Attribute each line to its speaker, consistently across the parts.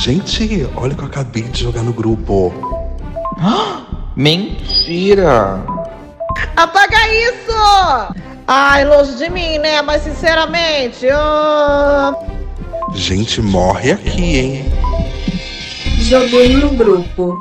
Speaker 1: Gente, olha o que eu acabei de jogar no grupo.
Speaker 2: Mentira!
Speaker 3: Tá
Speaker 4: Apaga isso! Ai, longe de mim, né? Mas sinceramente, eu.
Speaker 1: Gente, morre aqui, hein?
Speaker 5: Joguei no grupo.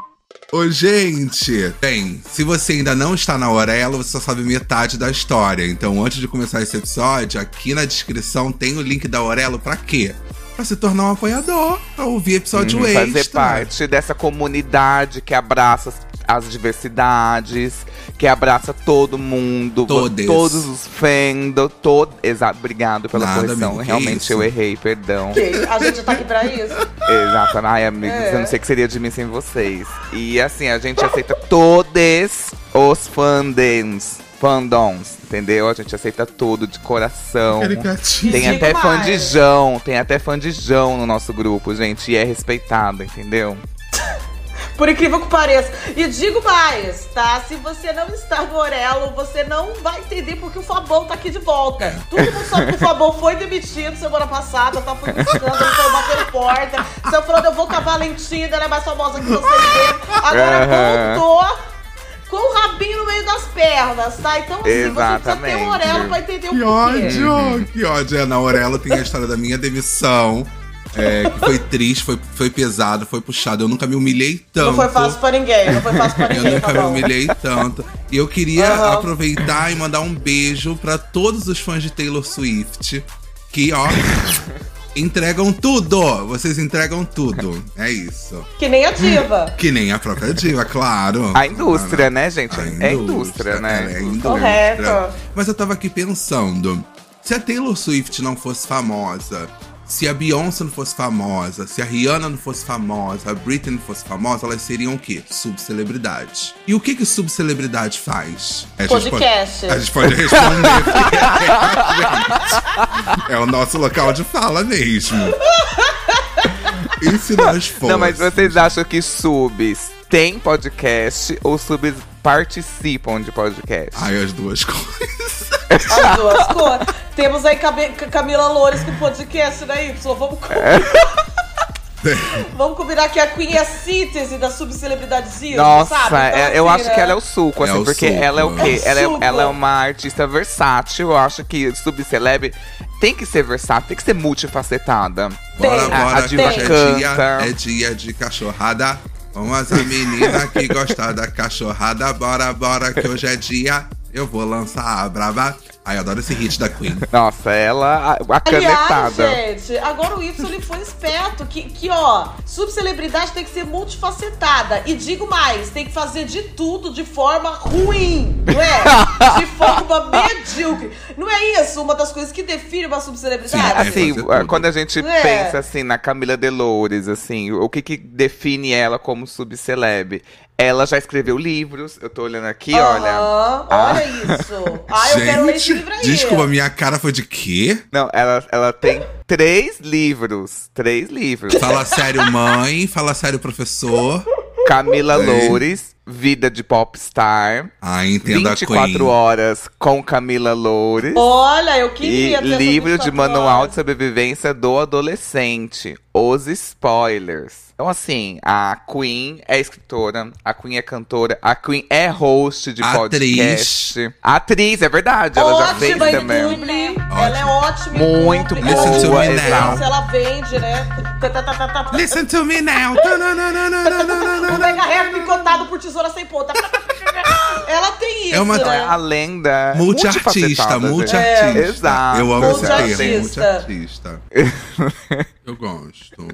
Speaker 3: Oi, gente! Bem, se você ainda não está na Orelha, você só sabe metade da história. Então, antes de começar esse episódio, aqui na descrição tem o link da Orelo pra quê? Pra se tornar um apoiador, pra ouvir episódio
Speaker 2: Uhum,
Speaker 3: extra.
Speaker 2: Fazer parte dessa comunidade que abraça as, as diversidades, que abraça todo mundo,
Speaker 3: Todes.
Speaker 2: todos os fendo, todo. Exato, obrigado pela
Speaker 3: Nada,
Speaker 2: correção.
Speaker 3: amigo, que
Speaker 2: Realmente
Speaker 3: isso?
Speaker 2: eu errei, perdão.
Speaker 4: A gente tá aqui pra isso.
Speaker 2: Exato, ai, amigos,
Speaker 4: É.
Speaker 2: eu não sei o que seria de mim sem vocês. E assim, a gente aceita todos os fandoms, fandoms, entendeu? A gente aceita tudo de coração.
Speaker 3: Aquele gatinho.
Speaker 2: Tem
Speaker 4: Digo
Speaker 2: até
Speaker 4: mais.
Speaker 2: fandijão, tem até fandijão no nosso grupo, gente, e é respeitado, entendeu?
Speaker 4: Por incrível que pareça. E digo mais, tá? Se você não está no Orelo, você não vai entender porque o Fabão tá aqui de volta. Todo mundo sabe que o Fabão foi demitido semana passada, tá foi funcionando, ele foi bater porta. Estão falando, eu vou com a Valentina, ela é mais famosa que vocês mesmo. Agora
Speaker 2: Aham.
Speaker 4: voltou com o rabinho no meio das pernas, tá? Então, assim, você precisa ter um
Speaker 2: Exatamente.
Speaker 4: Orelo pra entender o
Speaker 3: Que
Speaker 4: porquê.
Speaker 3: ódio! Que ódio! É, na Aurela tem a história da minha demissão. é, que foi triste, foi, foi pesado, foi puxado. Eu nunca me humilhei tanto.
Speaker 2: Então,
Speaker 4: Não foi fácil pra ninguém, não foi fácil pra
Speaker 3: Eu
Speaker 4: ninguém,
Speaker 3: nunca me
Speaker 4: Fabão.
Speaker 3: humilhei tanto. E eu queria
Speaker 4: Tá Aham.
Speaker 3: aproveitar e mandar um beijo pra todos os fãs de Taylor Swift. Que, ó, entregam tudo! Vocês entregam tudo. É isso.
Speaker 4: Que nem a diva.
Speaker 3: Que nem a própria diva, claro.
Speaker 2: A indústria, né, gente?
Speaker 3: A
Speaker 2: é indústria,
Speaker 3: É
Speaker 2: né?
Speaker 3: a indústria.
Speaker 4: Correto.
Speaker 3: Mas eu tava aqui pensando: se a Taylor Swift não fosse famosa, se a Beyoncé não fosse famosa, se a Rihanna não fosse famosa, a Britney não fosse famosa, elas seriam o quê? Subcelebridades. E o que que subcelebridade faz? A gente
Speaker 4: Podcast.
Speaker 3: pode- a gente pode responder. porque é a gente. é o nosso local de fala mesmo. E se nós fôssemos?
Speaker 2: Não, mas vocês acham que subs têm podcast ou subs participam de podcast?
Speaker 4: Ah,
Speaker 3: Ai, as duas coisas.
Speaker 4: As duas cores. Temos aí Cabe- C- Camila Loures com podcast, né, Y? Vamos, co-
Speaker 2: É.
Speaker 4: Vamos combinar que a Queen é a síntese da subcelebridade
Speaker 2: Nossa,
Speaker 4: sabe? Então,
Speaker 2: é- eu
Speaker 4: assim,
Speaker 2: acho
Speaker 4: né?
Speaker 2: que ela é o suco,
Speaker 3: É
Speaker 2: assim,
Speaker 3: o
Speaker 2: porque
Speaker 3: suco,
Speaker 2: ela é o
Speaker 3: né?
Speaker 2: quê?
Speaker 4: É o
Speaker 2: ela, é,
Speaker 4: suco.
Speaker 2: ela é uma artista versátil. Eu acho que subceleb tem que ser versátil, tem que ser multifacetada.
Speaker 3: Bora,
Speaker 4: Tem. Ah,
Speaker 3: bora,
Speaker 2: a, a
Speaker 3: que
Speaker 2: diva
Speaker 3: hoje
Speaker 4: tem.
Speaker 3: é dia,
Speaker 2: canta.
Speaker 3: é dia de cachorrada. Vamos a menina que gosta da cachorrada. Bora, bora, que hoje é dia. Eu vou lançar a brava. Ai, eu adoro esse hit da Queen.
Speaker 2: Nossa, ela, a, a
Speaker 4: Aliás,
Speaker 2: canetada.
Speaker 4: gente, agora o Y ele foi esperto. Que, que, ó, subcelebridade tem que ser multifacetada. E digo mais, tem que fazer de tudo de forma ruim, não é? De forma medíocre. Não é isso uma das coisas que define uma subcelebridade?
Speaker 3: Sim, é.
Speaker 2: Assim,
Speaker 3: fazer tudo.
Speaker 2: quando a gente
Speaker 4: É.
Speaker 2: pensa assim na Camila Delores, assim, o que que define ela como subceleb? Ela já escreveu livros, eu tô olhando aqui, olha.
Speaker 4: Aham, olha isso. Ah, eu quero ler esse livro aí.
Speaker 3: desculpa, minha cara foi de quê?
Speaker 2: Não, ela, ela tem três livros, três livros.
Speaker 3: Fala sério, mãe. Fala sério, professor.
Speaker 2: Camila
Speaker 3: Sim.
Speaker 2: Loures, Vida de Popstar,
Speaker 3: Ah, entenda a Queen.
Speaker 2: 24 horas com Camila Loures.
Speaker 4: Olha, eu
Speaker 2: E
Speaker 4: queria ter essa
Speaker 2: livro de
Speaker 4: 24
Speaker 2: manual de
Speaker 4: horas.
Speaker 2: sobrevivência do adolescente. Os spoilers. Então, assim, a Queen é escritora, a Queen é cantora, a Queen é host de
Speaker 3: Atriz.
Speaker 2: podcast. Atriz, é verdade, ela já fez
Speaker 4: Ótima em
Speaker 2: também.
Speaker 4: publi. Ela é ótima em
Speaker 2: Muito
Speaker 4: publi.
Speaker 3: boa,
Speaker 4: Ela
Speaker 3: Listen to me
Speaker 4: vende,
Speaker 3: now.
Speaker 4: Ela vende, né? Tá, tá, tá, tá, tá.
Speaker 3: Listen to me now. Tanananananananana.
Speaker 4: O mega rap picotado por tesoura sem ponta. Ela tem isso,
Speaker 3: É uma-
Speaker 2: Não, é a
Speaker 4: né?
Speaker 2: lenda.
Speaker 3: Multiartista,
Speaker 2: multifacetada, gente.
Speaker 3: multiartista.
Speaker 2: É, Exato.
Speaker 3: Eu amo esse termo,
Speaker 4: Multiartista.
Speaker 3: multiartista. Eu gosto.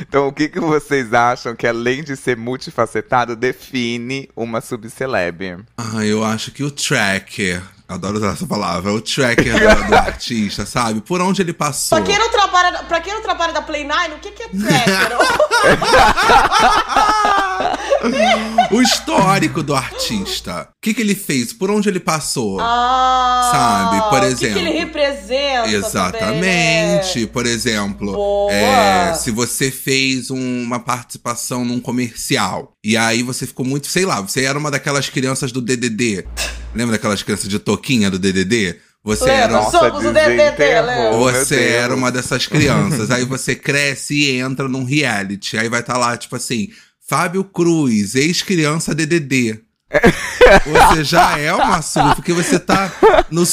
Speaker 2: Então, o que, que vocês acham que, além de ser multifacetado, define uma subceleb?
Speaker 3: Ah, eu acho que o tracker. Adoro usar essa palavra. O tracker do, do artista, sabe? Por onde ele passou.
Speaker 4: Pra quem, não trabalha, pra quem não trabalha da Play Nine, o que, que é tracker? um
Speaker 3: O histórico do artista. O que, que ele fez? Por onde ele passou?
Speaker 4: ah,
Speaker 3: Sabe, por
Speaker 4: O que que,
Speaker 3: exemplo.
Speaker 4: ele representa? também, né?
Speaker 3: Exatamente. Por exemplo,
Speaker 4: Boa.
Speaker 3: é, se você fez um- uma participação num comercial e aí você ficou muito, sei lá, você era uma daquelas crianças do DDD. Lembra daquelas crianças de toquinha do DDD? Você
Speaker 4: Lembra?
Speaker 3: era,
Speaker 2: Nossa,
Speaker 4: Somos o DDT,
Speaker 2: desenterrou.
Speaker 4: Léo.
Speaker 2: Oh, meu
Speaker 3: você
Speaker 2: Deus.
Speaker 3: era uma dessas crianças. aí você cresce e entra num reality. Aí vai estar lá, tipo assim, Fábio Cruz, ex-criança DDD. Você já é uma sub, porque você tá no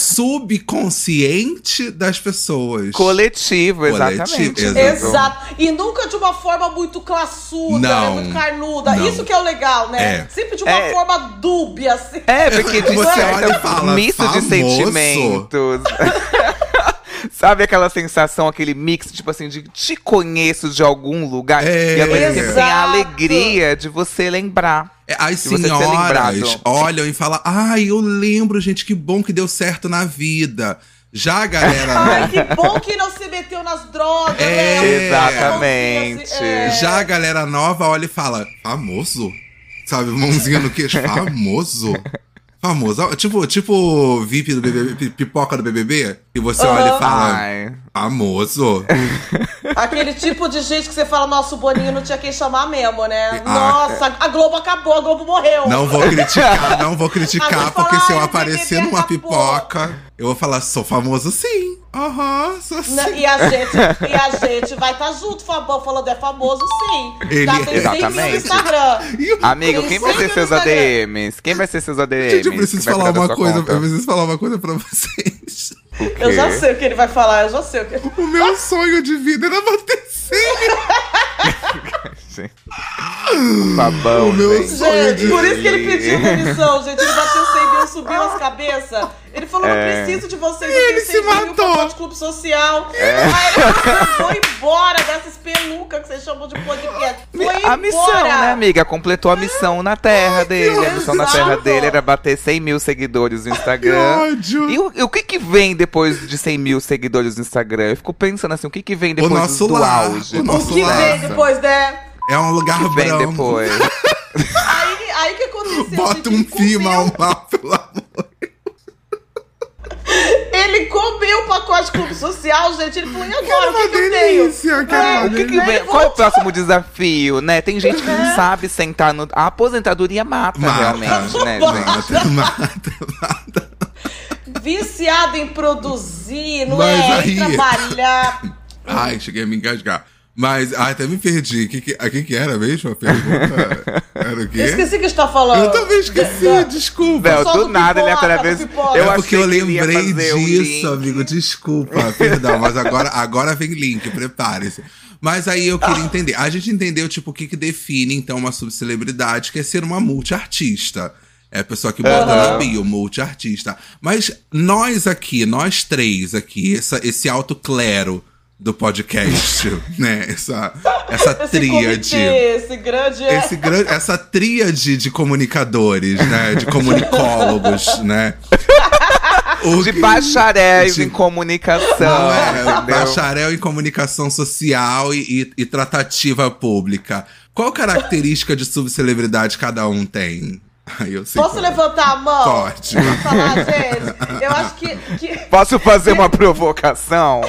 Speaker 3: subconsciente das pessoas.
Speaker 2: Coletivo, exatamente.
Speaker 3: Coletivo,
Speaker 4: Exato. E nunca de uma forma muito classuda,
Speaker 3: Não.
Speaker 4: né? muito carnuda.
Speaker 3: Não.
Speaker 4: Isso que é o legal,
Speaker 3: É.
Speaker 4: né? Sempre de uma
Speaker 2: É.
Speaker 4: forma dúbia, assim.
Speaker 2: É, porque de
Speaker 3: Você
Speaker 2: certa-
Speaker 3: olha e fala,
Speaker 2: misto
Speaker 3: "Famoso".
Speaker 2: de sentimentos. Sabe aquela sensação, aquele mix, tipo assim, de te conheço de algum lugar?
Speaker 3: É.
Speaker 2: E agora você tem a
Speaker 4: Exato.
Speaker 2: alegria de você lembrar.
Speaker 3: É, As
Speaker 2: E você ser
Speaker 3: senhoras
Speaker 2: lembrado.
Speaker 3: olham e falam: Ai, eu lembro, gente, que bom que deu certo na vida. Já a galera. né?
Speaker 4: Ai, que bom que não se meteu nas drogas,
Speaker 3: É.
Speaker 4: né?
Speaker 2: Exatamente.
Speaker 4: é.
Speaker 3: Já a galera nova olha e fala, famoso? Sabe, mãozinha no queixo, famoso? Famoso. Tipo, tipo VIP do BBB, pi- pipoca do BBB, e você olha e fala,
Speaker 2: Ai.
Speaker 3: famoso?
Speaker 4: Aquele tipo de gente que você fala, nossa, o Boninho não tinha quem chamar mesmo, né?
Speaker 3: Ah.
Speaker 4: Nossa, a Globo acabou, a Globo morreu.
Speaker 3: Não vou criticar, não vou
Speaker 4: Ah,
Speaker 3: criticar,
Speaker 4: vou falar,
Speaker 3: porque se eu
Speaker 4: ai, o
Speaker 3: aparecer
Speaker 4: BBB
Speaker 3: numa
Speaker 4: acabou.
Speaker 3: pipoca, eu vou falar, sou famoso sim. Aham, sou sim.
Speaker 4: N- Né? E a gente, e a gente vai estar junto, Fabão falando, é famoso sim.
Speaker 3: Ele-
Speaker 4: Já tem 100 mil no
Speaker 2: Exatamente.
Speaker 4: Instagram.
Speaker 3: E-
Speaker 2: Amigo, quem vai ser
Speaker 4: Inclusive
Speaker 2: seus
Speaker 4: no Instagram.
Speaker 2: ADMs? Quem vai ser seus ADMs?
Speaker 3: Gente, eu
Speaker 2: é que
Speaker 3: preciso
Speaker 2: vai
Speaker 3: falar
Speaker 2: cuidar da
Speaker 3: uma
Speaker 2: sua
Speaker 3: coisa,
Speaker 2: conta?
Speaker 3: eu preciso falar uma coisa pra vocês.
Speaker 4: Eu já
Speaker 2: Quê?
Speaker 4: sei o que ele vai falar, eu já sei o que ele
Speaker 3: O meu sonho de vida é era bater 100
Speaker 2: Gente. Babão,
Speaker 3: O meu
Speaker 2: gente.
Speaker 3: sonho
Speaker 4: Gente,
Speaker 3: de
Speaker 4: por isso que ele pediu demissão, gente. Ele bateu 100 mil, subiu as cabeças. Ele falou, não
Speaker 2: É.
Speaker 4: preciso de vocês. eu
Speaker 3: Ele
Speaker 4: tenho 100
Speaker 3: se
Speaker 4: mil pra
Speaker 3: matou.
Speaker 4: pagar de clube social. Aí ele foi embora dessa espeluca que você chamou de podcast. Foi
Speaker 2: A missão,
Speaker 4: embora.
Speaker 2: né, amiga? Completou a missão na terra dele. A missão na
Speaker 4: exato.
Speaker 2: terra dele era bater 100 mil seguidores no
Speaker 3: Que
Speaker 2: Instagram.
Speaker 3: ódio.
Speaker 2: É. E o, e o que que vem depois de 100 mil seguidores no Instagram? Eu fico pensando assim, o que que vem depois
Speaker 3: nosso
Speaker 2: do
Speaker 3: lar,
Speaker 2: auge?
Speaker 3: o
Speaker 4: O
Speaker 3: nosso
Speaker 4: que
Speaker 3: Nossa.
Speaker 4: vem depois, né?
Speaker 3: É um
Speaker 2: O
Speaker 3: lugar
Speaker 2: que vem
Speaker 3: branco.
Speaker 2: depois?
Speaker 4: Aí, aí que aconteceu? gente,
Speaker 3: Bota um
Speaker 4: ele
Speaker 3: pi
Speaker 4: comeu-
Speaker 3: mal mal, pelo amor.
Speaker 4: Ele comeu o pacote de clube social, gente. Ele falou, e agora?
Speaker 3: Era
Speaker 4: O que,
Speaker 3: uma
Speaker 4: que eu tenho?
Speaker 3: delícia,
Speaker 4: É,
Speaker 3: cara.
Speaker 2: O que que vem? Qual é o próximo desafio, né? Tem gente que
Speaker 4: Uhum.
Speaker 2: não sabe sentar no... A aposentadoria mata,
Speaker 3: Mata.
Speaker 2: Tá realmente, né,
Speaker 3: Mata,
Speaker 2: gente?
Speaker 3: mata, mata.
Speaker 4: Viciado em produzir, não
Speaker 3: Mas
Speaker 4: é?
Speaker 3: aí-
Speaker 4: Em trabalhar.
Speaker 3: Ai, cheguei a me engasgar. Mas, ai, até me perdi. O que, que, a que, que era mesmo a pergunta? Era o quê?
Speaker 4: Eu esqueci que a gente tá falando.
Speaker 3: Eu também esqueci,
Speaker 4: Da- da-
Speaker 3: desculpa.
Speaker 2: Não,
Speaker 4: Só
Speaker 2: do
Speaker 4: do
Speaker 2: nada ele
Speaker 4: pipoca,
Speaker 2: atravessa.
Speaker 4: do pipoca.
Speaker 3: é
Speaker 2: Eu
Speaker 3: porque
Speaker 2: achei
Speaker 3: eu
Speaker 2: que ele ia
Speaker 3: lembrei
Speaker 2: fazer um
Speaker 3: disso,
Speaker 2: link.
Speaker 3: amigo. Desculpa, perdão. Mas agora, agora vem link, prepare-se. Mas aí eu queria entender. A gente entendeu, tipo, o que, que define, então, uma subcelebridade, que é ser uma multiartista. É a pessoa que bota na bio, multiartista. Mas nós aqui, nós três aqui, essa- esse alto clero do podcast, né? Essa, essa
Speaker 4: Esse
Speaker 3: tríade
Speaker 4: comitê, esse grande... é.
Speaker 3: esse grande, essa tríade de comunicadores, né? De comunicólogos, né? O
Speaker 2: De
Speaker 3: que-
Speaker 2: bacharéis
Speaker 3: De-
Speaker 2: em comunicação,
Speaker 3: Não é,
Speaker 2: entendeu?
Speaker 3: bacharel em comunicação social e, e- e tratativa pública. Qual característica de subcelebridade cada um tem? Aí eu sei.
Speaker 4: Posso
Speaker 3: qual.
Speaker 4: levantar a mão?
Speaker 3: Pode.
Speaker 4: Posso falar, gente? Eu acho que... que...
Speaker 2: Posso fazer uma provocação?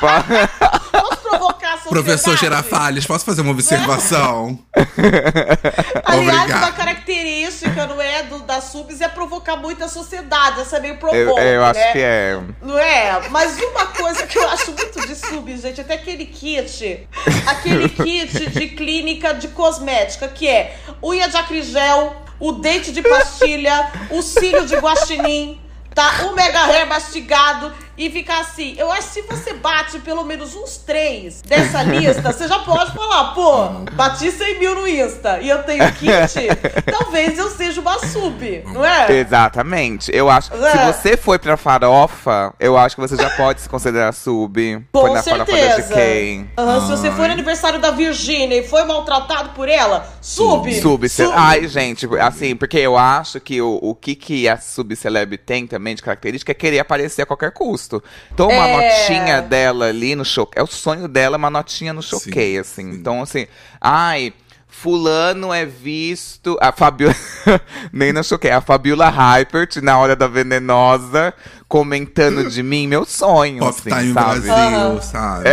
Speaker 2: Pa-
Speaker 4: Posso provocar a sociedade?
Speaker 3: Professor Gerafales, posso fazer uma observação?
Speaker 4: Aliás,
Speaker 3: Obrigado.
Speaker 4: uma característica, não é, do, da subs é provocar muito a sociedade. Essa é meio
Speaker 2: eu,
Speaker 4: provoca,
Speaker 2: eu acho
Speaker 4: né?
Speaker 2: que é.
Speaker 4: Não é? Mas uma coisa que eu acho muito de sub, gente, até aquele kit, aquele kit de clínica de cosmética, que é unha de acrigel, o dente de pastilha, o cílio de guaxinim, tá? O mega hair mastigado e ficar assim. Eu acho que se você bate pelo menos uns três dessa lista, você já pode falar, pô, bati 100 mil no Insta e eu tenho kit, talvez eu seja uma sub, não é?
Speaker 2: Exatamente. Eu acho.
Speaker 4: É.
Speaker 2: Se você foi pra farofa, eu acho que você já pode se considerar sub. foi
Speaker 4: Com
Speaker 2: na farofa da
Speaker 4: certeza.
Speaker 2: GK.
Speaker 4: Aham, se você for no aniversário da Virgínia e foi maltratado por ela, sub!
Speaker 2: Sub, Ai, gente, assim, porque eu acho que o, o que, que a subceleb tem também de característica é querer aparecer a qualquer custo. Então, uma
Speaker 4: É.
Speaker 2: notinha dela ali no show. É o sonho dela, uma notinha no choquei, assim. Então, assim, ai. Fulano é visto. A Fabiola. Nem não choquei. A Fabiola Hypert, na hora da venenosa, comentando de mim, meu sonho.
Speaker 3: Pop
Speaker 2: assim,
Speaker 3: Time
Speaker 2: sabe? É.
Speaker 3: Brasil,
Speaker 4: Aham.
Speaker 3: sabe?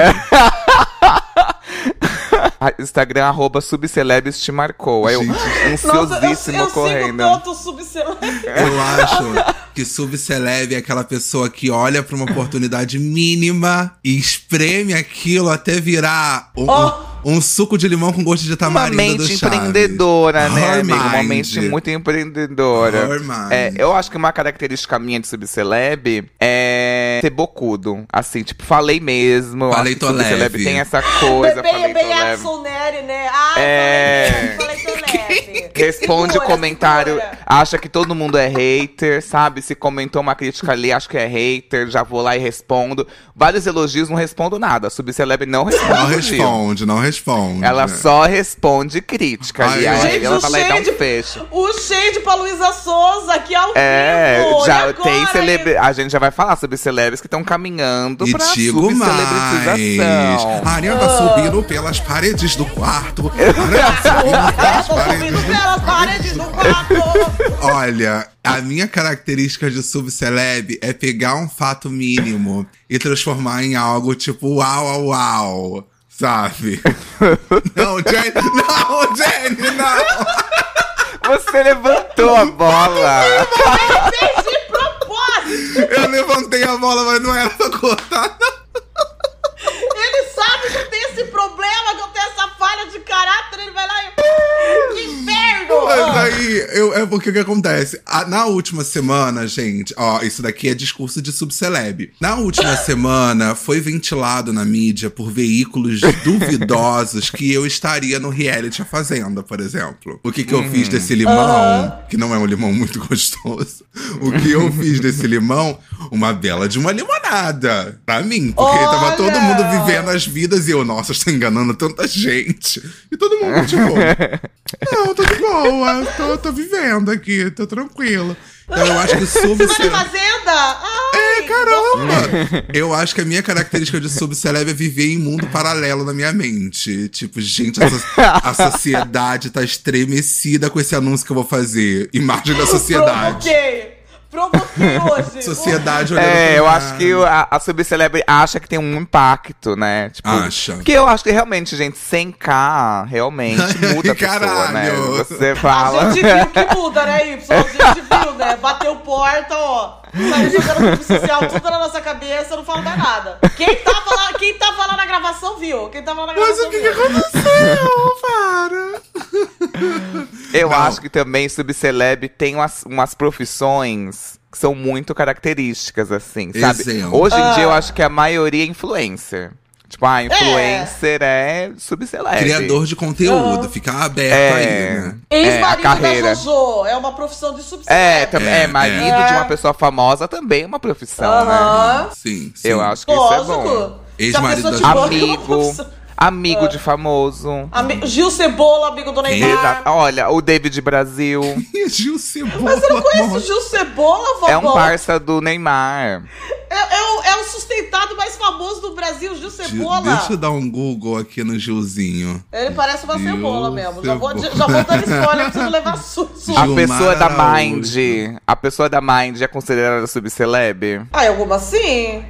Speaker 2: A- Instagram, arroba subcelebs te marcou. Aí eu,
Speaker 3: Gente.
Speaker 4: Nossa, eu, eu
Speaker 2: ansiosíssimo
Speaker 4: sigo
Speaker 2: correndo.
Speaker 4: tanto subcelebridade.
Speaker 3: Eu acho. Que subcelebe é aquela pessoa que olha pra uma oportunidade mínima e espreme aquilo até virar um,
Speaker 4: Oh!
Speaker 3: um suco de limão com gosto de
Speaker 2: Uma
Speaker 3: tamarindo do
Speaker 2: mente
Speaker 3: Chaves.
Speaker 2: empreendedora, né,
Speaker 3: Her
Speaker 2: amigo? Uma
Speaker 3: mind.
Speaker 2: mente muito empreendedora.
Speaker 3: Her mind.
Speaker 2: É, eu acho que uma característica minha de subceleb é ser bocudo. Assim, tipo, falei mesmo. Eu acho
Speaker 3: Falei
Speaker 2: que
Speaker 3: tô
Speaker 2: subceleb
Speaker 3: leve.
Speaker 2: tem essa coisa,
Speaker 4: bem,
Speaker 2: falei
Speaker 4: bem
Speaker 2: tô leve.
Speaker 4: Axel Nery, né? Ah,
Speaker 2: É.
Speaker 4: falei que eu leve.
Speaker 2: Responde o
Speaker 4: Segura,
Speaker 2: comentário,
Speaker 4: segura.
Speaker 2: acha que todo mundo é hater, sabe? Se comentou uma crítica ali, acho que é hater, já vou lá e respondo. Vários elogios, não respondo nada. A subcelebre não responde.
Speaker 3: Não
Speaker 2: elogio.
Speaker 3: responde, não responde.
Speaker 2: Ela só responde crítica ali.
Speaker 3: Ai,
Speaker 2: Aí
Speaker 4: Gente,
Speaker 2: ela
Speaker 4: o
Speaker 2: vai lá e dá um
Speaker 4: shade-
Speaker 2: fecho.
Speaker 4: O shade pra Luísa Souza, que é ao
Speaker 2: É,
Speaker 4: vivo.
Speaker 2: já
Speaker 4: e agora,
Speaker 2: tem
Speaker 4: hein?
Speaker 2: celebre... A gente já vai falar sobre celebres que estão caminhando
Speaker 3: E
Speaker 2: pra
Speaker 3: digo mais.
Speaker 2: subcelebretização.
Speaker 3: A Ariana
Speaker 2: Ah.
Speaker 3: tá subindo pelas paredes do quarto. A Ariana tá subindo
Speaker 4: Ela
Speaker 3: pelas
Speaker 4: tá
Speaker 3: paredes
Speaker 4: subindo
Speaker 3: do
Speaker 4: pelas paredes do quarto.
Speaker 3: Olha, a minha característica de subceleb é pegar um fato mínimo e transformar em algo tipo uau, uau, uau. Sabe? não, Jenny, não, Jenny, não!
Speaker 2: Você levantou a bola.
Speaker 4: Fez de propósito.
Speaker 3: Eu levantei a bola, mas não era pra cortar, não.
Speaker 4: Ele sabe que eu tenho esse problema, que eu tenho essa falha de caráter. Ele vai lá e... Que inferno!
Speaker 3: Mas aí, eu, é porque o que acontece? A- na última semana, gente, ó, isso daqui é discurso de subceleb. Na última semana, foi ventilado na mídia por veículos duvidosos que eu estaria no reality A Fazenda, por exemplo. O que que eu fiz desse limão, que não é um limão muito gostoso, o que eu fiz desse limão? Uma bela de uma limonada. Pra mim, porque tava todo
Speaker 4: Olha!
Speaker 3: mundo vivendo as vidas e eu, nossa, estou enganando tanta gente. E todo mundo, tipo... Não, tô de boa. Tô, tô vivendo aqui, tô tranquilo. Então eu acho que
Speaker 4: Você vai na
Speaker 3: subceleb.
Speaker 4: fazenda?
Speaker 3: É,
Speaker 4: Ai,
Speaker 3: caramba! Eu acho que a minha característica de subceleb é viver em mundo paralelo na minha mente. Tipo, gente, a, so- a sociedade tá estremecida com esse anúncio que eu vou fazer. Imagem da sociedade.
Speaker 4: Provoquei. Provoquei hoje.
Speaker 3: Sociedade olhando
Speaker 2: É,
Speaker 3: pra
Speaker 2: eu
Speaker 3: cá.
Speaker 2: acho que o- a, a subcelebre acha que tem um impacto, né? Tipo,
Speaker 3: Acha.
Speaker 2: Porque eu acho que realmente, gente, 100k realmente muda a pessoa, né?
Speaker 3: Caralho.
Speaker 2: Você
Speaker 4: A
Speaker 2: fala.
Speaker 4: gente viu que muda, né, Y? A gente viu, né? Bateu porta, ó. Saiu jogando grupo social, tudo na nossa cabeça, não falo mais nada. Quem tava lá, quem tava lá na gravação viu. Quem tava lá na
Speaker 3: Mas
Speaker 4: gravação
Speaker 3: o que que
Speaker 4: viu.
Speaker 3: aconteceu? Para!
Speaker 2: Eu
Speaker 3: Não.
Speaker 2: acho que também subcelebre tem umas, umas profissões que são muito características, assim, sabe?
Speaker 3: Exemplo.
Speaker 2: Hoje em dia eu
Speaker 4: Ah.
Speaker 2: acho que a maioria é influencer. Tipo, ah, influencer é, subcelebre.
Speaker 3: Criador de conteúdo, ficar aberto
Speaker 2: É.
Speaker 3: aí, né?
Speaker 2: É, a
Speaker 4: Ex-marido
Speaker 2: carreira.
Speaker 4: da Jojo é uma profissão de
Speaker 2: É,
Speaker 4: subsídio.
Speaker 2: também,
Speaker 3: É,
Speaker 2: é, marido
Speaker 4: é.
Speaker 2: de uma pessoa famosa também é uma profissão, né?
Speaker 4: Aham.
Speaker 3: Sim, sim.
Speaker 2: Eu acho que isso é bom.
Speaker 4: Lógico. Se a
Speaker 3: Ex-marido
Speaker 4: pessoa
Speaker 3: da
Speaker 4: te
Speaker 3: Jojo.
Speaker 4: bloqueia, é uma
Speaker 2: Amigo.
Speaker 4: profissão.
Speaker 2: Amigo de famoso.
Speaker 4: Ami- Gil Cebola, amigo do
Speaker 3: Quem?
Speaker 4: Neymar.
Speaker 2: Exato. Olha, o David Brasil
Speaker 3: Gil Cebola.
Speaker 4: Mas eu não
Speaker 3: amor.
Speaker 4: conheço Gil Cebola, vovó.
Speaker 2: é um parça do Neymar.
Speaker 4: É, é o, é o sustentado mais famoso do Brasil, Gil
Speaker 3: Gil-
Speaker 4: Cebola.
Speaker 3: Deixa eu dar um Google aqui no Gilzinho.
Speaker 4: Ele parece uma
Speaker 3: Gil
Speaker 4: cebola mesmo. Já vou,
Speaker 3: Cebola.
Speaker 4: já vou dando spoiler pra você não levar susto.
Speaker 3: Gil-
Speaker 2: a
Speaker 3: Gilmar
Speaker 2: pessoa é da Mind,
Speaker 3: Araújo.
Speaker 2: a pessoa da Mind é considerada subceleb?
Speaker 4: Ah, alguma sim?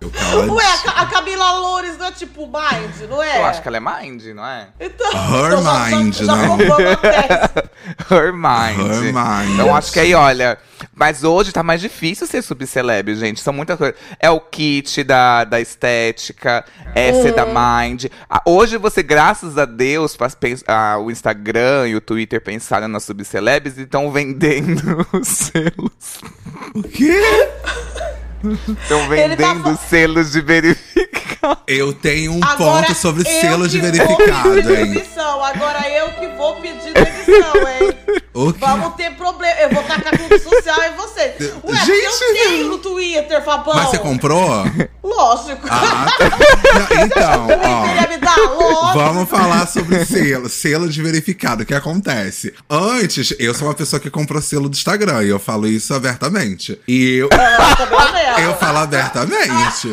Speaker 3: Eu calo
Speaker 4: Ué, a, Ca- a Camila Loures não é tipo Mind, não é?
Speaker 2: Eu acho que ela é Mind, não é?
Speaker 4: Então,
Speaker 3: Her
Speaker 4: então já-
Speaker 3: Mind,
Speaker 4: já, já
Speaker 3: né?
Speaker 4: roubou meu teste.
Speaker 2: Her Mind.
Speaker 3: Her Mind.
Speaker 2: Então acho que aí, olha. Mas hoje tá mais difícil ser subceleb, gente. São muitas coisas. É o kit da, da estética, é
Speaker 4: Uhum.
Speaker 2: ser da Mind. Ah, Hoje você, graças a Deus, faz pens- ah, o Instagram e o Twitter pensaram nas subcelebs e estão vendendo os selos.
Speaker 3: O quê?
Speaker 2: Estão
Speaker 4: Ele tá
Speaker 2: vendendo selos de verificar.
Speaker 3: Eu tenho um
Speaker 4: Agora,
Speaker 3: ponto sobre
Speaker 4: eu
Speaker 3: selo de
Speaker 4: que vou
Speaker 3: verificado,
Speaker 4: pedir
Speaker 3: hein?
Speaker 4: demissão. Agora eu que vou pedir demissão, hein?
Speaker 3: O quê?
Speaker 4: Vamos ter problema. Eu vou tacar tudo social em você. Ué,
Speaker 3: Gente!
Speaker 4: se eu tenho no Twitter, Fabão.
Speaker 3: Mas você comprou?
Speaker 4: Lógico.
Speaker 3: Ah, tá. Então,
Speaker 4: Queria
Speaker 3: ó.
Speaker 4: me dar? Lógico.
Speaker 3: Vamos falar sobre selo, selo de verificado, o que acontece? Antes, eu sou uma pessoa que comprou selo do Instagram, e eu falo isso abertamente. E eu,
Speaker 4: Eu também levo.
Speaker 3: Eu falo abertamente.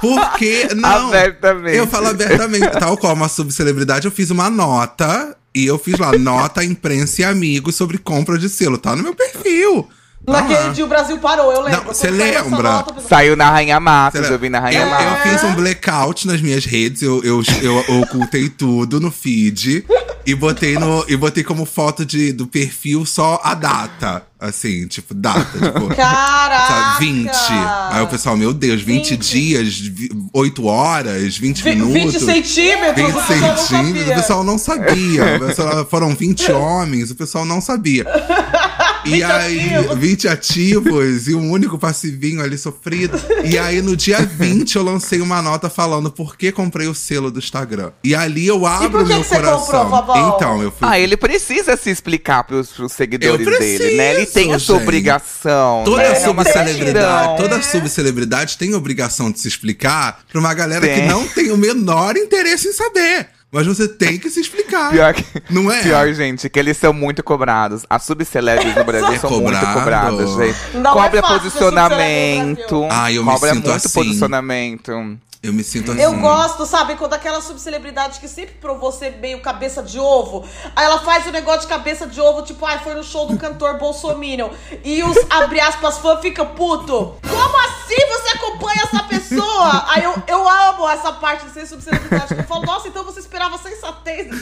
Speaker 3: Porque não.
Speaker 2: Abertamente.
Speaker 3: Eu falo abertamente. Tal qual uma subcelebridade, eu fiz uma nota e eu fiz lá nota imprensa e amigos sobre compra de selo. Tá no meu perfil. Tá
Speaker 4: Naquele
Speaker 3: lá.
Speaker 4: dia o Brasil parou, eu lembro.
Speaker 3: Não, cê
Speaker 4: Quando saiu essa
Speaker 3: lembra?
Speaker 4: nota, eu pensei,
Speaker 2: Saiu na Rainha Matos,
Speaker 3: Será?
Speaker 2: eu vi na
Speaker 3: eu,
Speaker 2: Rainha
Speaker 3: eu
Speaker 2: Matos.
Speaker 3: fiz um blackout nas minhas redes, eu, eu, eu ocultei tudo no feed. E botei, no, e botei como foto de, do perfil só a data. Assim, tipo, data. Tipo,
Speaker 4: Caraca!
Speaker 3: sabe, 20. Aí o pessoal, meu Deus, 20,
Speaker 4: 20.
Speaker 3: dias, 8 horas, 20
Speaker 4: Vi-
Speaker 3: minutos.
Speaker 4: 20 centímetros,
Speaker 3: 20
Speaker 4: o pessoal não
Speaker 3: centímetros, o
Speaker 4: sabia.
Speaker 3: pessoal não sabia. O pessoal- foram 20 homens, o pessoal não sabia. E
Speaker 4: 20
Speaker 3: aí,
Speaker 4: ativos.
Speaker 3: 20 ativos e um único passivinho ali sofrido. E aí, no dia 20, eu lancei uma nota falando por que comprei o selo do Instagram. E ali eu abro
Speaker 4: por que
Speaker 3: meu
Speaker 4: que você
Speaker 3: coração.
Speaker 4: comprou, Fabão?
Speaker 3: então, eu fui.
Speaker 2: Ah, ele precisa se explicar pros, pros seguidores
Speaker 3: Eu
Speaker 2: dele, né? Ele tem a
Speaker 3: preciso,
Speaker 2: sua
Speaker 3: gente.
Speaker 2: obrigação.
Speaker 3: Toda
Speaker 2: né? É uma
Speaker 3: subcelebridade,
Speaker 2: gratidão.
Speaker 3: toda subcelebridade tem obrigação de se explicar pra uma galera que
Speaker 2: Tem.
Speaker 3: não tem o menor interesse em saber. Mas você tem que se explicar.
Speaker 2: Pior, que-
Speaker 3: Não é?
Speaker 2: pior, gente, que eles são muito cobrados. As subcelebres no Brasil
Speaker 3: É
Speaker 2: são muito
Speaker 3: cobrado.
Speaker 2: cobradas, gente.
Speaker 4: Não é
Speaker 2: cobra
Speaker 4: fácil ser subcelebridade no
Speaker 2: posicionamento.
Speaker 3: Brasil. Ah, eu me
Speaker 2: cobra é
Speaker 3: sinto
Speaker 2: muito
Speaker 3: assim.
Speaker 2: posicionamento.
Speaker 3: Eu me sinto assim.
Speaker 4: Eu gosto, sabe, quando aquela subcelebridade que sempre provou ser meio cabeça de ovo, aí ela faz o negócio de cabeça de ovo, tipo, ai, foi no show do cantor Bolsominion. E os, abre aspas, fã fica puto. Como assim você acompanha essa pessoa? Aí eu, eu amo essa parte de ser subcelebridade. que Eu falo, nossa, então você esperava sensatez.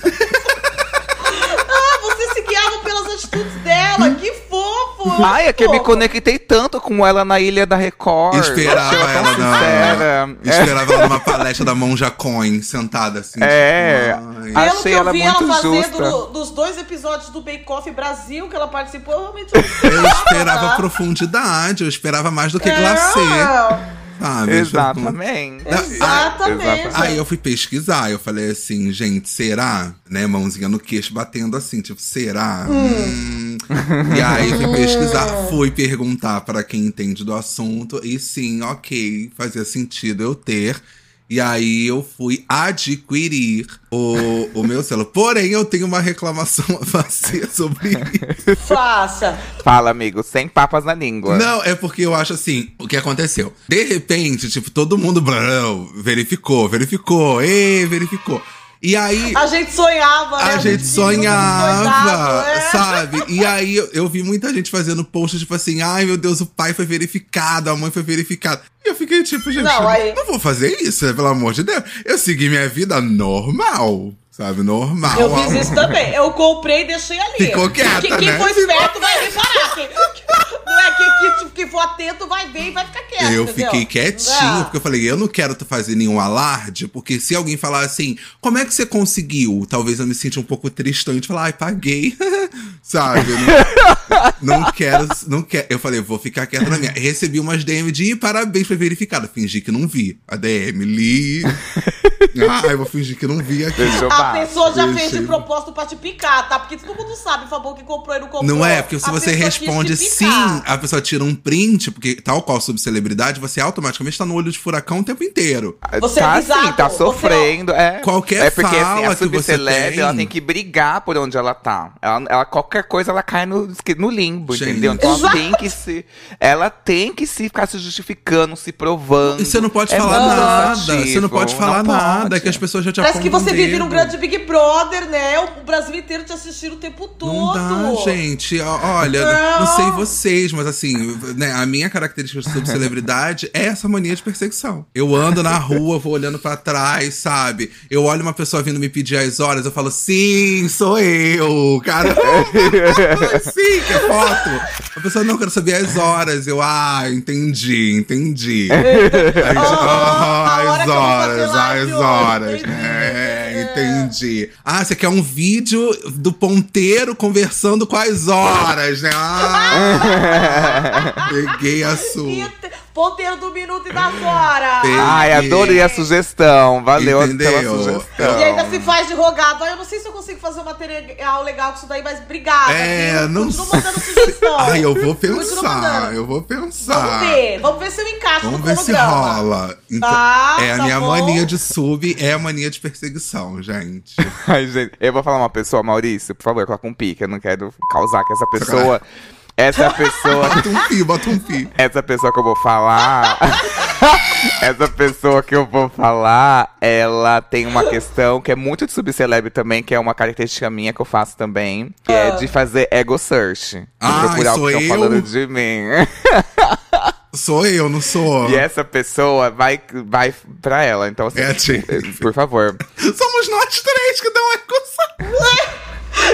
Speaker 4: ah, você se guiava pelas atitudes dela. Que fofo. eu
Speaker 2: Ai,
Speaker 4: acho
Speaker 2: é que eu me
Speaker 4: fofo.
Speaker 2: conectei tanto com ela na Ilha da Record.
Speaker 3: Esperava
Speaker 2: Achei
Speaker 3: ela
Speaker 2: tão
Speaker 3: na,
Speaker 2: sincera. É.
Speaker 3: Esperava ela numa palestra da Monja Coin, sentada assim.
Speaker 2: É.
Speaker 3: tipo, ai.
Speaker 4: Pelo
Speaker 2: Achei
Speaker 4: que eu
Speaker 2: ela
Speaker 4: vi
Speaker 2: muito
Speaker 4: ela fazendo
Speaker 2: justa.
Speaker 4: no- nos dois episódios do Bake Off Brasil que ela participou, eu realmente não
Speaker 3: Eu
Speaker 2: Ah,
Speaker 3: esperava
Speaker 4: tá?
Speaker 3: profundidade, eu esperava mais do que
Speaker 4: É,
Speaker 3: glacê. Sabe? Tipo,
Speaker 2: Exatamente.
Speaker 4: Exatamente.
Speaker 3: Aí eu fui pesquisar, eu falei assim, gente, será? Né, mãozinha no queixo, batendo assim, tipo, será? Hum. E aí eu fui pesquisar, fui perguntar pra quem entende do assunto, e sim, ok, fazia sentido eu ter. E aí eu fui adquirir o, o meu selo. Porém, eu tenho uma reclamação a fazer sobre isso.
Speaker 4: Faça.
Speaker 2: Fala, amigo, sem papas na língua.
Speaker 3: Não, é porque eu acho assim, o que aconteceu? De repente, tipo, todo mundo blá, blá, verificou, verificou, e verificou. E aí
Speaker 4: A gente sonhava, né?
Speaker 3: a gente
Speaker 4: viu tudo
Speaker 3: sonhava,
Speaker 4: doidado, é.
Speaker 3: sabe? E aí eu, eu vi muita gente fazendo posts tipo assim, ai meu Deus, o pai foi verificado, a mãe foi verificada. E eu fiquei tipo, gente,
Speaker 4: Não,
Speaker 3: eu
Speaker 4: aí-
Speaker 3: não vou fazer isso, né? pelo amor de Deus. Eu segui minha vida normal, sabe? Normal.
Speaker 4: Eu fiz isso também. Eu comprei e deixei ali.
Speaker 3: Ficou quieta,
Speaker 4: que, quem
Speaker 3: né?
Speaker 4: foi esperto vai reparar. Quem, não é quem que, que for atento vai ver e vai ficar quieto.
Speaker 3: Eu
Speaker 4: entendeu?
Speaker 3: fiquei quietinho,
Speaker 4: Ah.
Speaker 3: porque eu falei, eu não quero tu fazer nenhum alarde, porque se alguém falar assim, como é que você conseguiu? Talvez eu me sinta um pouco tristão de falar, ai, paguei, sabe? Eu Não, não quero, não quero. Eu falei, vou ficar quieto na minha. Recebi umas DM de "Ih, parabéns, foi verificado. Fingi que não vi. A DM, li. ai, eu vou fingir que não vi aqui.
Speaker 2: Deixou
Speaker 4: A
Speaker 2: baixo.
Speaker 4: pessoa já
Speaker 3: Isso
Speaker 4: fez de
Speaker 3: aí.
Speaker 4: propósito pra te picar, tá? Porque todo mundo sabe, Fabão, que comprou e não comprou.
Speaker 3: Não é, porque se
Speaker 4: A
Speaker 3: você
Speaker 4: pessoa tá. quis te
Speaker 3: responde
Speaker 4: picar.
Speaker 3: sim, a pessoa tira um print, porque tal qual subcelebridade, você automaticamente tá no olho de furacão o tempo inteiro.
Speaker 4: Você é
Speaker 2: tá
Speaker 4: bizarro,
Speaker 2: assim, tá
Speaker 4: você-
Speaker 2: sofrendo. É.
Speaker 3: Qualquer
Speaker 2: é porque assim,
Speaker 3: fala
Speaker 2: a
Speaker 3: que você
Speaker 2: subceleb,
Speaker 3: tem-
Speaker 2: ela tem que brigar por onde ela tá. Ela, ela- qualquer coisa, ela cai no, no limbo,
Speaker 3: Gente.
Speaker 2: entendeu? Então ela
Speaker 4: Exato.
Speaker 2: tem que se. Ela tem que se ficar se justificando, se provando.
Speaker 3: E você não pode
Speaker 2: É
Speaker 3: falar
Speaker 2: muito
Speaker 3: nada.
Speaker 2: cansativo,
Speaker 3: Você não pode falar
Speaker 2: não
Speaker 3: nada,
Speaker 2: pode.
Speaker 3: que é as pessoas já te
Speaker 4: Parece que
Speaker 3: apontam
Speaker 4: você
Speaker 3: o
Speaker 4: vive
Speaker 3: dedo.
Speaker 4: num grande Big Brother, né? O Brasil inteiro te assistindo o tempo todo.
Speaker 3: Não dá, gente. Ó, Olha, não.
Speaker 4: Não.
Speaker 3: sei vocês, mas assim, né, a minha característica de subcelebridade é essa mania de perseguição. Eu ando na rua, vou olhando pra trás, sabe? Eu olho uma pessoa vindo me pedir as horas, eu falo, sim, sou eu, cara. é sim, que foto. A pessoa, não, quero saber as horas. Eu, ah, entendi, entendi. Aí, tipo,
Speaker 4: Ah, a
Speaker 3: ah,
Speaker 4: hora
Speaker 3: as
Speaker 4: que eu vou fazer
Speaker 3: horas,
Speaker 4: live
Speaker 3: as
Speaker 4: hoje,
Speaker 3: horas.
Speaker 4: entendi.
Speaker 3: É, entendi. Ah, você quer um vídeo do ponteiro conversando com as horas, né? Ah, peguei a
Speaker 4: Então,
Speaker 3: sua.
Speaker 4: Minuto- é Ponteiro do minuto e das horas.
Speaker 3: Tem-
Speaker 2: Ai, adorei a sugestão. Valeu
Speaker 3: Entendeu?
Speaker 2: pela sugestão.
Speaker 4: E ainda se faz de rogado. Ah, eu não sei se eu consigo fazer um material legal com isso daí, mas obrigada.
Speaker 3: É,
Speaker 4: viu?
Speaker 3: não
Speaker 4: Continua
Speaker 3: sei.
Speaker 4: mandando sugestão.
Speaker 3: Ai, eu vou
Speaker 4: Continua
Speaker 3: pensar,
Speaker 4: mandando.
Speaker 3: eu vou pensar.
Speaker 4: Vamos ver. Vamos ver se eu encaixo
Speaker 3: Vamos
Speaker 4: no
Speaker 3: ver se
Speaker 4: cronograma.
Speaker 3: rola. Então,
Speaker 4: Tá,
Speaker 3: é a
Speaker 4: tá
Speaker 3: minha
Speaker 4: bom.
Speaker 3: mania de sub, é a mania de perseguição, gente.
Speaker 2: Ai, gente, eu vou falar uma pessoa, Maurício, por favor, coloca um pique. Eu não quero causar que essa pessoa. Essa pessoa.
Speaker 3: Bota um pi, bota um pi.
Speaker 2: Essa pessoa que eu vou falar. essa pessoa que eu vou falar, ela tem uma questão que é muito de subcelebre também, que é uma característica minha que eu faço também, que é de fazer ego search. De
Speaker 3: Ah,
Speaker 2: procurar
Speaker 3: sou
Speaker 2: o que
Speaker 3: eu? Ah.
Speaker 2: estão falando de mim.
Speaker 3: Sou eu, não sou.
Speaker 2: E essa pessoa vai, vai pra ela. Então, assim,
Speaker 3: É, sim.
Speaker 2: por favor.
Speaker 3: Somos nós três que dão acusação.
Speaker 4: Le-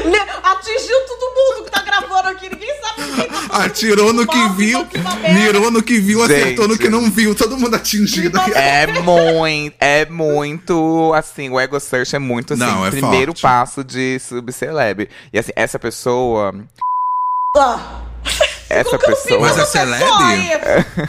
Speaker 4: Né, Atingiu todo mundo que tá gravando aqui. Ninguém sabe quem tá fazendo
Speaker 3: Atirou Ah, no que
Speaker 4: mal,
Speaker 3: viu,
Speaker 4: que tá merda.
Speaker 3: mirou no que viu, acertou no
Speaker 2: Gente.
Speaker 3: que não viu. Todo mundo atingido.
Speaker 4: Que
Speaker 2: É muito, é muito, assim, o ego search é muito, assim,
Speaker 3: Não, é
Speaker 2: primeiro
Speaker 3: forte.
Speaker 2: passo de subceleb. E assim, essa pessoa,
Speaker 4: Ah,
Speaker 2: essa
Speaker 4: como que eu não vi
Speaker 2: pessoa...
Speaker 3: Mas
Speaker 4: essa
Speaker 3: é celeb?
Speaker 4: pessoa aí?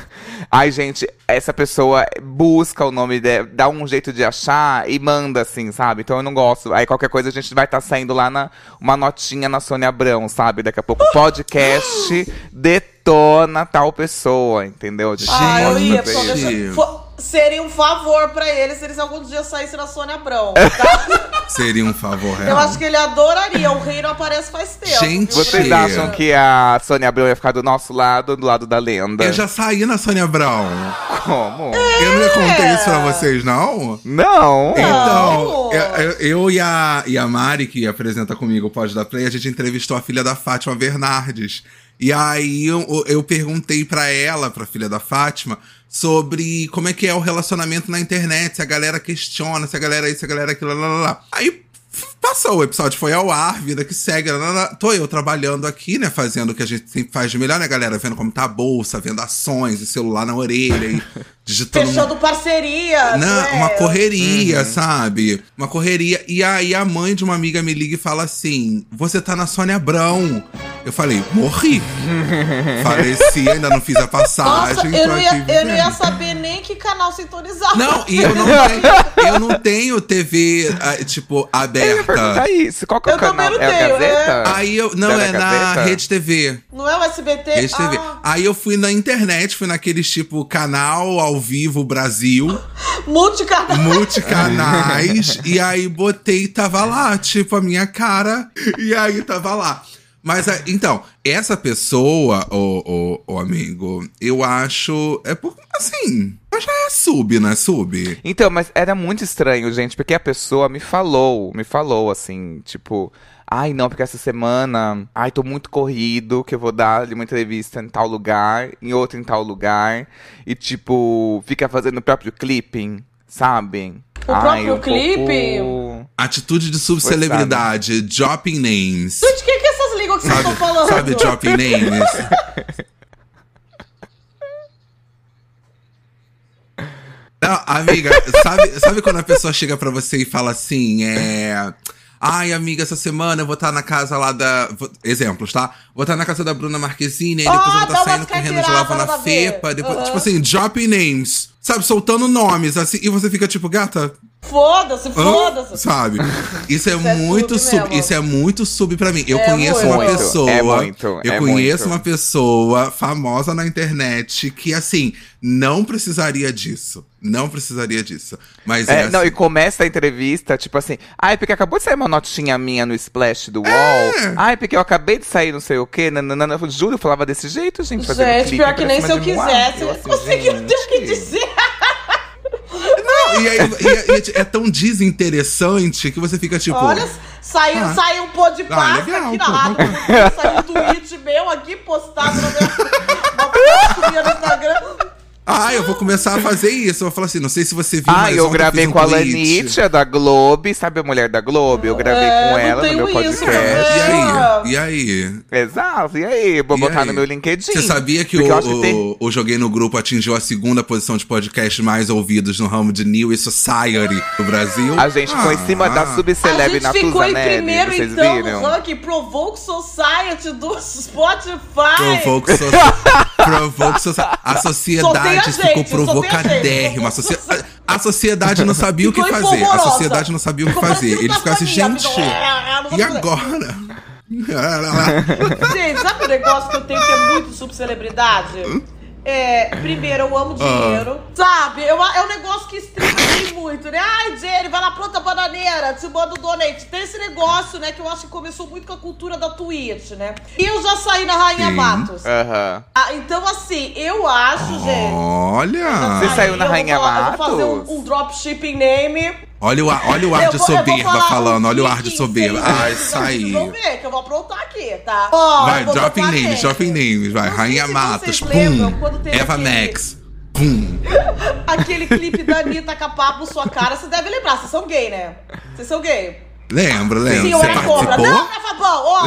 Speaker 2: Ai, gente, essa pessoa busca o nome dela, dá um jeito de achar e manda, assim, sabe? Então eu não gosto. Aí qualquer coisa a gente vai estar saindo lá na uma notinha na Sônia Abrão, sabe? Daqui a pouco, podcast detona tal pessoa, entendeu? Gente,
Speaker 4: Ah, eu ia,
Speaker 3: Gente.
Speaker 4: só deixa... Fo- Seria um favor pra ele se eles algum dia saíssem na Sônia Abrão.
Speaker 3: É. Seria um favor real.
Speaker 4: Eu acho que ele adoraria. O rei não aparece faz tempo.
Speaker 3: Gente,
Speaker 4: viu?
Speaker 2: Vocês acham que a Sônia Abrão ia ficar do nosso lado, do lado da lenda?
Speaker 3: Eu já saí na Sônia Brown.
Speaker 2: Como?
Speaker 3: Eu não ia contar isso pra
Speaker 4: É.
Speaker 3: vocês, não?
Speaker 2: Não!
Speaker 3: Então, eu, eu- eu e, a, e a Mari, que apresenta comigo o Pode da Play, a gente entrevistou a filha da Fátima Bernardes. E aí eu, eu perguntei pra ela, pra filha da Fátima, sobre como é que é o relacionamento na internet, se a galera questiona, se a galera isso, se a galera aquilo, lá, lá, lá, lá. Aí f- passou, o episódio foi ao ar, vida que segue, lá, lá, lá. tô eu trabalhando aqui, né, fazendo o que a gente sempre faz de melhor, né, galera? Vendo como tá a bolsa, vendo ações, o celular na orelha e digitando...
Speaker 4: Fechando parceria.
Speaker 3: Não,
Speaker 4: né?
Speaker 3: uma correria, sabe? Uma correria. E aí a mãe de uma amiga me liga e fala assim: Você tá na Sônia Abrão. Eu falei, morri. Faleci, ainda não fiz a passagem.
Speaker 4: Nossa,
Speaker 3: tô
Speaker 4: eu não, ia,
Speaker 3: aqui
Speaker 4: eu não ia
Speaker 3: vivendo.
Speaker 4: saber nem que canal sintonizar.
Speaker 3: Não, e eu não tenho, eu não tenho TV, ah, tipo,
Speaker 2: Eu ia
Speaker 3: aberta.
Speaker 2: perguntar isso. Qual que é o
Speaker 4: Eu também
Speaker 2: canal?
Speaker 4: não
Speaker 2: É a
Speaker 4: tenho,
Speaker 2: Gazeta?
Speaker 3: Aí eu. Não,
Speaker 2: Da
Speaker 3: é na
Speaker 2: Gazeta?
Speaker 3: Rede TV.
Speaker 4: Não é o SBT?
Speaker 3: Rede TV.
Speaker 4: Ah,
Speaker 3: Aí eu fui na internet, fui naqueles tipo canal ao vivo Brasil.
Speaker 4: multicanal.
Speaker 3: multicanais. e aí botei e tava lá, tipo, a minha cara. E aí tava lá. Mas a- então, essa pessoa, o, amigo, eu acho. É por. Assim. Mas já é sub, não é sub?
Speaker 2: Então, mas era muito estranho, gente, porque a pessoa me falou, me falou assim, tipo, ai não, porque essa semana, ai tô muito corrido, que eu vou dar ali uma entrevista em tal lugar, em outra em tal lugar, e tipo, fica fazendo o próprio clipping, sabem?
Speaker 4: O próprio clipping?
Speaker 2: pouco-
Speaker 3: Atitude de subcelebridade, dropping names.
Speaker 4: Gente, o que, que é essas línguas que vocês
Speaker 3: Sabe,
Speaker 4: estão falando?
Speaker 3: sabe dropping names? Não, amiga, sabe, sabe quando a pessoa chega pra você e fala assim, é. Ai, amiga, essa semana eu vou estar na casa lá da. vou- Exemplos, tá? Vou estar na casa da Bruna Marquezine, aí depois eu
Speaker 4: Ah,
Speaker 3: vou estar
Speaker 4: dá umas
Speaker 3: saindo correndo de
Speaker 4: caipiradas,
Speaker 3: lava na
Speaker 4: nada a ver.
Speaker 3: FEPA. Depois,
Speaker 4: Aham.
Speaker 3: Tipo assim, dropping names. Sabe, soltando nomes, assim, e você fica tipo, gata,
Speaker 4: Foda-se,
Speaker 3: Hã?
Speaker 4: foda-se.
Speaker 3: Sabe? Isso é,
Speaker 4: é
Speaker 3: muito
Speaker 4: sub
Speaker 3: sub.
Speaker 4: mesmo.
Speaker 3: Isso é muito sub pra mim. Eu
Speaker 4: É
Speaker 3: conheço
Speaker 4: muito.
Speaker 3: uma
Speaker 4: É
Speaker 3: pessoa.
Speaker 2: muito,
Speaker 3: eu
Speaker 2: é
Speaker 3: conheço
Speaker 2: muito.
Speaker 3: uma pessoa famosa na internet que, assim, não precisaria disso. Não precisaria disso. Mas é,
Speaker 2: É, não,
Speaker 3: assim.
Speaker 2: e começa a entrevista, tipo assim, ai, porque acabou de sair uma notinha minha no splash do UOL.
Speaker 3: É.
Speaker 2: Ai, porque eu acabei de sair não sei o quê. Nananana. Eu Juro, eu falava desse jeito, gente. fazendo
Speaker 4: Gente,
Speaker 2: clipe
Speaker 4: pior que
Speaker 2: pra
Speaker 4: nem
Speaker 2: cima
Speaker 4: se eu
Speaker 2: de um ar.
Speaker 4: quisesse.
Speaker 2: Eu
Speaker 4: Eu
Speaker 2: assim,
Speaker 3: né?
Speaker 4: conseguiria ter o que
Speaker 2: gente.
Speaker 4: dizer.
Speaker 3: E aí, e aí, é tão desinteressante que você fica tipo.
Speaker 4: Olha, saiu,
Speaker 3: Ah.
Speaker 4: saiu um pô de pasta
Speaker 3: legal,
Speaker 4: aqui na
Speaker 3: pô,
Speaker 4: rádio. Saiu um tweet meu aqui postado no meu. Uma foto minha no Instagram.
Speaker 3: Ah, eu vou começar a fazer isso. Eu vou falar assim, não sei se você viu.
Speaker 2: Ah,
Speaker 3: mas
Speaker 2: eu
Speaker 3: ontem
Speaker 2: gravei
Speaker 3: fiz um
Speaker 2: com a
Speaker 3: tweet.
Speaker 2: Lanitia da Globo, sabe a mulher da Globo? Eu gravei
Speaker 4: É,
Speaker 2: com
Speaker 4: não
Speaker 2: ela no
Speaker 4: tenho
Speaker 2: meu
Speaker 4: isso,
Speaker 2: podcast.
Speaker 3: É, E
Speaker 4: Ah.
Speaker 3: aí? E aí?
Speaker 2: Exato, e aí? Vou
Speaker 3: E
Speaker 2: botar
Speaker 3: aí?
Speaker 2: no meu LinkedIn.
Speaker 3: Você sabia que, o,
Speaker 2: Porque eu acho que tem-
Speaker 3: o- o Joguei no Grupo atingiu a segunda posição de podcast mais ouvidos no ramo de New e Society do Brasil?
Speaker 2: A gente foi em cima da
Speaker 3: Ah.
Speaker 4: A
Speaker 2: subceleb
Speaker 4: gente
Speaker 2: na
Speaker 4: ficou em
Speaker 2: Tuzanelli,
Speaker 4: primeiro,
Speaker 2: vocês
Speaker 4: então,
Speaker 2: viram?
Speaker 4: no ranking Provoke Society do Spotify.
Speaker 3: Provoke Society. Provoke Society. A
Speaker 4: Soltei a
Speaker 3: sociedade ficou
Speaker 4: gente, soltei a gente.
Speaker 3: provocadérrima. A, socie- a- a sociedade não sabia o que
Speaker 4: Ficou
Speaker 3: fazer. A
Speaker 4: empolvorosa.
Speaker 3: sociedade não sabia o que
Speaker 4: Ficou
Speaker 3: fazer.
Speaker 4: parecendo
Speaker 3: Ele ficou assim,
Speaker 4: Tasmania,
Speaker 3: gente.
Speaker 4: ficou, "Ah, ah, não vou
Speaker 3: E
Speaker 4: fazer".
Speaker 3: agora?
Speaker 4: Gente, sabe o negócio que eu tenho que é muito subcelebridade? É, primeiro, eu
Speaker 3: Ah.
Speaker 4: amo dinheiro. Sabe? Eu, é um negócio que estringue muito, né? Ai, Jenny, vai lá, planta bananeira, te manda um donate. Tem esse negócio, né, que eu acho que começou muito com a cultura da Twitch, né? E eu já saí na Rainha
Speaker 3: Sim. É.
Speaker 4: Matos.
Speaker 2: Aham.
Speaker 4: Ah, então, assim, eu acho, gente.
Speaker 3: Olha!
Speaker 2: Você saiu na
Speaker 4: eu vou
Speaker 2: Rainha
Speaker 4: falar- Eu vou fazer
Speaker 2: Matos?
Speaker 4: um, um dropshipping name.
Speaker 3: Olha o, ar- olha o ar
Speaker 4: Eu
Speaker 3: de
Speaker 4: vou- eu vou
Speaker 3: soberba
Speaker 4: falar
Speaker 3: falando,
Speaker 4: uns
Speaker 3: olha o ar de
Speaker 4: 15,
Speaker 3: soberba.
Speaker 4: 16,
Speaker 3: Ai,
Speaker 4: vocês
Speaker 3: sai.
Speaker 4: Vão ver que eu vou aprontar aqui, tá? Ó,
Speaker 3: Vai,
Speaker 4: eu vou
Speaker 3: dropping
Speaker 4: botar
Speaker 3: names,
Speaker 4: gente.
Speaker 3: dropping names, vai.
Speaker 4: Não sei
Speaker 3: Rainha
Speaker 4: se vocês
Speaker 3: Matos,
Speaker 4: lembram quando
Speaker 3: pum.
Speaker 4: teve
Speaker 3: Eva
Speaker 4: aquele-
Speaker 3: Max, pum.
Speaker 4: Aquele clipe da Anitta capapo sua cara, você deve lembrar, vocês são gay, né? Vocês são gay.
Speaker 3: Lembro, lembro.
Speaker 4: Sim, eu
Speaker 3: Você
Speaker 4: era cobra. Não,
Speaker 3: participou?
Speaker 4: Cafabão, ó.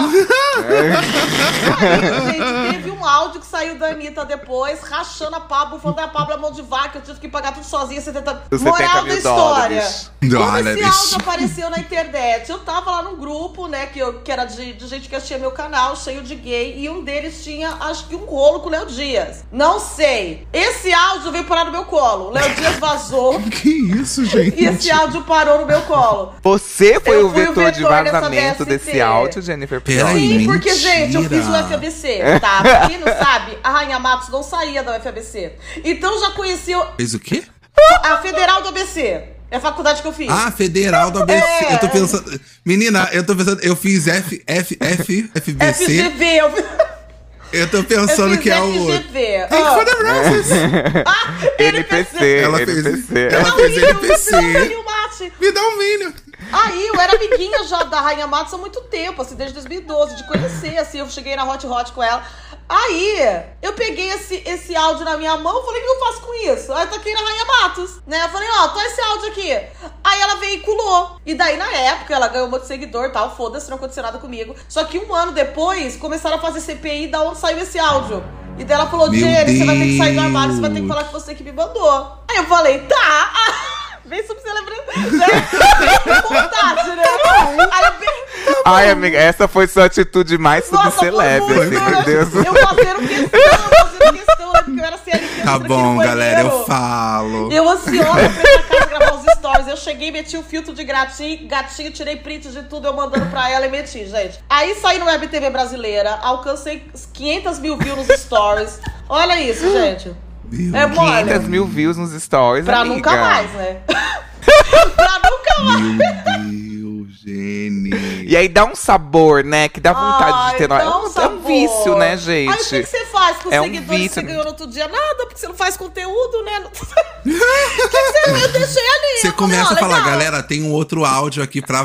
Speaker 4: Aí, gente, teve um áudio que saiu da Anitta depois, rachando a Pablo, falando da Pablo é mão de vaca, eu tive que pagar tudo sozinha, 70...
Speaker 2: Os 70
Speaker 4: Moral da
Speaker 2: mil
Speaker 4: história.
Speaker 2: dólares.
Speaker 4: Quando esse
Speaker 3: Dólares.
Speaker 4: áudio apareceu na internet, eu tava lá num grupo, né, que, eu, que era de, de gente que assistia meu canal, cheio de gay, e um deles tinha, acho que um rolo com o Léo Dias. Não sei. Esse áudio veio parar no meu colo. O Léo Dias vazou.
Speaker 3: Que isso, gente?
Speaker 4: E é esse áudio parou no meu colo.
Speaker 2: Você foi o
Speaker 4: Eu fui o
Speaker 2: vetor, de
Speaker 4: vetor dessa
Speaker 2: vazamento
Speaker 4: DST.
Speaker 2: desse áudio, Jennifer
Speaker 3: Peraí.
Speaker 2: Pioli.
Speaker 4: Sim,
Speaker 3: Ai,
Speaker 4: porque, gente, eu fiz o
Speaker 3: mentira.
Speaker 4: FABC, tá? Pra quem não sabe, a Rainha Matos não saía da UFABC. Então já conheci o-
Speaker 3: Fez o quê?
Speaker 4: a Federal do ABC. É a faculdade que eu fiz.
Speaker 3: Ah, Federal do ABC.
Speaker 4: É.
Speaker 3: Eu tô pensando. Menina, eu tô pensando. Eu fiz F, F, F, FBC.
Speaker 4: FGV. Eu,
Speaker 3: Eu tô
Speaker 4: eu
Speaker 3: pensando
Speaker 4: fiz
Speaker 3: que é o.
Speaker 4: FGV.
Speaker 3: Thanks
Speaker 4: Ah,
Speaker 3: for the roses.
Speaker 4: ah,
Speaker 2: NPC,
Speaker 3: Ela fez-
Speaker 2: NPC.
Speaker 3: ela-
Speaker 4: Não,
Speaker 3: fez
Speaker 4: e eu-
Speaker 3: NPC.
Speaker 4: É não, e o mate.
Speaker 3: Me dá um vinho.
Speaker 4: Aí eu era amiguinha já da Rainha Matos há muito tempo, assim, desde 2012, de conhecer, assim, eu cheguei na Hot Hot com ela. Aí eu peguei esse, esse áudio na minha mão, falei, o que eu faço com isso? Aí eu taquei na Rainha Matos, né? Eu falei, ó, tô esse áudio aqui. Aí ela veiculou. E daí, na época, ela ganhou um monte de seguidor e tal, foda-se, não aconteceu nada comigo. Só que um ano depois, começaram a fazer CPI da onde saiu esse áudio. E daí ela falou,
Speaker 3: Meu
Speaker 4: Jenny, você vai ter que sair do armário, você vai ter que
Speaker 3: Deus.
Speaker 4: falar que você que me mandou. Aí eu falei, tá! Vem subcelebrar. Vem com vontade, né? Aí eu pe-
Speaker 2: Ai, amiga, essa foi sua atitude mais
Speaker 4: Nossa, foi
Speaker 2: subcelebre,
Speaker 4: muito,
Speaker 2: assim,
Speaker 4: né?
Speaker 2: meu Deus.
Speaker 4: Eu fazendo questão, fazendo questão, né? Porque eu era CLT.
Speaker 3: Tá
Speaker 4: entrando aqui
Speaker 3: bom,
Speaker 4: no
Speaker 3: galera, eu
Speaker 4: banheiro.
Speaker 3: falo.
Speaker 4: Eu ansiosa pra ir pra casa gravar os stories. Eu cheguei, meti o filtro de gatinho, gatinho, tirei print de tudo, eu mandando pra ela e meti, gente. Aí saí no Web TV brasileira, alcancei 500 mil views nos stories. Olha isso, gente.
Speaker 3: Meu
Speaker 4: É
Speaker 3: Deus.
Speaker 4: mole.
Speaker 2: 500 mil views nos stories,
Speaker 4: Pra
Speaker 2: amiga.
Speaker 4: nunca mais, né? pra nunca mais.
Speaker 3: Meu Deus, Jenny.
Speaker 2: E aí dá um sabor, né? Que dá vontade de ter.
Speaker 4: Ai,
Speaker 2: é,
Speaker 4: dá
Speaker 2: um, é um
Speaker 4: sabor.
Speaker 2: vício, né,
Speaker 4: Aí o que, que
Speaker 2: gente?
Speaker 4: você faz com os
Speaker 2: É um
Speaker 4: seguidores que
Speaker 2: vício.
Speaker 4: você ganhou no outro dia? Nada, porque você não faz conteúdo, né? O que, que você... Eu deixei ali.
Speaker 3: Você
Speaker 4: eu falei,
Speaker 3: começa a
Speaker 4: ó,
Speaker 3: falar,
Speaker 4: legal.
Speaker 3: galera, tem um outro áudio aqui pra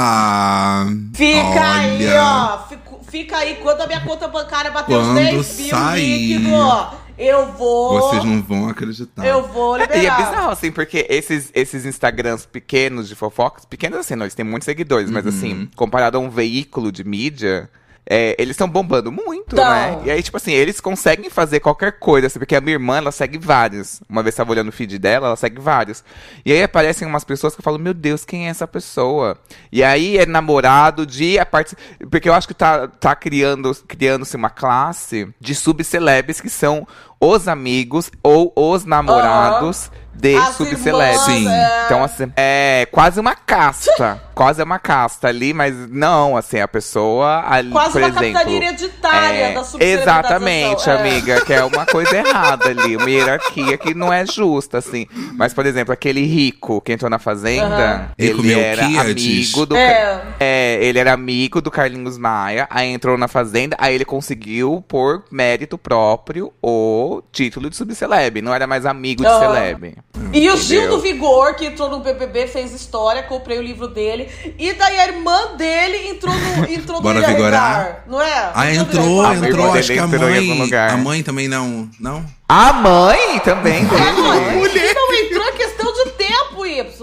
Speaker 3: vazar.
Speaker 4: Fica aí,
Speaker 3: Olha.
Speaker 4: ó. Fico- Fica aí. Quando a minha conta bancária bater os
Speaker 3: Quando
Speaker 4: 10 mil
Speaker 3: sair.
Speaker 4: líquido, ó, eu vou...
Speaker 3: Vocês não vão acreditar.
Speaker 4: Eu vou liberar.
Speaker 2: E é bizarro, assim, porque esses, esses Instagrams pequenos de fofocas, pequenos assim, não, eles têm muitos seguidores, mas assim, comparado a um veículo de mídia, é, eles estão bombando muito,
Speaker 4: Tão.
Speaker 2: né? E aí, tipo assim, eles conseguem fazer qualquer coisa, assim, porque a minha irmã, ela segue vários. Uma vez eu tava olhando o feed dela, ela segue vários. E aí aparecem umas pessoas que eu falo, meu Deus, quem é essa pessoa? E aí é namorado de a parte. Porque eu acho que tá, tá criando- criando-se uma classe de subcelebres que são os amigos ou os namorados de
Speaker 4: As
Speaker 2: subcelebres.
Speaker 4: irmãs,
Speaker 3: Sim.
Speaker 4: é.
Speaker 2: Então, assim, é quase uma casta. quase é uma casta ali, mas não, assim, a pessoa ali,
Speaker 4: Quase
Speaker 2: por
Speaker 4: uma
Speaker 2: exemplo...
Speaker 4: capitania hereditária
Speaker 2: é,
Speaker 4: da subcelebridade.
Speaker 2: exatamente, amiga, que é uma coisa errada ali, uma hierarquia que não é justa, assim. Mas, por exemplo, aquele rico que entrou na fazenda,
Speaker 4: Aham.
Speaker 3: Ele
Speaker 2: ele
Speaker 3: comeu
Speaker 2: era
Speaker 3: quiades.
Speaker 2: amigo do...
Speaker 4: É.
Speaker 2: É, ele era amigo do Carlinhos Maia, aí entrou na Fazenda, aí ele conseguiu, por mérito próprio, o título de subceleb. Não era mais amigo de
Speaker 4: Aham.
Speaker 2: celeb.
Speaker 4: E o Gil
Speaker 2: Entendeu?
Speaker 4: do Vigor, que entrou no BBB, fez história, comprei o livro dele. E daí a irmã dele entrou no, entrou no
Speaker 3: Bora
Speaker 4: Ilha
Speaker 3: vigorar?
Speaker 4: Record, não é?
Speaker 3: Ah,
Speaker 4: no
Speaker 3: entrou,
Speaker 4: Ilha Record.
Speaker 3: entrou.
Speaker 2: Ele
Speaker 3: Acho que a
Speaker 2: entrou em
Speaker 3: mãe.
Speaker 2: algum lugar.
Speaker 3: A mãe também não. Não?
Speaker 2: A mãe também
Speaker 3: Ah,
Speaker 4: É,
Speaker 2: dele.
Speaker 4: não, se não entrou é questão de tempo, Y. Se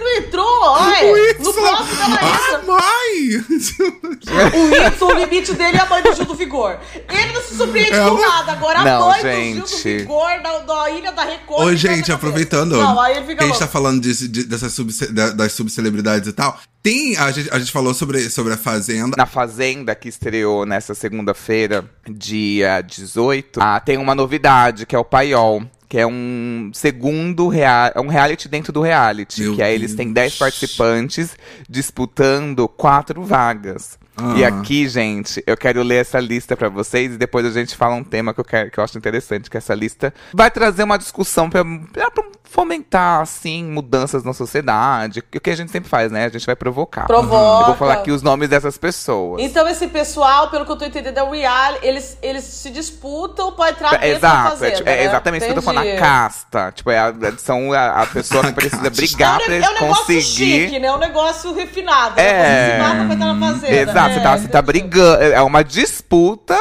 Speaker 4: não entrou, olha. Ah, é? No próximo ela
Speaker 3: Ah,
Speaker 4: entra.
Speaker 3: mãe!
Speaker 4: O Y, o limite dele é a mãe do Gil do Vigor. Ele não se surpreende com
Speaker 3: Ela-
Speaker 4: nada. Agora
Speaker 2: Não,
Speaker 4: a mãe do Gil do
Speaker 2: gente.
Speaker 4: Vigor, da, da Ilha da Record.
Speaker 3: Ô,
Speaker 4: que tá na
Speaker 3: gente,
Speaker 4: cabeça.
Speaker 3: aproveitando
Speaker 4: Não, aí
Speaker 3: que
Speaker 4: fica
Speaker 3: a gente
Speaker 4: louco.
Speaker 3: tá falando disso- de- dessas subce- da- das subcelebridades e tal, tem. A gente, a gente falou sobre, sobre a Fazenda.
Speaker 2: Na Fazenda, que estreou nessa segunda-feira, dia 18, ah, tem uma novidade, que é o Paiol. Que é um segundo rea- é um reality dentro do reality.
Speaker 3: Meu
Speaker 2: que aí eles têm
Speaker 3: Deus.
Speaker 2: 10 participantes disputando quatro vagas.
Speaker 3: Ah.
Speaker 2: E aqui, gente, eu quero ler essa lista pra vocês e depois a gente fala um tema que eu, quero, que eu acho interessante, que essa lista vai trazer uma discussão pra, pra fomentar, assim, mudanças na sociedade. O que a gente sempre faz, né? A gente vai provocar.
Speaker 4: Provoca.
Speaker 2: Eu vou falar aqui os nomes dessas pessoas.
Speaker 4: Então, esse pessoal, pelo que eu tô entendendo, é o reality, eles, eles se disputam pra entrar dentro da
Speaker 2: Exato, é,
Speaker 4: fazenda.
Speaker 2: tipo, é
Speaker 4: né?
Speaker 2: exatamente isso que eu tô falando. A
Speaker 4: Entendi.
Speaker 2: casta. Tipo, é a, são a, a pessoa que precisa brigar
Speaker 4: É um
Speaker 2: pra
Speaker 4: ne- é um negócio
Speaker 2: conseguir.
Speaker 4: chique, né? É um negócio refinado.
Speaker 2: É.
Speaker 4: É. Um negócio que se mata pra entrar na fazenda.
Speaker 2: Exato,
Speaker 4: né?
Speaker 2: você tá, você tá brigando. É uma disputa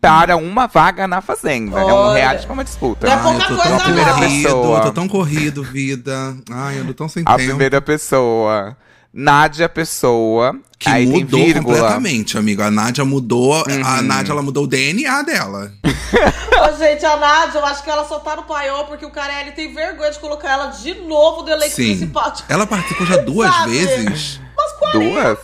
Speaker 2: para uma vaga na fazenda. É um
Speaker 4: Olha.
Speaker 2: reality pra uma disputa.
Speaker 4: Não é
Speaker 3: Ai,
Speaker 4: pouca
Speaker 3: eu tô tão
Speaker 4: coisa, não.
Speaker 3: corrido,
Speaker 2: Pessoa.
Speaker 3: eu tô tão corrido, vida. Ai, eu tô tão sem
Speaker 2: A
Speaker 3: tempo.
Speaker 2: primeira pessoa. Nádia é Pessoa.
Speaker 3: Que
Speaker 2: aí
Speaker 3: mudou
Speaker 2: tem vírgula. Uhum.
Speaker 3: completamente, amigo. A Nádia mudou. A Nádia, ela mudou o DNA dela.
Speaker 4: Ô, gente, a Nádia, eu acho que ela só tá no paiol porque o Carelli tem vergonha de colocar ela de novo do elenco
Speaker 3: Sim.
Speaker 4: principal. Tipo,
Speaker 3: Ela participou já duas
Speaker 4: Sabe?
Speaker 3: vezes.
Speaker 4: Umas 40.
Speaker 2: Duas?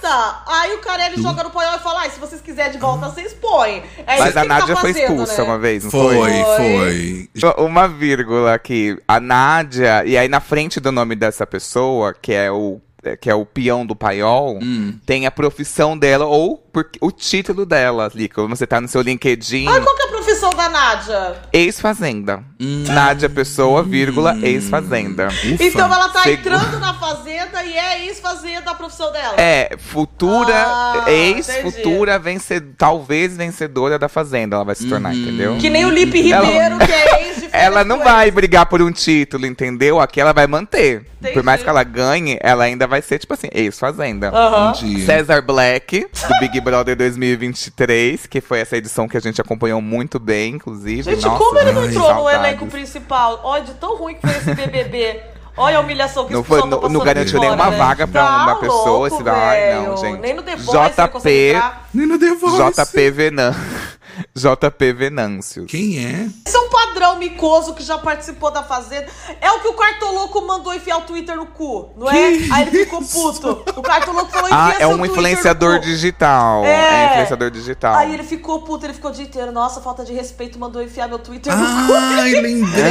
Speaker 4: Aí o Carelli joga no paiol e fala: "Ai, se vocês quiserem de volta, vocês põem. É
Speaker 2: Mas
Speaker 4: isso
Speaker 2: a
Speaker 4: que ele
Speaker 2: Nádia
Speaker 4: tá
Speaker 2: foi
Speaker 4: fazendo,
Speaker 2: expulsa
Speaker 4: né?
Speaker 2: uma vez, não foi?
Speaker 3: Foi, foi.
Speaker 4: Foi.
Speaker 2: Uma vírgula aqui. A Nádia. E aí na frente do nome dessa pessoa, que é o. Que é o peão do paiol,
Speaker 3: Hum.
Speaker 2: tem a profissão dela ou por- o título dela ali. Como você tá no seu LinkedIn.
Speaker 4: Ah, qual que é a profissão da Nádia?
Speaker 2: Ex-fazenda. Nádia Pessoa, vírgula,
Speaker 3: Hum.
Speaker 2: é ex-fazenda.
Speaker 3: Ufa.
Speaker 4: Então ela tá
Speaker 2: Segu-
Speaker 4: entrando na fazenda e é ex-fazenda a profissão dela.
Speaker 2: É, futura,
Speaker 4: Ah,
Speaker 2: ex-futura, vencedora, talvez vencedora da Fazenda, ela vai se tornar, entendeu?
Speaker 4: Que nem o Lipe Ribeiro, que é ex de
Speaker 2: Ela não
Speaker 4: Férias
Speaker 2: vai brigar por um título, entendeu? Aqui ela vai manter. Por
Speaker 4: Entendi.
Speaker 2: mais que ela ganhe, ela ainda vai ser, tipo assim, ex-fazenda.
Speaker 4: com ele. Aham.
Speaker 3: Entendi.
Speaker 2: César Black, do Big Brother 2023, que foi essa edição que a gente acompanhou muito bem, inclusive.
Speaker 4: Gente,
Speaker 2: Nossa,
Speaker 4: como ele não
Speaker 2: ai,
Speaker 4: entrou no
Speaker 2: saudades.
Speaker 4: elenco principal? Olha, de tão ruim que foi esse BBB. Olha a humilhação que
Speaker 2: Não,
Speaker 4: esse pessoal
Speaker 2: foi-
Speaker 4: tá
Speaker 2: não-
Speaker 4: passando
Speaker 2: não garantiu
Speaker 4: agora,
Speaker 2: nenhuma
Speaker 4: né?
Speaker 2: vaga pra
Speaker 4: Tá
Speaker 2: uma pessoa,
Speaker 4: louco,
Speaker 2: esse vai- ai, não,
Speaker 4: velho.
Speaker 2: gente.
Speaker 4: Nem no The Voice ele
Speaker 2: JP.
Speaker 4: consegue entrar.
Speaker 3: Nem no The Voice.
Speaker 2: JP Venan. JP Venâncio.
Speaker 3: Quem é?
Speaker 4: Esse é um padrão micoso que já participou da Fazenda. É o que o Cartoloco mandou enfiar o Twitter no cu, não é?
Speaker 3: Que
Speaker 4: Aí ele ficou puto. O Cartoloco falou, enfia
Speaker 2: Ah, é
Speaker 4: seu
Speaker 2: um
Speaker 4: Twitter no
Speaker 2: influenciador
Speaker 4: cu.
Speaker 2: digital. É,
Speaker 4: É.
Speaker 2: influenciador digital.
Speaker 4: Aí ele ficou puto, ele ficou o dia inteiro. Nossa, falta de respeito, mandou enfiar meu Twitter no cu.
Speaker 3: Ai, lembrei.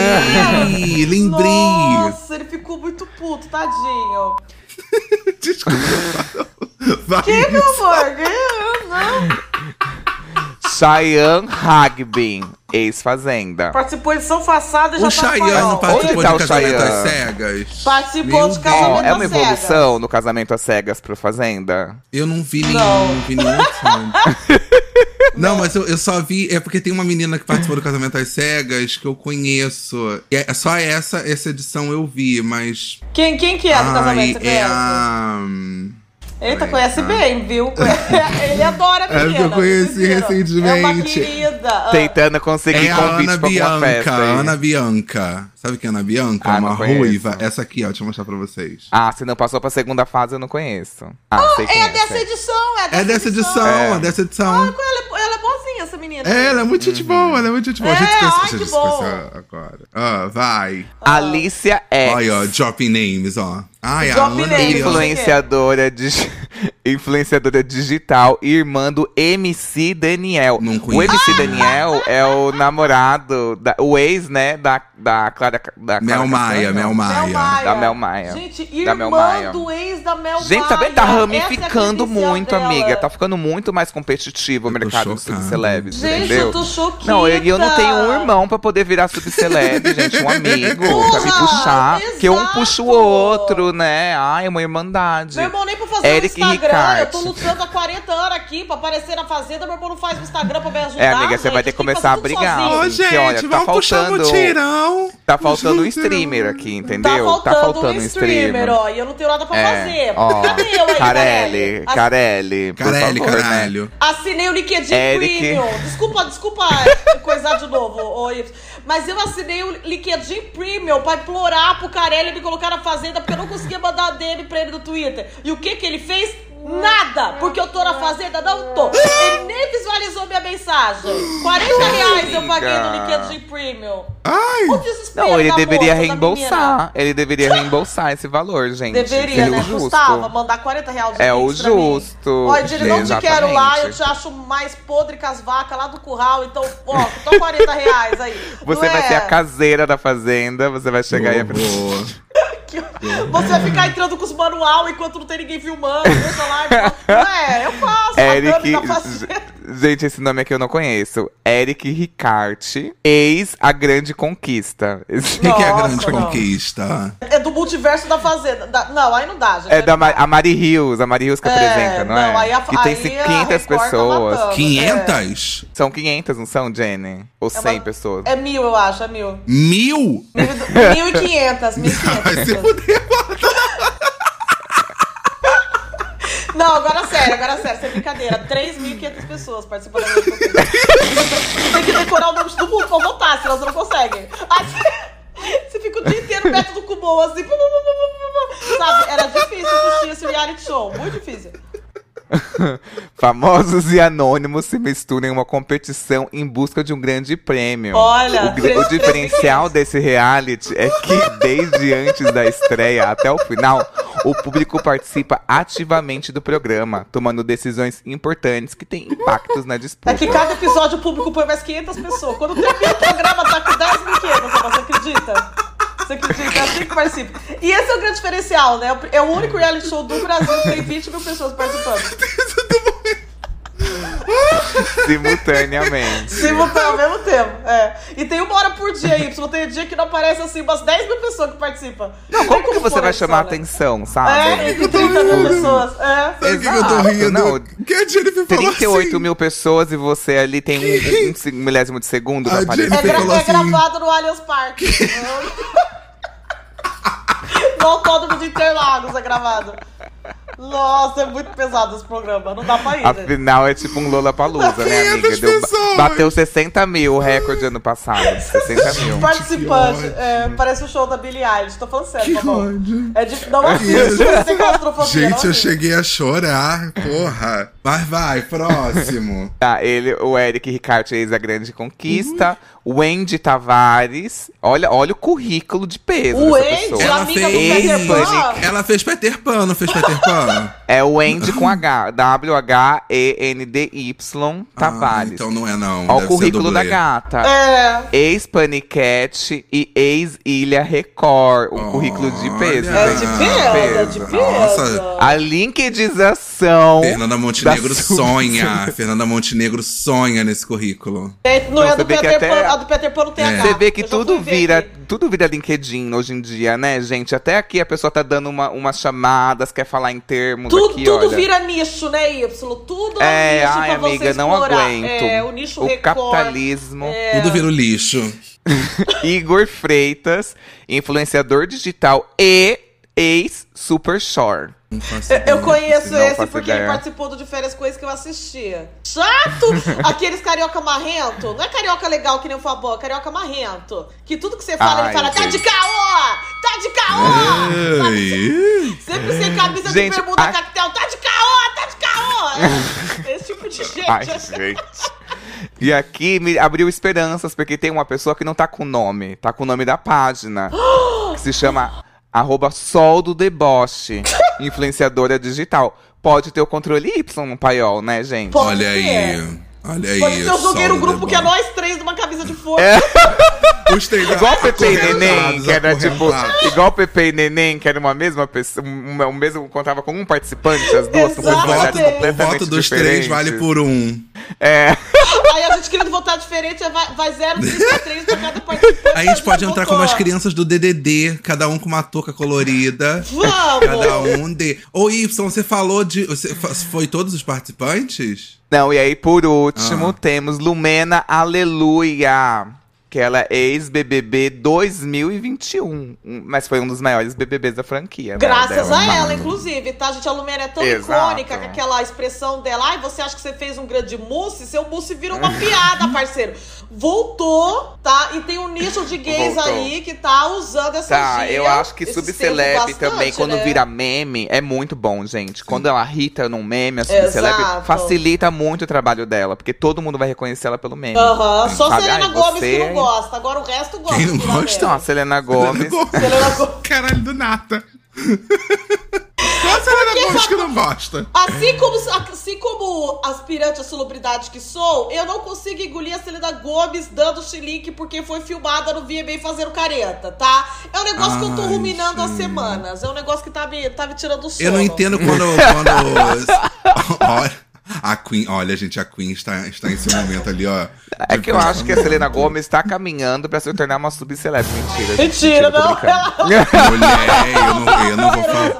Speaker 3: Ah, Lembrei.
Speaker 4: Nossa, ele ficou muito puto, tadinho.
Speaker 3: Vai.
Speaker 4: Que, meu amor? Ganhou, não.
Speaker 2: Cheyenne Hagby, ex-fazenda.
Speaker 4: Participou de São Façada e já
Speaker 3: O
Speaker 4: tá no
Speaker 3: Chayanne
Speaker 4: farol.
Speaker 3: participou
Speaker 2: Onde tá o
Speaker 3: de Casamento
Speaker 2: Chayanne?
Speaker 3: às Cegas?
Speaker 4: Participou
Speaker 3: Meu
Speaker 4: de
Speaker 3: Deus.
Speaker 2: Ó,
Speaker 4: Casamento
Speaker 2: é uma
Speaker 4: às Cegas.
Speaker 2: evolução no casamento às cegas pro Fazenda?
Speaker 3: Eu não vi nenhum,
Speaker 4: Não.
Speaker 3: não vi nenhum episódio. Não, mas eu, eu só vi. É porque tem uma menina que participou do Casamento às Cegas que eu conheço. E é só essa, essa edição eu vi, mas.
Speaker 4: Quem, quem que é do
Speaker 3: Ai,
Speaker 4: casamento? Você
Speaker 3: é
Speaker 4: conhece?
Speaker 3: a.
Speaker 4: Eita,
Speaker 3: Ai,
Speaker 4: conhece
Speaker 3: ah.
Speaker 4: bem, viu? Ele adora a
Speaker 3: Essa É eu
Speaker 4: menina.
Speaker 3: conheci
Speaker 4: vocês viram? É uma
Speaker 3: recentemente.
Speaker 4: querida. Ah,
Speaker 2: Tentando conseguir
Speaker 3: É a
Speaker 2: convite
Speaker 3: Ana
Speaker 2: pra alguma
Speaker 3: Bianca.
Speaker 2: festa.
Speaker 3: a
Speaker 2: aí.
Speaker 3: Ana Bianca. Sabe quem é a Ana Bianca?
Speaker 2: Ah,
Speaker 3: uma
Speaker 2: não conheço.
Speaker 3: ruiva. Essa aqui, ó, deixa eu mostrar pra vocês.
Speaker 2: Ah, se não passou pra segunda fase, eu não conheço. Ah, sei quem
Speaker 4: É
Speaker 2: é,
Speaker 4: dessa
Speaker 2: sei.
Speaker 4: edição, é dessa
Speaker 3: É dessa edição,
Speaker 2: É.
Speaker 3: é, dessa edição.
Speaker 4: Ela, é- ela é boazinha, essa menina.
Speaker 3: É, ela é muito
Speaker 2: Uhum.
Speaker 3: gente boa, ela é muito gente boa. a gente
Speaker 4: É,
Speaker 3: conhece,
Speaker 4: ai,
Speaker 3: a gente
Speaker 4: que
Speaker 3: se conheceu
Speaker 4: bom.
Speaker 3: agora. Ah, vai.
Speaker 2: Alicia X.
Speaker 3: Olha, ó, dropping names, ó. Ai, a
Speaker 4: Drop
Speaker 3: Ana
Speaker 4: names.
Speaker 3: Bianca.
Speaker 4: Influen-
Speaker 2: Influenciadora, dig- influenciadora digital e irmã do MC Daniel.
Speaker 3: Não
Speaker 2: o
Speaker 3: conheço.
Speaker 2: MC Daniel é o namorado, da- o ex, né, da, da Clara... Da Clara
Speaker 3: Mel Maia,
Speaker 2: Castanho.
Speaker 3: Mel Maia.
Speaker 2: Da Mel Maia.
Speaker 4: Gente,
Speaker 2: Da
Speaker 4: irmã
Speaker 2: Mel Maia.
Speaker 4: do ex da Mel Maia.
Speaker 2: Gente, também tá
Speaker 4: Essa é a
Speaker 2: ramificando
Speaker 4: credencial
Speaker 2: muito,
Speaker 4: dela.
Speaker 2: amiga. Tá ficando muito mais competitivo o
Speaker 3: tô
Speaker 2: mercado dos
Speaker 3: chocado.
Speaker 2: subcelebes,
Speaker 4: Gente,
Speaker 2: entendeu?
Speaker 4: eu tô choquinha.
Speaker 2: Não, eu, eu não tenho um irmão pra poder virar subceleb, gente. Um amigo pra me
Speaker 4: Porra,
Speaker 2: puxar. Que um
Speaker 4: exato.
Speaker 2: puxa o outro, né? Ai, é uma irmandade.
Speaker 4: Meu irmão nem pra fazer
Speaker 2: Eric
Speaker 4: um Instagram.
Speaker 2: Ricarte.
Speaker 4: Eu tô lutando há 40 anos aqui pra aparecer na fazenda. Meu irmão não faz um Instagram pra me ajudar.
Speaker 2: É, amiga, você
Speaker 4: gente.
Speaker 2: vai ter que
Speaker 4: Eu tenho
Speaker 2: começar
Speaker 4: fazer
Speaker 2: a
Speaker 4: tudo
Speaker 2: brigar.
Speaker 4: sozinha.
Speaker 3: Ó,
Speaker 2: Que,
Speaker 3: gente,
Speaker 2: olha, tá
Speaker 3: vamos puxar um
Speaker 2: faltando-
Speaker 3: o tirão.
Speaker 2: Tá faltando um streamer aqui, entendeu?
Speaker 4: Tá faltando um streamer, ó. E eu não tenho nada pra fazer.
Speaker 2: É, Ó,
Speaker 4: Cadê eu aí, Assim,
Speaker 2: Carelli,
Speaker 4: Ass-
Speaker 2: Carelli, por
Speaker 3: Caralho,
Speaker 2: favor, né?
Speaker 3: caralho.
Speaker 4: Assinei o LinkedIn
Speaker 2: Eric.
Speaker 4: Premium. Desculpa, desculpa coisar de novo, ô Y. Mas eu assinei o LinkedIn Premium pra implorar pro Carelli me colocar na fazenda porque eu não conseguia mandar a DM pra ele no Twitter. E o que que ele fez? Nada! Porque eu tô na fazenda? Não tô. Ele nem visualizou minha mensagem. 40 reais eu paguei no
Speaker 2: Amiga.
Speaker 4: LinkedIn Premium.
Speaker 3: Ai,
Speaker 4: O desespero
Speaker 2: Não, ele
Speaker 4: da
Speaker 2: deveria
Speaker 4: moça, da menina.
Speaker 2: reembolsar. Ele deveria reembolsar esse valor, gente. é um
Speaker 4: Deveria,
Speaker 2: Seria
Speaker 4: né?
Speaker 2: o justo.
Speaker 4: Custava mandar 40 reais de
Speaker 2: É o
Speaker 4: Pix pra mim.
Speaker 2: justo.
Speaker 4: Ó, Dini, não te quero lá, eu
Speaker 2: Exatamente.
Speaker 4: te acho mais podre que as vacas lá do curral, então, ó, tô 40 reais aí.
Speaker 2: Você
Speaker 4: Não
Speaker 2: vai
Speaker 4: é?
Speaker 2: ser a caseira da fazenda, você vai chegar e
Speaker 3: horror.
Speaker 4: Que que você vai ficar entrando com os manual enquanto não tem ninguém filmando, deixa lá. e fala, Ué, eu faço, a Dani
Speaker 2: É, Eric.
Speaker 4: tá fazendo.
Speaker 2: Gente, esse nome aqui eu não conheço. Eric Ricarte, ex A Grande Conquista. Esse-
Speaker 3: O que, que é a grande
Speaker 4: Nossa, não.
Speaker 3: conquista?
Speaker 4: É do multiverso da Fazenda. Da- Não, aí não dá, gente.
Speaker 2: É da Ma- a Mari Rios, a Mari Rios que
Speaker 4: É,
Speaker 2: apresenta, não, é?
Speaker 4: não, aí a-
Speaker 2: que tem
Speaker 4: aí
Speaker 2: ci-
Speaker 4: a
Speaker 2: 500
Speaker 4: Record tá
Speaker 2: pessoas.
Speaker 4: matando.
Speaker 3: 500?
Speaker 2: são 500, não são, Jenny? Ou 100
Speaker 4: uma-
Speaker 2: pessoas?
Speaker 4: É mil, eu acho, é mil.
Speaker 3: Mil?
Speaker 4: Mil e- Mil e quinhentas, mil e
Speaker 3: Vai se
Speaker 4: quinhentas.
Speaker 3: fuder.
Speaker 4: Não, agora sério, agora sério, sem brincadeira. 3.500 pessoas participando da minha conquista. Tem que decorar o nome de todo mundo pra votar, senão você não consegue. Aí você- você fica o dia inteiro perto do Kumon, assim. pum, pum, pum, pum, pum, pum. Sabe, era difícil assistir esse reality show, muito difícil.
Speaker 2: Famosos e anônimos se misturam em uma competição em busca de um grande prêmio.
Speaker 4: Olha,
Speaker 2: o, gr-
Speaker 4: três-
Speaker 2: o diferencial desse reality é que desde antes da estreia até o final, o público participa ativamente do programa, tomando decisões importantes que têm impactos na disputa.
Speaker 4: É que cada episódio o público põe mais 500 pessoas. Quando termina o programa, tá com 10 mil você acredita? Você acredita? É assim que participa. E esse é o grande diferencial, né? É o único reality show do Brasil que tem 20 mil pessoas participando.
Speaker 2: Simultaneamente.
Speaker 4: Simultâneo, ao mesmo tempo. É. E tem uma hora por dia, Y. Tem dia que não aparece assim umas 10 mil pessoas que participam. Não,
Speaker 2: Como que você
Speaker 4: for
Speaker 2: vai
Speaker 4: isso,
Speaker 2: chamar a
Speaker 4: né?
Speaker 2: atenção, sabe?
Speaker 4: É, entre 30 mil pessoas.
Speaker 3: É
Speaker 4: É.
Speaker 3: que eu tô rindo.
Speaker 2: Não.
Speaker 3: Que a Jennifer falou
Speaker 2: 38
Speaker 3: assim.
Speaker 2: mil pessoas e você ali tem um, um seg- milésimo de segundo pra
Speaker 3: A
Speaker 2: aparecer.
Speaker 4: É,
Speaker 3: Jennifer
Speaker 4: gra-
Speaker 3: falou
Speaker 4: é
Speaker 3: assim-
Speaker 4: gravado no Allianz Parque. no Autódromo de Interlagos é gravado. Nossa, é muito pesado esse programa. Não dá pra ir, né?
Speaker 2: Afinal, é tipo um Lola Palusa, né,
Speaker 3: 500
Speaker 2: amiga? Deu-
Speaker 3: pessoas.
Speaker 2: bateu 60 mil o recorde ano passado. 60 mil.
Speaker 4: Participante,
Speaker 2: tipo
Speaker 3: que ódio.
Speaker 4: é, parece o show da Billie Eilish. Tô falando sério,
Speaker 3: Que
Speaker 4: tá bom?
Speaker 3: ódio.
Speaker 4: É de, não assiste, você claustrofobia. não é
Speaker 3: Gente, eu assim.
Speaker 4: assiste.
Speaker 3: cheguei a chorar, porra. Mas vai, próximo.
Speaker 2: Tá, ele, o Eric Ricardo ex a grande conquista. Wendy Tavares. Olha, olha o currículo de peso
Speaker 4: O
Speaker 2: dessa
Speaker 4: Wendy,
Speaker 2: pessoa.
Speaker 4: a amiga do Peter Pan.
Speaker 3: Ela fez Peter Pan, não fez Peter Pan?
Speaker 2: É Wendy com H. W-H-E-N-D-Y Tavares.
Speaker 3: Ah, então não é, não.
Speaker 2: Ó,
Speaker 3: Deve
Speaker 2: o
Speaker 3: ser
Speaker 2: currículo da
Speaker 3: dublê.
Speaker 2: gata.
Speaker 4: É.
Speaker 2: Ex-Panicat e ex-Ilha Record. Um currículo de peso.
Speaker 3: Olha.
Speaker 4: É
Speaker 2: gente,
Speaker 4: de
Speaker 3: Ah,
Speaker 4: peso, é de
Speaker 3: peso.
Speaker 4: peso.
Speaker 3: Nossa.
Speaker 2: A linkedização.
Speaker 3: Fernanda Montenegro
Speaker 2: da sub-
Speaker 3: sonha. Fernanda Montenegro sonha nesse currículo.
Speaker 4: Tem- Não,
Speaker 2: Não,
Speaker 4: é
Speaker 2: você
Speaker 4: do
Speaker 2: vê que
Speaker 4: Peter
Speaker 2: até-
Speaker 4: Pan, a do Peter Pan não tem
Speaker 3: É.
Speaker 4: a
Speaker 2: Você vê que
Speaker 4: Eu já fui
Speaker 2: tudo
Speaker 4: ver
Speaker 2: vira,
Speaker 4: aqui.
Speaker 2: tudo vira LinkedIn hoje em dia, né, gente? Até aqui a pessoa tá dando uma, umas chamadas, quer falar em termos
Speaker 4: Tudo,
Speaker 2: aqui,
Speaker 4: tudo
Speaker 2: olha.
Speaker 4: vira nicho, né, Y? Tudo é,
Speaker 2: é,
Speaker 4: nicho
Speaker 2: ai,
Speaker 4: pra você
Speaker 2: amiga, não
Speaker 4: explorar.
Speaker 2: aguento.
Speaker 4: É, o nicho Record. É.
Speaker 2: capitalismo.
Speaker 3: Tudo vira o lixo.
Speaker 2: Igor Freitas, influenciador digital e ex-Super Shore.
Speaker 3: Não faço
Speaker 4: Eu- Eu
Speaker 3: ideia.
Speaker 4: conheço
Speaker 2: Não
Speaker 4: esse
Speaker 2: faço
Speaker 4: porque
Speaker 2: ideia.
Speaker 4: ele participou do de férias coisas que eu assistia. Chato! Aqueles carioca marrento. Não é carioca legal que nem o Fabó, é carioca marrento. Que tudo que você fala,
Speaker 3: Ah,
Speaker 2: Ai,
Speaker 4: ele fala, tá
Speaker 2: gente.
Speaker 4: de caô! Tá de caô!
Speaker 3: Ai.
Speaker 4: Sempre sem camisa
Speaker 2: Gente,
Speaker 4: de bermuda
Speaker 2: a-
Speaker 4: cactel, tá de caô! Tá de caô! Esse tipo de gente.
Speaker 2: Ai, gente. E aqui me abriu esperanças, porque tem uma pessoa que não tá com o nome, tá com o nome da página. que se chama arroba Sol do Deboche, influenciadora digital. Pode ter o controle Y no paiol, né, gente?
Speaker 4: Pode
Speaker 3: Olha
Speaker 4: ser.
Speaker 3: aí. Olha aí.
Speaker 4: Pode ser o jogueiro
Speaker 3: sol do
Speaker 4: grupo que é
Speaker 3: debate.
Speaker 4: nós três numa camisa de força.
Speaker 3: É. Os três
Speaker 2: Igual o Pepe e
Speaker 3: acorrentados,
Speaker 2: Neném, que era tipo.
Speaker 3: acorrentados.
Speaker 2: Igual o Pepe e Neném, que era uma mesma pessoa. Um, um mesmo contava com um participante, as duas com
Speaker 4: Exato.
Speaker 3: O
Speaker 2: personalidades
Speaker 3: voto, o
Speaker 2: completamente
Speaker 3: voto dos três
Speaker 2: diferentes.
Speaker 3: vale por um.
Speaker 2: É.
Speaker 4: Aí a gente querendo votar diferente, aí vai, vai 0, 3, 3 pra cada participante.
Speaker 3: Aí a gente pode entrar com umas
Speaker 4: votou.
Speaker 3: crianças do DDD, cada um com uma touca colorida. Cada
Speaker 4: Vamos!
Speaker 3: um de. Ô, Y, você falou de. Você fa- foi todos os participantes?
Speaker 2: Não, e aí por último
Speaker 3: Ah.
Speaker 2: temos Lumena Aleluia, que ela é ex-BBB 2021, um- mas foi um dos maiores BBBs da franquia. né,
Speaker 4: Graças
Speaker 2: dela.
Speaker 4: a ela, inclusive, tá? Gente, a Lumena é tão
Speaker 2: Exato.
Speaker 4: icônica com aquela expressão dela. Ai, você acha que você fez um grande mousse? Seu mousse virou uma piada, parceiro. Voltou, tá? E tem um nicho de gays
Speaker 2: Voltou.
Speaker 4: aí que tá usando essa
Speaker 2: Tá,
Speaker 4: gíria,
Speaker 2: eu acho que
Speaker 4: esse termo
Speaker 2: Subceleb
Speaker 4: bastante,
Speaker 2: também, quando
Speaker 4: né?
Speaker 2: vira meme, é muito bom, gente. Quando ela irrita num meme, a Subceleb
Speaker 4: Exato.
Speaker 2: facilita muito o trabalho dela, porque todo mundo vai reconhecer ela pelo meme.
Speaker 4: Aham, só
Speaker 2: Sabe?
Speaker 4: Selena
Speaker 2: Ai,
Speaker 4: Gomes que
Speaker 2: você- é
Speaker 4: não gosta. Agora o resto gosta.
Speaker 3: Quem não
Speaker 4: pelo
Speaker 3: gosta?
Speaker 2: Então,
Speaker 4: menos.
Speaker 2: a Selena Gomes.
Speaker 4: Selena Gomes.
Speaker 3: Caralho, do nata.
Speaker 4: Por que
Speaker 3: gente que não gosta.
Speaker 4: Assim como, assim como aspirante à celebridade que sou, eu não consigo engolir a Celina Gomes dando chilique porque foi filmada no VMA fazendo careta, tá? É um negócio que eu tô
Speaker 3: Ai,
Speaker 4: ruminando há
Speaker 3: gente.
Speaker 4: semanas. É um negócio que tá me, tá me tirando o sono.
Speaker 3: Eu não entendo quando. quando olha, a Queen, olha, gente, a Queen está, está nesse momento ali, ó. Tipo,
Speaker 2: É que eu acho que a Selena Gomez está caminhando pra se tornar uma subcelebre. Mentira. gente,
Speaker 4: Mentira,
Speaker 2: tô
Speaker 4: não.
Speaker 2: brincando.
Speaker 3: Mulher, eu não, eu não vou falar.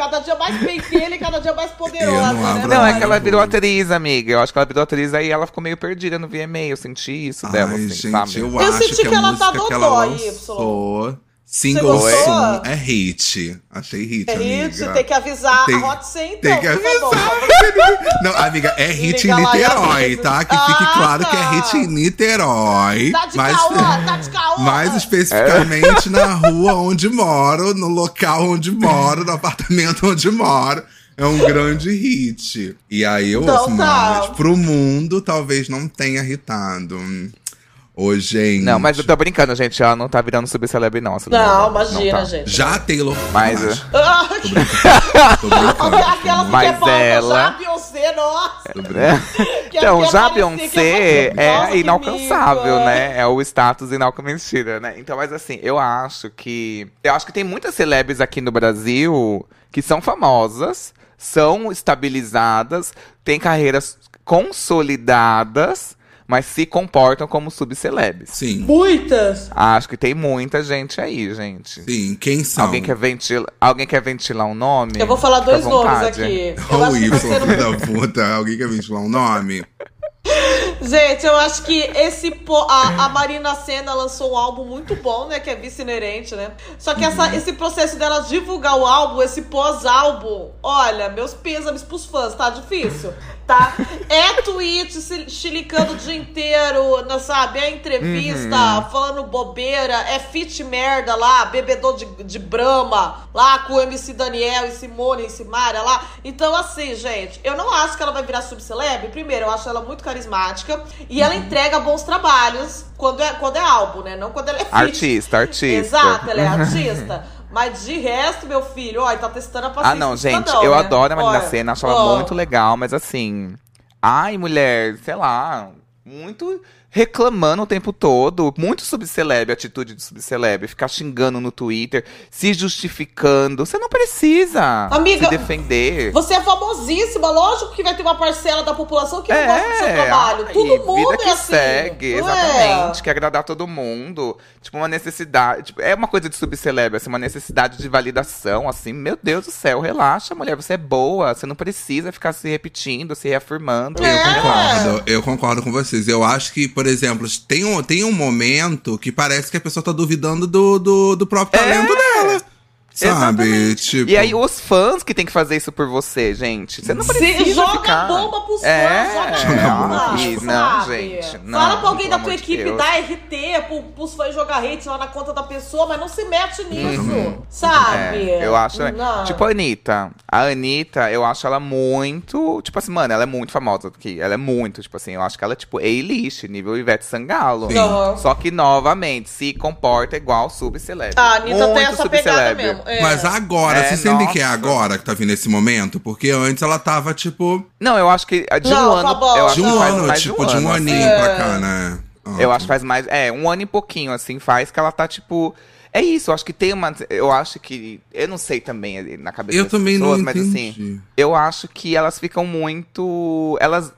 Speaker 4: Cada dia mais pentelha e cada dia mais poderosa,
Speaker 3: Eu não
Speaker 4: né?
Speaker 3: abro
Speaker 2: Não, é
Speaker 3: Ai,
Speaker 2: que ela
Speaker 3: não.
Speaker 2: virou atriz, amiga. Eu acho que ela virou atriz aí ela ficou meio perdida no VMA. Eu senti isso dela,
Speaker 3: Ai,
Speaker 2: assim,
Speaker 3: gente,
Speaker 2: sabe?
Speaker 3: eu,
Speaker 4: Eu
Speaker 3: acho
Speaker 4: senti
Speaker 3: que,
Speaker 4: que
Speaker 3: a
Speaker 4: ela tá
Speaker 3: música que ela
Speaker 4: dodói,
Speaker 3: lançou, single
Speaker 4: gostou?
Speaker 3: song, é hit. Achei hit,
Speaker 4: É hit,
Speaker 3: amiga.
Speaker 4: tem que avisar
Speaker 3: Tem-
Speaker 4: a Hot 100, então.
Speaker 3: tem que
Speaker 4: por favor.
Speaker 3: Não, amiga, é hit
Speaker 4: Liga
Speaker 3: em
Speaker 4: lá,
Speaker 3: Niterói,
Speaker 4: Yasmin.
Speaker 3: tá? Que
Speaker 4: Ah,
Speaker 3: fique claro que é
Speaker 4: tá.
Speaker 3: hit em Niterói.
Speaker 4: Tá de
Speaker 3: mas-
Speaker 4: caô, tá de caô.
Speaker 3: Mais especificamente na rua onde moro, no local onde moro, no apartamento onde moro. É um grande hit. E aí eu
Speaker 4: Então
Speaker 3: ouço,
Speaker 4: tá.
Speaker 3: mas pro mundo talvez não tenha irritado. Ô, gente.
Speaker 2: Não, mas eu tô brincando, gente. Ela não tá virando subcelebre, não. a Selena
Speaker 4: Não,
Speaker 2: Gomez,
Speaker 4: imagina,
Speaker 2: tá.
Speaker 4: gente.
Speaker 3: Já a Taylor.
Speaker 2: Mas,
Speaker 3: Mas,
Speaker 4: Ah,
Speaker 3: tô brincando.
Speaker 4: Aquela que
Speaker 2: Mas
Speaker 4: é pauta, já a
Speaker 2: ela-
Speaker 4: Beyoncé, nossa.
Speaker 2: É.
Speaker 4: Que
Speaker 2: Então,
Speaker 4: aqui
Speaker 2: já a
Speaker 4: aparecer,
Speaker 2: Beyoncé
Speaker 4: que é- Nossa,
Speaker 2: é
Speaker 4: que
Speaker 2: inalcançável,
Speaker 4: mico.
Speaker 2: né? É o status inalcançável, né? Então, mas assim, eu acho que. Eu acho que tem muitas celebres aqui no Brasil que são famosas, são estabilizadas, têm carreiras consolidadas, mas se comportam como subcelebres.
Speaker 3: Sim,
Speaker 4: Muitas.
Speaker 2: Acho que tem muita gente aí, gente.
Speaker 3: sim. Quem são?
Speaker 2: Alguém quer, ventila... Alguém quer ventilar um nome?
Speaker 4: Eu vou falar
Speaker 2: Fica à
Speaker 4: dois nomes
Speaker 2: vontade.
Speaker 4: aqui. Eu
Speaker 3: Ou
Speaker 4: acho que
Speaker 3: Y,
Speaker 4: você
Speaker 3: filho
Speaker 4: não-
Speaker 3: da puta. Alguém quer ventilar um nome?
Speaker 4: Gente, eu acho que esse po- a, a Marina Senna lançou um álbum muito bom, né? Que é Vice Inerente, né? Só que
Speaker 2: Uhum.
Speaker 4: essa, esse processo dela divulgar o álbum, esse pós-álbum, olha, meus pêsames pros fãs, tá difícil, tá? É tweet se chilicando o dia inteiro, né, sabe? É entrevista,
Speaker 2: Uhum.
Speaker 4: falando bobeira, é fit merda lá, bebedor de, de brama, lá com o MC Daniel e Simone e Simária lá. Então, assim, gente, eu não acho que ela vai virar subcelebre. Primeiro, eu acho ela muito carismática e
Speaker 2: Uhum.
Speaker 4: ela entrega bons trabalhos quando é, quando é álbum, né? Não quando ela é fit.
Speaker 2: Artista, artista.
Speaker 4: Exato, ela é artista. Mas de resto, meu filho, ó, ele tá testando a
Speaker 2: Ah,
Speaker 4: paciência.
Speaker 2: não,
Speaker 4: do
Speaker 2: gente,
Speaker 4: cidadão,
Speaker 2: eu
Speaker 4: né?
Speaker 2: adoro a Marina
Speaker 4: Olha,
Speaker 2: Senna, acho ela
Speaker 4: ó,
Speaker 2: muito legal, mas assim. Ai, mulher, sei lá, muito reclamando o tempo todo, muito subcelebre, atitude de subcelebre, ficar xingando no Twitter, se justificando. Você não precisa
Speaker 4: Amiga,
Speaker 2: se defender.
Speaker 4: Você é famosíssima, lógico que vai ter uma parcela da população que não gosta do seu trabalho.
Speaker 2: É, ai,
Speaker 4: Todo mundo
Speaker 2: vida que
Speaker 4: é assim.
Speaker 2: segue,
Speaker 4: não é?
Speaker 2: exatamente. Quer agradar todo mundo. Tipo, uma necessidade. tipo, é uma coisa de subcelebre, assim, uma necessidade de validação, assim. Meu Deus do céu, relaxa, mulher. Você é boa. Você não precisa ficar se repetindo, se reafirmando.
Speaker 3: Eu
Speaker 4: É.
Speaker 3: concordo, eu concordo com vocês. Eu acho que, por exemplo, tem um, tem um momento que parece que a pessoa tá duvidando do, do, do próprio talento Tá dela. Sabe?
Speaker 2: Exatamente.
Speaker 3: Tipo,
Speaker 2: É. E aí, os fãs que tem que fazer isso por você, gente. Você não precisa.
Speaker 4: Se joga
Speaker 2: ficar.
Speaker 4: bomba pros
Speaker 2: É,
Speaker 4: fãs, joga
Speaker 3: Joga
Speaker 4: bomba,
Speaker 3: bomba pros
Speaker 4: sabe?
Speaker 2: fãs. Não, gente, não,
Speaker 4: Fala pra alguém da
Speaker 2: pelo
Speaker 4: tua
Speaker 2: amor de
Speaker 4: equipe
Speaker 2: Deus.
Speaker 4: dar RT pro, pros fãs jogar hate lá na conta da pessoa, mas não se mete nisso,
Speaker 3: Uhum.
Speaker 4: sabe?
Speaker 2: É, eu acho.
Speaker 4: Não.
Speaker 2: Tipo a Anitta. A Anitta, eu acho ela muito. Tipo assim, mano, ela é muito famosa aqui. Ela é muito, tipo assim, eu acho que ela é tipo A-list, nível Ivete Sangalo.
Speaker 3: Sim.
Speaker 4: Aham.
Speaker 2: Só que, novamente, se comporta igual subcelebre.
Speaker 4: Ah, A Anitta
Speaker 2: muito
Speaker 4: tem essa pegada
Speaker 2: subcelebre.
Speaker 4: mesmo. é.
Speaker 3: Mas agora,
Speaker 2: É,
Speaker 3: vocês sentem que é
Speaker 2: nossa.
Speaker 3: agora que tá vindo esse momento? Porque antes ela tava, tipo,
Speaker 2: Não, eu acho que de
Speaker 4: Não,
Speaker 2: um ano.
Speaker 4: Fabão,
Speaker 2: eu acho
Speaker 3: de
Speaker 2: que
Speaker 3: um
Speaker 2: faz
Speaker 3: ano,
Speaker 2: mais
Speaker 3: tipo, de um
Speaker 2: assim.
Speaker 3: aninho pra cá, né? Ah,
Speaker 2: Eu acho que faz mais. É, um ano e pouquinho, assim, faz que ela tá tipo. É isso, eu acho que tem uma. Eu acho que. Eu não sei também na cabeça
Speaker 3: Eu
Speaker 2: das
Speaker 3: também não
Speaker 2: pessoas, mas assim.
Speaker 3: entendi.
Speaker 2: Eu acho que elas ficam muito. Elas.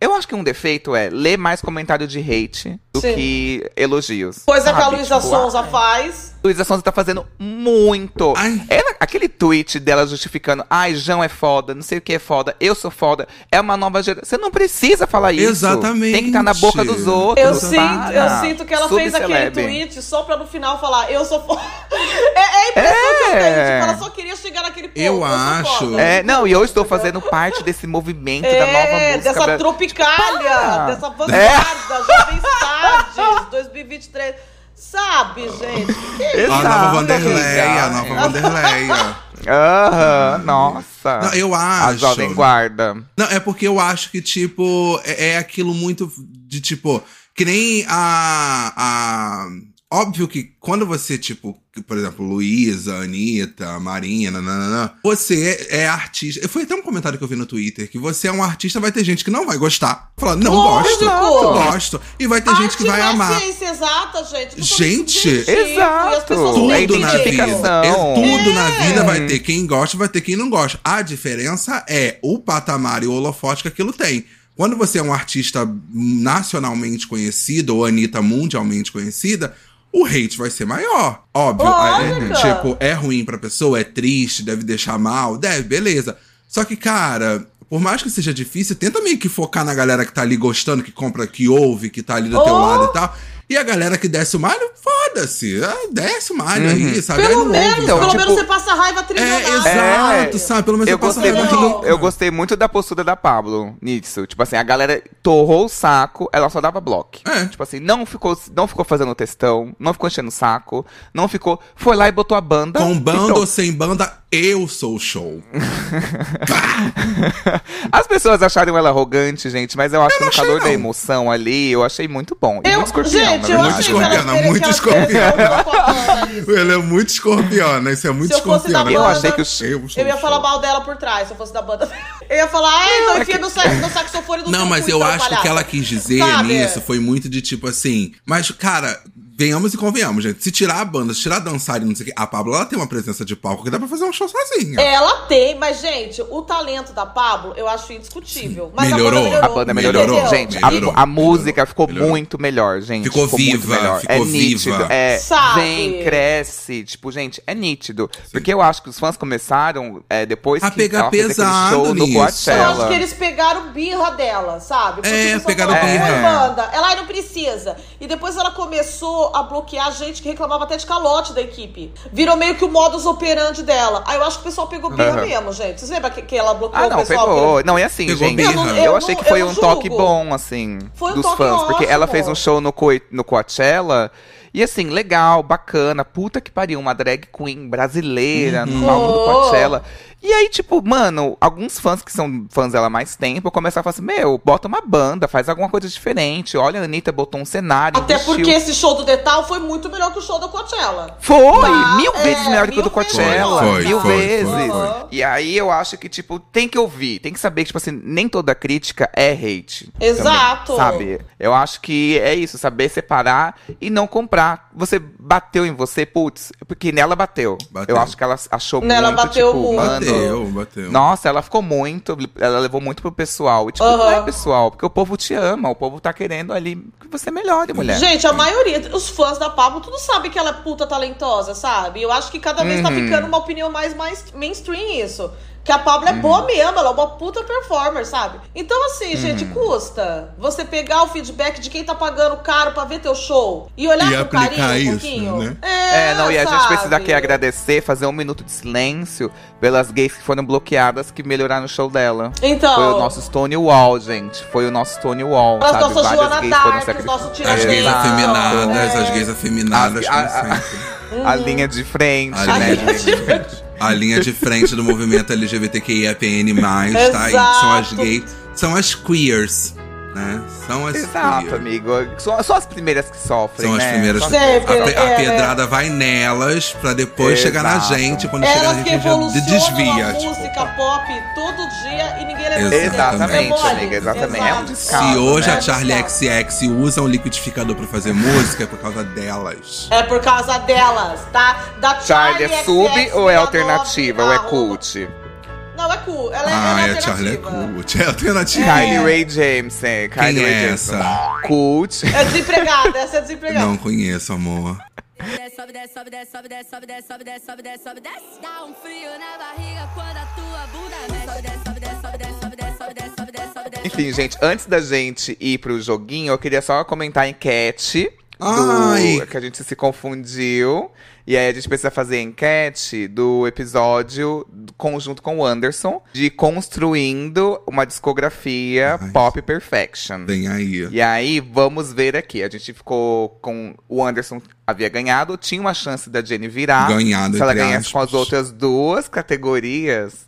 Speaker 2: Eu acho que um defeito é ler mais comentário de hate do
Speaker 4: Sim.
Speaker 2: que elogios.
Speaker 4: Coisa que a
Speaker 2: sabe?
Speaker 4: Luísa
Speaker 2: Tipo,
Speaker 4: Sonza faz.
Speaker 2: Luísa Sonza tá fazendo muito.
Speaker 3: Ai.
Speaker 2: Ela- aquele tweet dela justificando, ai, João é foda, não sei o que é foda, eu sou foda, é uma nova geração. Você não precisa falar isso.
Speaker 3: Exatamente.
Speaker 2: Tem que estar na boca dos outros.
Speaker 4: Eu
Speaker 3: Não
Speaker 4: sinto, eu
Speaker 2: para.
Speaker 4: sinto que ela fez aquele
Speaker 2: Subcelebre.
Speaker 4: tweet só pra no final falar, eu sou foda. É, é a impressão que eu tenho, tipo, ela só queria chegar naquele ponto.
Speaker 3: Eu
Speaker 4: sou
Speaker 3: acho-
Speaker 4: foda.
Speaker 2: É, não, e eu estou fazendo parte desse movimento da Ah! É. nova
Speaker 4: É,
Speaker 2: música.
Speaker 4: dessa
Speaker 2: bra-
Speaker 4: tropicalha,
Speaker 2: para!
Speaker 4: dessa vanguarda, Jovem Tardes, 2023. Sabe, gente? Que
Speaker 3: A nova
Speaker 2: Exato,
Speaker 3: Vanderlei, a
Speaker 2: amiga.
Speaker 3: nova Vanderlei. ó.
Speaker 2: Aham, nossa.
Speaker 3: Hum. Não, eu
Speaker 2: A
Speaker 3: acho.
Speaker 2: Jovem Guarda.
Speaker 3: Não, é porque eu acho que, tipo, é, é aquilo muito de tipo. Que nem a. a Óbvio que quando você, tipo, que, por exemplo, Luísa, Anitta, Marina, nananã, você é artista. Foi até um comentário que eu vi no Twitter que você é um artista, vai ter gente que não vai gostar. Falar, não gosto,
Speaker 4: Lógico!
Speaker 3: gosto. E vai ter gente que vai
Speaker 4: não é
Speaker 3: amar.
Speaker 4: ciência exata, gente. Não tô
Speaker 3: Gente,
Speaker 4: subjetivo, e as
Speaker 2: exato. É
Speaker 4: pessoas
Speaker 3: Tudo
Speaker 4: têm
Speaker 3: na vida.
Speaker 2: identificação.
Speaker 3: É tudo na
Speaker 4: É.
Speaker 3: vida vai ter quem gosta, vai ter quem não gosta. A diferença é o patamar e o holofote que aquilo tem. Quando você é um artista nacionalmente conhecido, ou Anitta mundialmente conhecida, o hate vai ser maior. Óbvio.
Speaker 4: Lógico.
Speaker 3: É, tipo, é ruim pra pessoa, é triste, deve deixar mal, deve, beleza. Só que, cara, por mais que seja difícil, tenta meio que focar na galera que tá ali gostando, que compra, que ouve, que tá ali do teu
Speaker 4: Oh.
Speaker 3: lado e tal. E a galera que desce o malho, foda-se. Ah, Desce o malho
Speaker 2: Uhum.
Speaker 3: aí, sabe? aí
Speaker 4: Pelo
Speaker 3: não
Speaker 4: menos,
Speaker 3: ouve,
Speaker 2: então,
Speaker 3: sabe?
Speaker 4: pelo
Speaker 2: tipo-
Speaker 4: menos você passa raiva trilionária.
Speaker 3: É, exato,
Speaker 2: É.
Speaker 3: sabe? Pelo menos
Speaker 2: Eu
Speaker 3: você passa
Speaker 2: gostei,
Speaker 3: raiva
Speaker 4: muito-
Speaker 3: louca.
Speaker 2: eu gostei muito da postura da Pablo nisso. Tipo assim, a galera torrou o saco, ela só dava bloco.
Speaker 3: É.
Speaker 2: Tipo assim, não ficou, não ficou fazendo textão, não ficou enchendo o saco, não ficou. Foi lá e botou a banda.
Speaker 3: Com
Speaker 2: e
Speaker 3: banda
Speaker 2: pronto.
Speaker 3: ou sem banda, eu sou o show.
Speaker 2: As pessoas acharam ela arrogante, gente, mas eu acho que no
Speaker 3: achei,
Speaker 2: calor
Speaker 3: não.
Speaker 2: da emoção ali, eu achei muito bom. E
Speaker 4: Eu,
Speaker 2: muito escorpião, na
Speaker 4: gente, eu
Speaker 2: verdade.
Speaker 3: Muito
Speaker 4: acho que
Speaker 3: escorpião,
Speaker 4: ela
Speaker 3: muito escorpião. Ela é muito escorpiona, isso é muito
Speaker 4: Se eu fosse da
Speaker 3: escorpiona.
Speaker 2: Eu
Speaker 4: banda-
Speaker 2: achei que o
Speaker 3: Eu sou
Speaker 4: Eu ia
Speaker 3: o
Speaker 4: falar
Speaker 3: show.
Speaker 4: mal dela por trás, se eu fosse da banda. Eu ia falar, ah, então enfia no, sa no saxofone do
Speaker 3: Não,
Speaker 4: teu
Speaker 3: mas
Speaker 4: cu,
Speaker 3: eu
Speaker 4: então,
Speaker 3: acho
Speaker 4: palhaço.
Speaker 3: que ela quis dizer
Speaker 4: Sabe?
Speaker 3: nisso foi muito de tipo assim. Mas, cara, venhamos e convenhamos, gente. Se tirar a banda, se tirar a dançarina, não sei o quê. A Pablo, ela tem uma presença de palco que dá pra fazer um show sozinha.
Speaker 4: Ela tem, mas, gente, o talento da Pablo eu acho indiscutível. Mas
Speaker 3: Melhorou.
Speaker 2: A banda melhorou.
Speaker 3: Melhorou,
Speaker 2: gente, a-
Speaker 3: melhorou,
Speaker 2: a, música ficou
Speaker 3: melhorou.
Speaker 2: muito melhor, gente.
Speaker 3: Ficou
Speaker 2: muito
Speaker 3: viva,
Speaker 2: melhor.
Speaker 3: ficou
Speaker 2: é nítido,
Speaker 3: viva.
Speaker 2: É,
Speaker 4: Sabe?
Speaker 2: vem, cresce. Tipo, gente, é nítido. Porque eu acho que os fãs começaram é, depois
Speaker 3: A
Speaker 2: que
Speaker 3: pegar
Speaker 2: ela fez aquele
Speaker 3: pesado
Speaker 2: show
Speaker 3: nisso.
Speaker 2: no
Speaker 4: Eu acho
Speaker 2: Coachella.
Speaker 4: que eles pegaram birra dela, sabe? Porque tipo,
Speaker 3: É,
Speaker 4: o pessoal
Speaker 3: pegaram
Speaker 4: falava,
Speaker 2: birra.
Speaker 4: "Oi, banda, ela "Ai, não precisa. E depois ela começou a bloquear gente que reclamava até de calote da equipe. Virou meio que o modus operandi dela. Aí eu acho que o pessoal pegou birra
Speaker 2: Aham.
Speaker 4: mesmo, gente. Vocês lembram que, que ela bloqueou
Speaker 2: Ah,
Speaker 4: o
Speaker 2: não,
Speaker 4: pessoal?
Speaker 2: pegou. Não, e assim,
Speaker 3: Pegou
Speaker 2: gente,
Speaker 3: birra.
Speaker 2: eu,
Speaker 3: Eu não-
Speaker 4: eu
Speaker 2: achei
Speaker 4: não-
Speaker 2: que foi
Speaker 4: eu não
Speaker 2: um toque
Speaker 4: julgo.
Speaker 2: bom, assim,
Speaker 4: Foi um
Speaker 2: dos
Speaker 4: toque
Speaker 2: fãs. Porque ela
Speaker 4: ótimo.
Speaker 2: fez um show no, Coi- no Coachella, e assim, legal, bacana, puta que pariu, uma drag queen brasileira no palco do
Speaker 4: Oh.
Speaker 2: Coachella. E aí, tipo, mano, alguns fãs que são fãs dela há mais tempo, começaram a falar assim, meu, bota uma banda, faz alguma coisa diferente. Olha, a Anitta botou um cenário,
Speaker 4: Até
Speaker 2: investiu.
Speaker 4: porque esse show do Detal foi muito melhor que o show da Coachella.
Speaker 2: Foi!
Speaker 4: Ah,
Speaker 2: mil
Speaker 4: é,
Speaker 2: vezes melhor do que o do
Speaker 4: mil vezes
Speaker 2: Coachella.
Speaker 3: melhor. Foi,
Speaker 2: mil
Speaker 3: foi,
Speaker 2: vezes.
Speaker 3: foi,
Speaker 4: foi.
Speaker 2: E aí eu acho que, tipo, tem que ouvir, tem que saber que, tipo assim, nem toda crítica é hate. também,
Speaker 4: Exato.
Speaker 2: sabe? Eu acho que é isso, saber separar e não comprar. Você bateu em você, putz, porque nela bateu.
Speaker 3: Bateu.
Speaker 2: Eu acho que ela achou
Speaker 4: Nela
Speaker 2: muito,
Speaker 4: bateu
Speaker 2: tipo,
Speaker 4: muito.
Speaker 2: mano,
Speaker 3: Bateu, bateu.
Speaker 2: nossa, ela ficou muito, ela levou muito pro pessoal. E tipo, não é
Speaker 4: Aham.
Speaker 2: pessoal, porque o povo te ama, o povo tá querendo ali que você melhore,
Speaker 3: É.
Speaker 2: mulher.
Speaker 4: Gente, a maioria, os fãs da Pablo, tudo sabe que ela é puta talentosa, sabe? Eu acho que cada vez tá
Speaker 2: Uhum.
Speaker 4: ficando uma opinião mais, mais mainstream isso. Que a Pablo é
Speaker 3: Uhum.
Speaker 4: boa mesmo, ela é uma puta performer, sabe? Então, assim, gente,
Speaker 3: Uhum.
Speaker 4: custa você pegar o feedback de quem tá pagando caro pra ver teu show e olhar
Speaker 3: E
Speaker 4: com
Speaker 3: aplicar
Speaker 4: carinho um
Speaker 3: isso,
Speaker 4: pouquinho.
Speaker 3: né?
Speaker 4: É,
Speaker 2: É, não, e a gente
Speaker 4: sabe?
Speaker 2: precisa aqui agradecer, fazer um minuto de silêncio pelas gays que foram bloqueadas que melhoraram o show dela.
Speaker 4: Então,
Speaker 2: Foi o nosso Stonewall, gente. Foi o nosso Stonewall,
Speaker 4: As
Speaker 2: sabe?
Speaker 4: nossas
Speaker 2: Várias
Speaker 4: Joana
Speaker 2: gays foram
Speaker 4: Dark,
Speaker 2: se
Speaker 4: os nossos
Speaker 2: acreditando.
Speaker 3: As gays
Speaker 4: Exato.
Speaker 3: afeminadas, as
Speaker 4: É.
Speaker 3: gays afeminadas,
Speaker 2: A- a-
Speaker 3: como
Speaker 2: a-
Speaker 3: sempre.
Speaker 2: A linha de frente,
Speaker 3: A
Speaker 2: né?
Speaker 3: linha de frente. A linha de frente do movimento LGBTQIAPN+, tá aí. São as
Speaker 4: Exato.
Speaker 3: gays, são as queers, né? São as
Speaker 2: Exato,
Speaker 3: queers.
Speaker 2: amigo. São, são as primeiras que sofrem,
Speaker 3: São as
Speaker 2: né?
Speaker 3: primeiras.
Speaker 2: Só-
Speaker 3: A,
Speaker 4: Sempre,
Speaker 3: pe- a
Speaker 4: é,
Speaker 3: pedrada vai nelas pra depois
Speaker 2: Exato.
Speaker 3: chegar na gente. Quando chegar
Speaker 4: Elas
Speaker 3: na
Speaker 4: que
Speaker 3: gente, a gente
Speaker 4: evolucionam
Speaker 3: desvia.
Speaker 4: a
Speaker 3: tipo.
Speaker 4: música pop todo dia e ninguém lembra
Speaker 3: Exatamente,
Speaker 4: disso, né?
Speaker 2: amiga, exatamente. É um descaso,
Speaker 3: Se hoje
Speaker 2: né?
Speaker 3: a Charlie XX usa um liquidificador pra fazer música, é por causa delas.
Speaker 4: É por causa delas, tá? Da
Speaker 2: Charlie é
Speaker 4: XX,
Speaker 2: sub ou é
Speaker 4: 69,
Speaker 2: alternativa? Ou é
Speaker 4: arroba-
Speaker 2: cult?
Speaker 4: Não, é cool. Ela é,
Speaker 3: Ah,
Speaker 4: ela é
Speaker 3: é a Charlie é
Speaker 4: alternativa.
Speaker 3: cult. É alternativa.
Speaker 2: Kylie Ray James, é. Kylie
Speaker 3: Quem
Speaker 2: Ray
Speaker 3: é
Speaker 2: James.
Speaker 3: essa?
Speaker 2: Cult.
Speaker 4: É desempregada, essa é desempregada.
Speaker 3: Não conheço, amor.
Speaker 6: Sobe, desce, sobe, desce, sobe, desce, sobe, desce, sobe, desce, sobe, desce, sobe, desce. Dá um frio na barriga quando a tua bunda mexe. Sobe, desce, sobe, desce, sobe, desce, sobe, desce, sobe, desce, sobe, desce, sobe, desce.
Speaker 2: Enfim, gente, antes da gente ir pro joguinho, eu queria só comentar a enquete.
Speaker 3: Ai.
Speaker 2: Do, que a gente se confundiu. E aí a gente precisa fazer a enquete do episódio do conjunto com o Anderson de construindo uma discografia
Speaker 3: Ai.
Speaker 2: pop perfection.
Speaker 3: Vem aí.
Speaker 2: E aí, vamos ver aqui. A gente ficou com. O Anderson havia ganhado, tinha uma chance da Jenny virar.
Speaker 3: Ganhado,
Speaker 2: Se ela
Speaker 3: entre
Speaker 2: ganhasse com as
Speaker 3: aspas.
Speaker 2: outras duas categorias.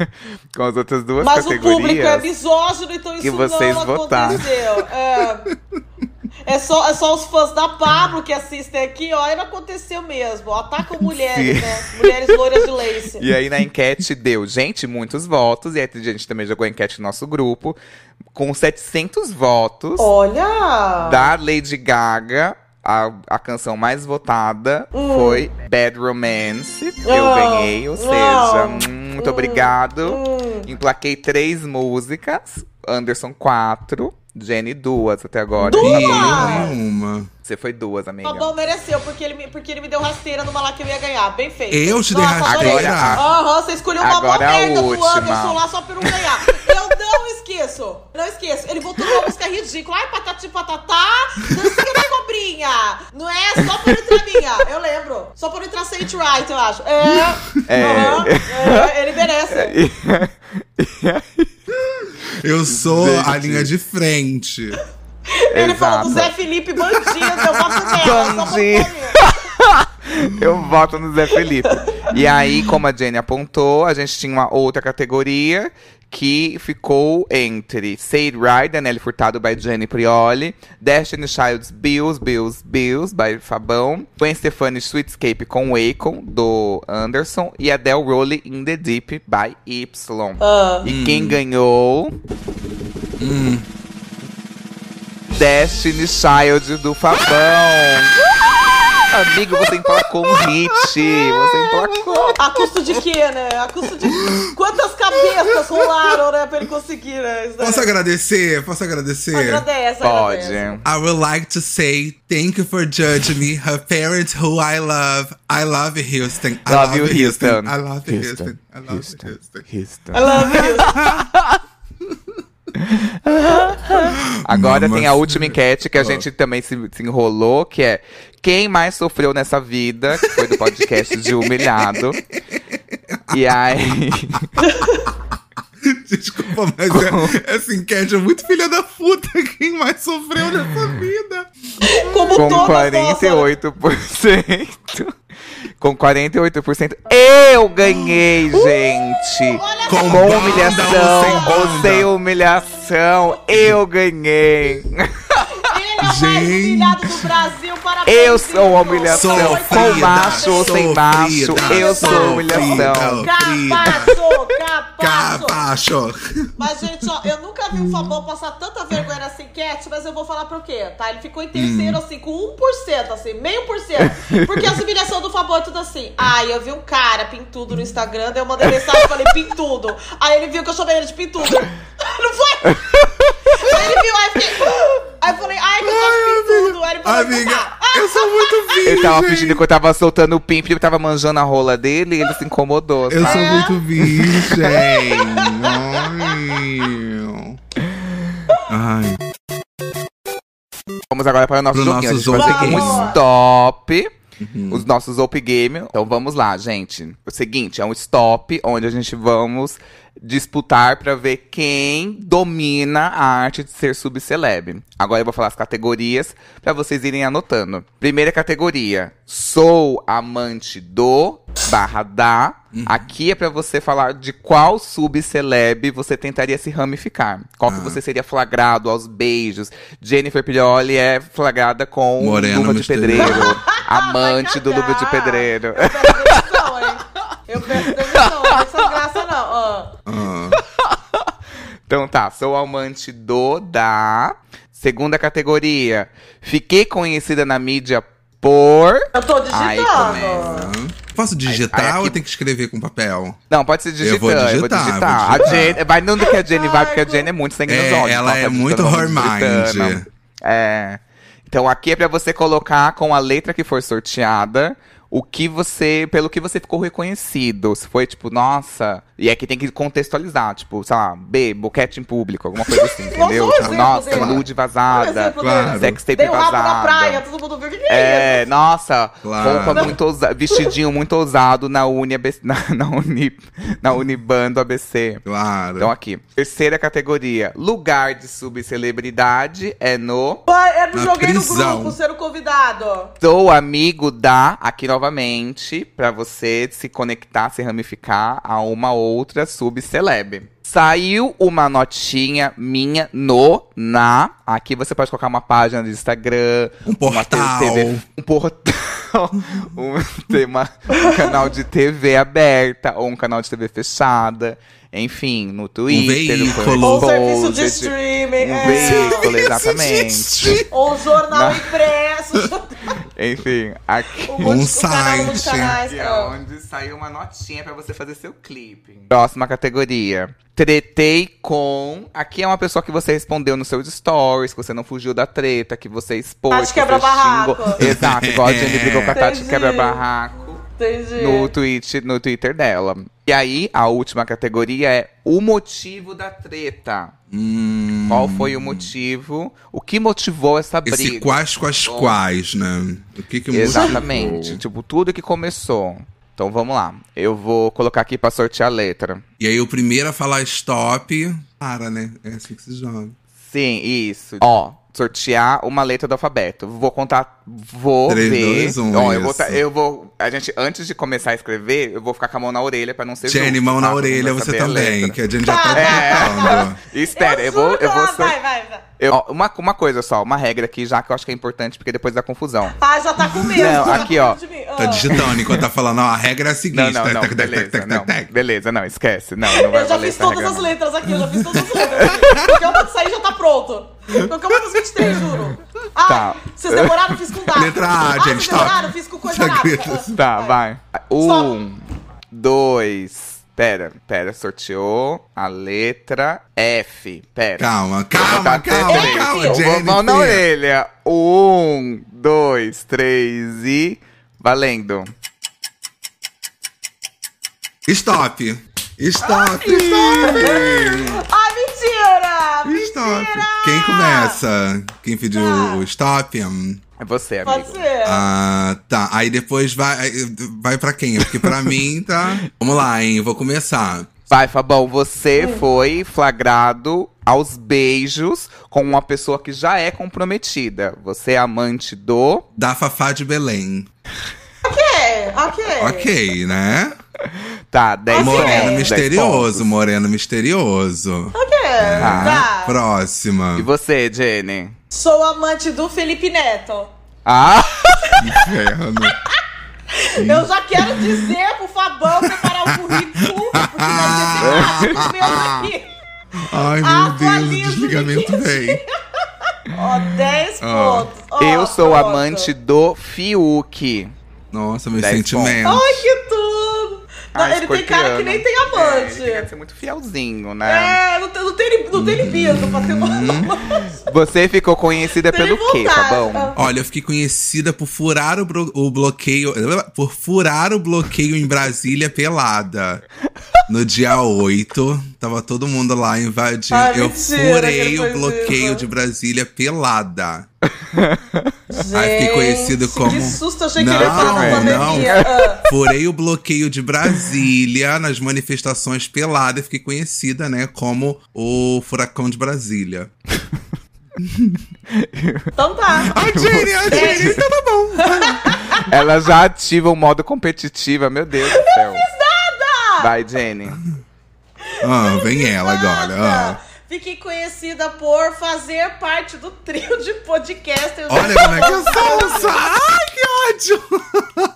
Speaker 2: com as outras duas
Speaker 4: Mas o é
Speaker 2: categorias.
Speaker 4: público é misógino, então isso
Speaker 2: que vocês
Speaker 4: não
Speaker 2: votaram.
Speaker 4: aconteceu. É. É só, é só os fãs da Pablo que assistem aqui, ó. E não aconteceu mesmo. Ó, atacam mulheres,
Speaker 2: Sim.
Speaker 4: né? Mulheres loiras de lace.
Speaker 2: E aí na enquete deu, gente, muitos votos. E aí a gente também jogou a enquete no nosso grupo. Com 700 votos
Speaker 4: Olha!
Speaker 2: da Lady Gaga, a, a canção mais votada
Speaker 4: Hum.
Speaker 2: foi Bad Romance. Eu
Speaker 4: Oh.
Speaker 2: ganhei, ou seja,
Speaker 4: Oh.
Speaker 2: hum, muito
Speaker 4: Hum.
Speaker 2: obrigado.
Speaker 4: Hum.
Speaker 2: Emplaquei três músicas, Anderson quatro, Jenny duas até agora.
Speaker 3: E
Speaker 4: Duas?
Speaker 3: eu
Speaker 2: Tá bom.
Speaker 3: nenhuma.
Speaker 2: Você foi duas, amiga.
Speaker 4: O Bom mereceu, porque ele, me, porque ele me deu rasteira numa lá que eu ia ganhar. Bem feito.
Speaker 3: Eu te dei
Speaker 4: Nossa,
Speaker 3: rasteira?
Speaker 4: adorei. Aham, você escolheu uma mó
Speaker 2: Agora a
Speaker 4: merda do
Speaker 2: última.
Speaker 4: Anderson lá só pra eu não ganhar. Eu não esqueço. Não esqueço. Ele voltou com uma música ridícula. Ai, patati patatá, dancinha da cobrinha. Não é? Só pra não entrar minha. Eu lembro. Só pra não entrar Saint Right, eu acho. É.
Speaker 2: É.
Speaker 4: Aham. É, ele merece.
Speaker 3: Eu sou a
Speaker 2: Gente.
Speaker 3: linha de frente.
Speaker 4: Ele falou
Speaker 2: Exato.
Speaker 4: do
Speaker 2: Então,
Speaker 4: Zé Felipe bandido. Eu faço merda. Só pra
Speaker 2: Bandido.
Speaker 4: não
Speaker 2: Eu voto no Zé Felipe. E aí, como a Jenny apontou, a gente tinha uma outra categoria que ficou entre Say It Right, da Nelly Furtado, by Jenny Prioli, Destiny Child's Bills, Bills, Bills, by Fabão, Gwen Stefani Sweetscape com Akon, do Anderson, e Adele Rowley in the Deep, by Y.
Speaker 4: Ah.
Speaker 2: E quem ganhou? Destiny Child do Fabão. Amigo, você emplacou um hit. Você emplacou.
Speaker 4: A custo de quê, né? A custo de. Quantas cabeças rolaram, né? Pra ele conseguir, né? Isso daí.
Speaker 3: Posso agradecer? Posso agradecer?
Speaker 4: Agradece,
Speaker 2: Pode.
Speaker 4: agradece.
Speaker 3: I would like to say thank you for judging me, her parents who I love. I love Houston. I
Speaker 2: Love you, Houston.
Speaker 3: I love Houston. I love Houston.
Speaker 4: I love you.
Speaker 2: Agora
Speaker 3: Nossa.
Speaker 2: tem a última enquete que a gente também se, se enrolou, que é quem mais sofreu nessa vida, que foi do podcast de Humilhado. E aí.
Speaker 3: Desculpa, mas é, essa enquete é muito filha da puta. Quem mais sofreu nessa vida?
Speaker 4: Como
Speaker 2: com
Speaker 4: todas nossas.
Speaker 2: 48%. Com 48%. Eu ganhei, gente!
Speaker 3: Com
Speaker 2: Com
Speaker 3: banda ou Uh! Um sem
Speaker 2: humilhação
Speaker 3: banda?
Speaker 2: ou sem humilhação, eu ganhei.
Speaker 4: Ele é o mais
Speaker 3: Gente.
Speaker 4: humilhado do Brasil. Parabéns.
Speaker 2: Eu sou a
Speaker 4: Igor.
Speaker 2: humilhação.
Speaker 3: Sofrida,
Speaker 2: Com macho ou sem macho,
Speaker 3: sofrida,
Speaker 2: eu sou
Speaker 3: sofrida,
Speaker 2: humilhação.
Speaker 3: sofrida.
Speaker 4: Capacho, capacho.
Speaker 3: Capacho.
Speaker 4: Mas, gente, ó, eu nunca vi um Fabão passar tanta vergonha nessa enquete, mas eu vou falar pra quê, tá? Ele ficou em terceiro, assim, com 1%, assim, meio por cento. Porque as humilhações do Fabão é tudo assim. Ai, eu vi um cara pintudo no Instagram, daí eu mandei mensagem e falei, pintudo. Aí ele viu que eu chamei ele de pintudo. Não foi? Aí ele viu, aí eu fiquei. Aí eu falei, ai, que eu gosto de pintudo. Aí ele falou,
Speaker 3: Amiga,
Speaker 4: "Ah,
Speaker 3: eu sou muito virgem.
Speaker 2: Ele tava fingindo que eu tava soltando o pimp, ele tava manjando a rola dele e ele se incomodou.
Speaker 3: Eu
Speaker 2: sabe?
Speaker 3: sou muito virgem. Ai. Ai.
Speaker 2: Vamos agora para o nosso
Speaker 3: Pro
Speaker 2: joguinho.
Speaker 3: nosso
Speaker 2: a gente vai
Speaker 3: jogo.
Speaker 2: seguir um
Speaker 4: Vamos.
Speaker 2: stop. Os nossos Open Game. Então vamos lá, gente. O seguinte, é um stop onde a gente vamos disputar pra ver quem domina a arte de ser subcelebre. Agora eu vou falar as categorias pra vocês irem anotando. Primeira categoria: sou amante do barra da. Aqui é pra você falar de qual subcelebre você tentaria se ramificar. Qual que você seria flagrado aos beijos. Jennifer Piroli é flagrada com
Speaker 3: Morena
Speaker 2: luva de
Speaker 3: misturada.
Speaker 2: pedreiro. amante do luva de
Speaker 4: cagar.
Speaker 2: pedreiro.
Speaker 4: Eu peço demissão, hein? Eu peço demissão, não é sem graça, não. ó.
Speaker 3: Ah.
Speaker 2: Então tá, sou amante do da. Segunda categoria. Fiquei conhecida na mídia por.
Speaker 4: Eu tô
Speaker 2: Aí
Speaker 4: digitando.
Speaker 3: Posso digitar
Speaker 2: Aí, aí
Speaker 3: ou
Speaker 2: aqui-
Speaker 3: tem que escrever com papel?
Speaker 2: Não, pode ser digitando.
Speaker 3: Eu vou
Speaker 2: eu vou
Speaker 3: digitar, eu vou
Speaker 2: digitar. A
Speaker 3: digitar.
Speaker 2: Jenny, vai não do que a Jenny vai, porque a
Speaker 4: Ai,
Speaker 2: Jenny é muito sangue nos
Speaker 3: É,
Speaker 2: olhos. então
Speaker 3: ela
Speaker 2: tá
Speaker 3: é
Speaker 2: digitando,
Speaker 3: muito
Speaker 2: vamos
Speaker 3: Hormind.
Speaker 2: digitando. É. Então aqui é pra você colocar com a letra que for sorteada. O que você. Pelo que você ficou reconhecido. Se foi tipo, nossa. E aqui tem que contextualizar, tipo, sei lá, B, boquete em público, alguma coisa assim, entendeu?
Speaker 4: Nossa, um
Speaker 2: Tipo,
Speaker 4: exemplo
Speaker 2: nossa,
Speaker 4: dele.
Speaker 2: nude
Speaker 4: Olha o
Speaker 2: vazada.
Speaker 4: exemplo
Speaker 3: claro.
Speaker 4: dele.
Speaker 2: Sextape
Speaker 4: Dei um rabo na
Speaker 2: vazada.
Speaker 4: praia, todo mundo viu o que, que é,
Speaker 2: É, nossa,
Speaker 3: Claro.
Speaker 2: roupa muito ousa- vestidinho muito ousado na Uni, ABC, na, na, Uni, na Unibando ABC.
Speaker 3: Claro.
Speaker 2: Então aqui, terceira categoria, lugar de subcelebridade é no
Speaker 4: isso. Pai, eu não
Speaker 3: Na
Speaker 4: joguei
Speaker 3: prisão.
Speaker 4: no grupo, sendo convidado.
Speaker 2: Sou amigo da, aqui nós novamente pra você se conectar, se ramificar a uma outra subceleb. Saiu uma notinha minha no na. Aqui você pode colocar uma página de Instagram,
Speaker 3: Um portal.
Speaker 2: uma TV, um portal, um, tem uma- um canal de TV aberta ou um canal de TV fechada, enfim, no Twitter, no
Speaker 3: Um veículo.
Speaker 4: Ou
Speaker 3: Ou
Speaker 4: serviço de
Speaker 2: Post,
Speaker 4: streaming,
Speaker 2: um
Speaker 4: é.
Speaker 2: veículo, exatamente.
Speaker 4: Ou jornal
Speaker 2: Não.
Speaker 4: impresso.
Speaker 2: Enfim, aqui.
Speaker 4: Um monte de canal, um monte de
Speaker 3: site.
Speaker 4: canais.
Speaker 2: Aqui é
Speaker 4: é.
Speaker 2: onde saiu uma notinha pra você fazer seu clipe. Próxima categoria. Tretei com. Aqui é uma pessoa que você respondeu nos seus stories, que você não fugiu da treta, que você expôs.
Speaker 4: Tati
Speaker 2: que
Speaker 4: quebra
Speaker 2: você xingou.
Speaker 4: barraco.
Speaker 2: Exato, igual a Jenny brigou com a Tati
Speaker 4: Entendi. É.
Speaker 2: quebra barraco
Speaker 4: Entendi.
Speaker 2: no, tweet, no Twitter dela. E aí, a última categoria é o motivo da treta.
Speaker 3: Hum,
Speaker 2: Qual foi o motivo? O que motivou essa briga?
Speaker 3: esse quais, quais, quais, né? O que que
Speaker 2: Exatamente.
Speaker 3: motivou?
Speaker 2: Tipo, tudo que começou. Então vamos lá. Eu vou colocar aqui pra sortear a letra.
Speaker 3: E aí o primeiro a falar stop, para, né? É assim que se joga.
Speaker 2: Sim, isso. Ó, sortear uma letra do alfabeto. Vou contar. Vou
Speaker 3: Três,
Speaker 2: ver.
Speaker 3: dois, um,
Speaker 2: Ó, eu vou,
Speaker 3: isso.
Speaker 2: tá- eu vou. A gente, antes de começar a escrever, eu vou ficar com a mão na orelha pra não ser.
Speaker 3: Jenny,
Speaker 2: justo,
Speaker 3: mão na
Speaker 2: tá?
Speaker 3: orelha,
Speaker 2: Pra não
Speaker 3: você
Speaker 2: saber a
Speaker 3: também,
Speaker 2: letra.
Speaker 3: que a gente já tá
Speaker 2: É.
Speaker 3: tentando.
Speaker 2: Espera, eu,
Speaker 4: eu
Speaker 2: vou.
Speaker 4: juro que
Speaker 2: Eu vou
Speaker 4: ela-
Speaker 2: sor-
Speaker 4: Vai, vai, vai.
Speaker 2: eu- ó, uma, uma coisa só, uma regra aqui já que eu acho que é importante, porque depois da confusão.
Speaker 4: Ah, já tá com medo.
Speaker 2: Não,
Speaker 4: já tá
Speaker 2: aqui,
Speaker 4: com
Speaker 2: ó.
Speaker 4: medo de mim.
Speaker 3: Tá
Speaker 4: Ah.
Speaker 3: digitando enquanto tá falando, ó, a regra é a
Speaker 2: Não,
Speaker 3: seguinte.
Speaker 2: não, não.
Speaker 3: tac, tac, tac,
Speaker 2: Beleza,
Speaker 3: tac,
Speaker 2: não.
Speaker 3: tac, tac.
Speaker 2: Beleza, não, esquece. Não, não vai
Speaker 4: Eu já
Speaker 2: valer
Speaker 4: fiz
Speaker 2: essa
Speaker 4: todas
Speaker 2: regra,
Speaker 4: as
Speaker 2: não.
Speaker 4: letras aqui, eu já fiz todas as letras aqui. Qualquer uma que sair já tá pronto. Qualquer uma das 23, juro. Ah,
Speaker 2: Tá.
Speaker 4: vocês demoraram, fiz com data.
Speaker 3: Letra A,
Speaker 4: ah,
Speaker 3: gente,
Speaker 4: vocês
Speaker 3: tá.
Speaker 4: demoraram, fiz com coisa
Speaker 3: Tá,
Speaker 4: rápida.
Speaker 3: letras.
Speaker 2: Tá, vai. Um, dois. Pera, pera, sorteou a letra F. Pera.
Speaker 3: Calma,
Speaker 2: Vou botar
Speaker 3: calma,
Speaker 2: até
Speaker 3: calma,
Speaker 2: três.
Speaker 3: calma,
Speaker 2: Eu vou mão na
Speaker 3: Jenny.
Speaker 2: orelha. Um, dois, três e. Valendo.
Speaker 3: Stop. Stop.
Speaker 4: Ah, mentira!
Speaker 3: Stop. Quem começa? Quem pediu o stop? Hum.
Speaker 2: É você, amigo.
Speaker 4: Pode ser.
Speaker 3: Ah, tá. Aí depois vai, vai pra quem? Porque pra mim tá. Vamos lá, hein? Vou começar.
Speaker 2: Vai, Fabão, você
Speaker 4: Hum.
Speaker 2: foi flagrado aos beijos com uma pessoa que já é comprometida. Você é amante do.
Speaker 3: Da Fafá de Belém.
Speaker 4: Ok, ok.
Speaker 3: Ok, né?
Speaker 2: Tá, 10
Speaker 4: Moreno
Speaker 2: pontos,
Speaker 3: Moreno
Speaker 2: 10
Speaker 3: misterioso,
Speaker 2: pontos.
Speaker 3: moreno misterioso.
Speaker 4: Ok,
Speaker 3: Tá?
Speaker 4: tá.
Speaker 2: E
Speaker 3: Próxima.
Speaker 2: você, Jenny?
Speaker 4: Sou amante do Felipe Neto.
Speaker 2: Ah!
Speaker 3: Inferno.
Speaker 4: Eu já quero dizer pro Fabão preparar o currículo, porque nós temos os meus aqui.
Speaker 3: Ai, meu Deus,
Speaker 4: Atualiza
Speaker 3: o
Speaker 4: o
Speaker 3: desligamento vem.
Speaker 4: Ó, 10
Speaker 3: Ó.
Speaker 4: pontos. Ó,
Speaker 2: Eu sou
Speaker 4: pronto.
Speaker 2: amante do Fiuk.
Speaker 3: Nossa, meus
Speaker 2: Dez
Speaker 3: sentimentos.
Speaker 4: Ai, que tudo! Não, ele tem cara que nem tem
Speaker 2: Ah, É, ele tem cara de
Speaker 4: amante.
Speaker 2: ser muito fielzinho, né?
Speaker 4: É, não tem, não tem, não tem
Speaker 3: Hum.
Speaker 4: libido pra ter uma amante.
Speaker 2: Você ficou conhecida
Speaker 4: Tem
Speaker 2: pelo Hum. quê, tá
Speaker 4: vontade.
Speaker 2: Fabão?
Speaker 3: Olha, eu fiquei conhecida por furar o, bro- o bloqueio. Por furar o bloqueio em Brasília pelada. No dia 8, tava todo mundo lá invadindo.
Speaker 4: Ai,
Speaker 3: eu
Speaker 4: Ah, mentira que ele
Speaker 3: furei
Speaker 4: fez
Speaker 3: o bloqueio
Speaker 4: isso.
Speaker 3: de Brasília pelada.
Speaker 4: Gente,
Speaker 3: Aí fiquei conhecido
Speaker 4: Que
Speaker 3: como-
Speaker 4: susto, achei que ele ia
Speaker 3: Não,
Speaker 4: falar da
Speaker 2: não.
Speaker 4: pandemia. Ah,
Speaker 3: Furei o bloqueio de Brasília nas manifestações pelada e fiquei conhecida, né, como o Furacão de Brasília.
Speaker 4: então tá.
Speaker 3: A Jenny, a Jenny, então tá bom.
Speaker 2: Ela já ativa o modo competitiva, meu Deus do céu. Vai, Jenny.
Speaker 3: Ah, vem ela agora. ah.
Speaker 4: Fiquei conhecida por fazer parte do trio de podcasters.
Speaker 3: Olha como é que eu sou. Ai, que ódio.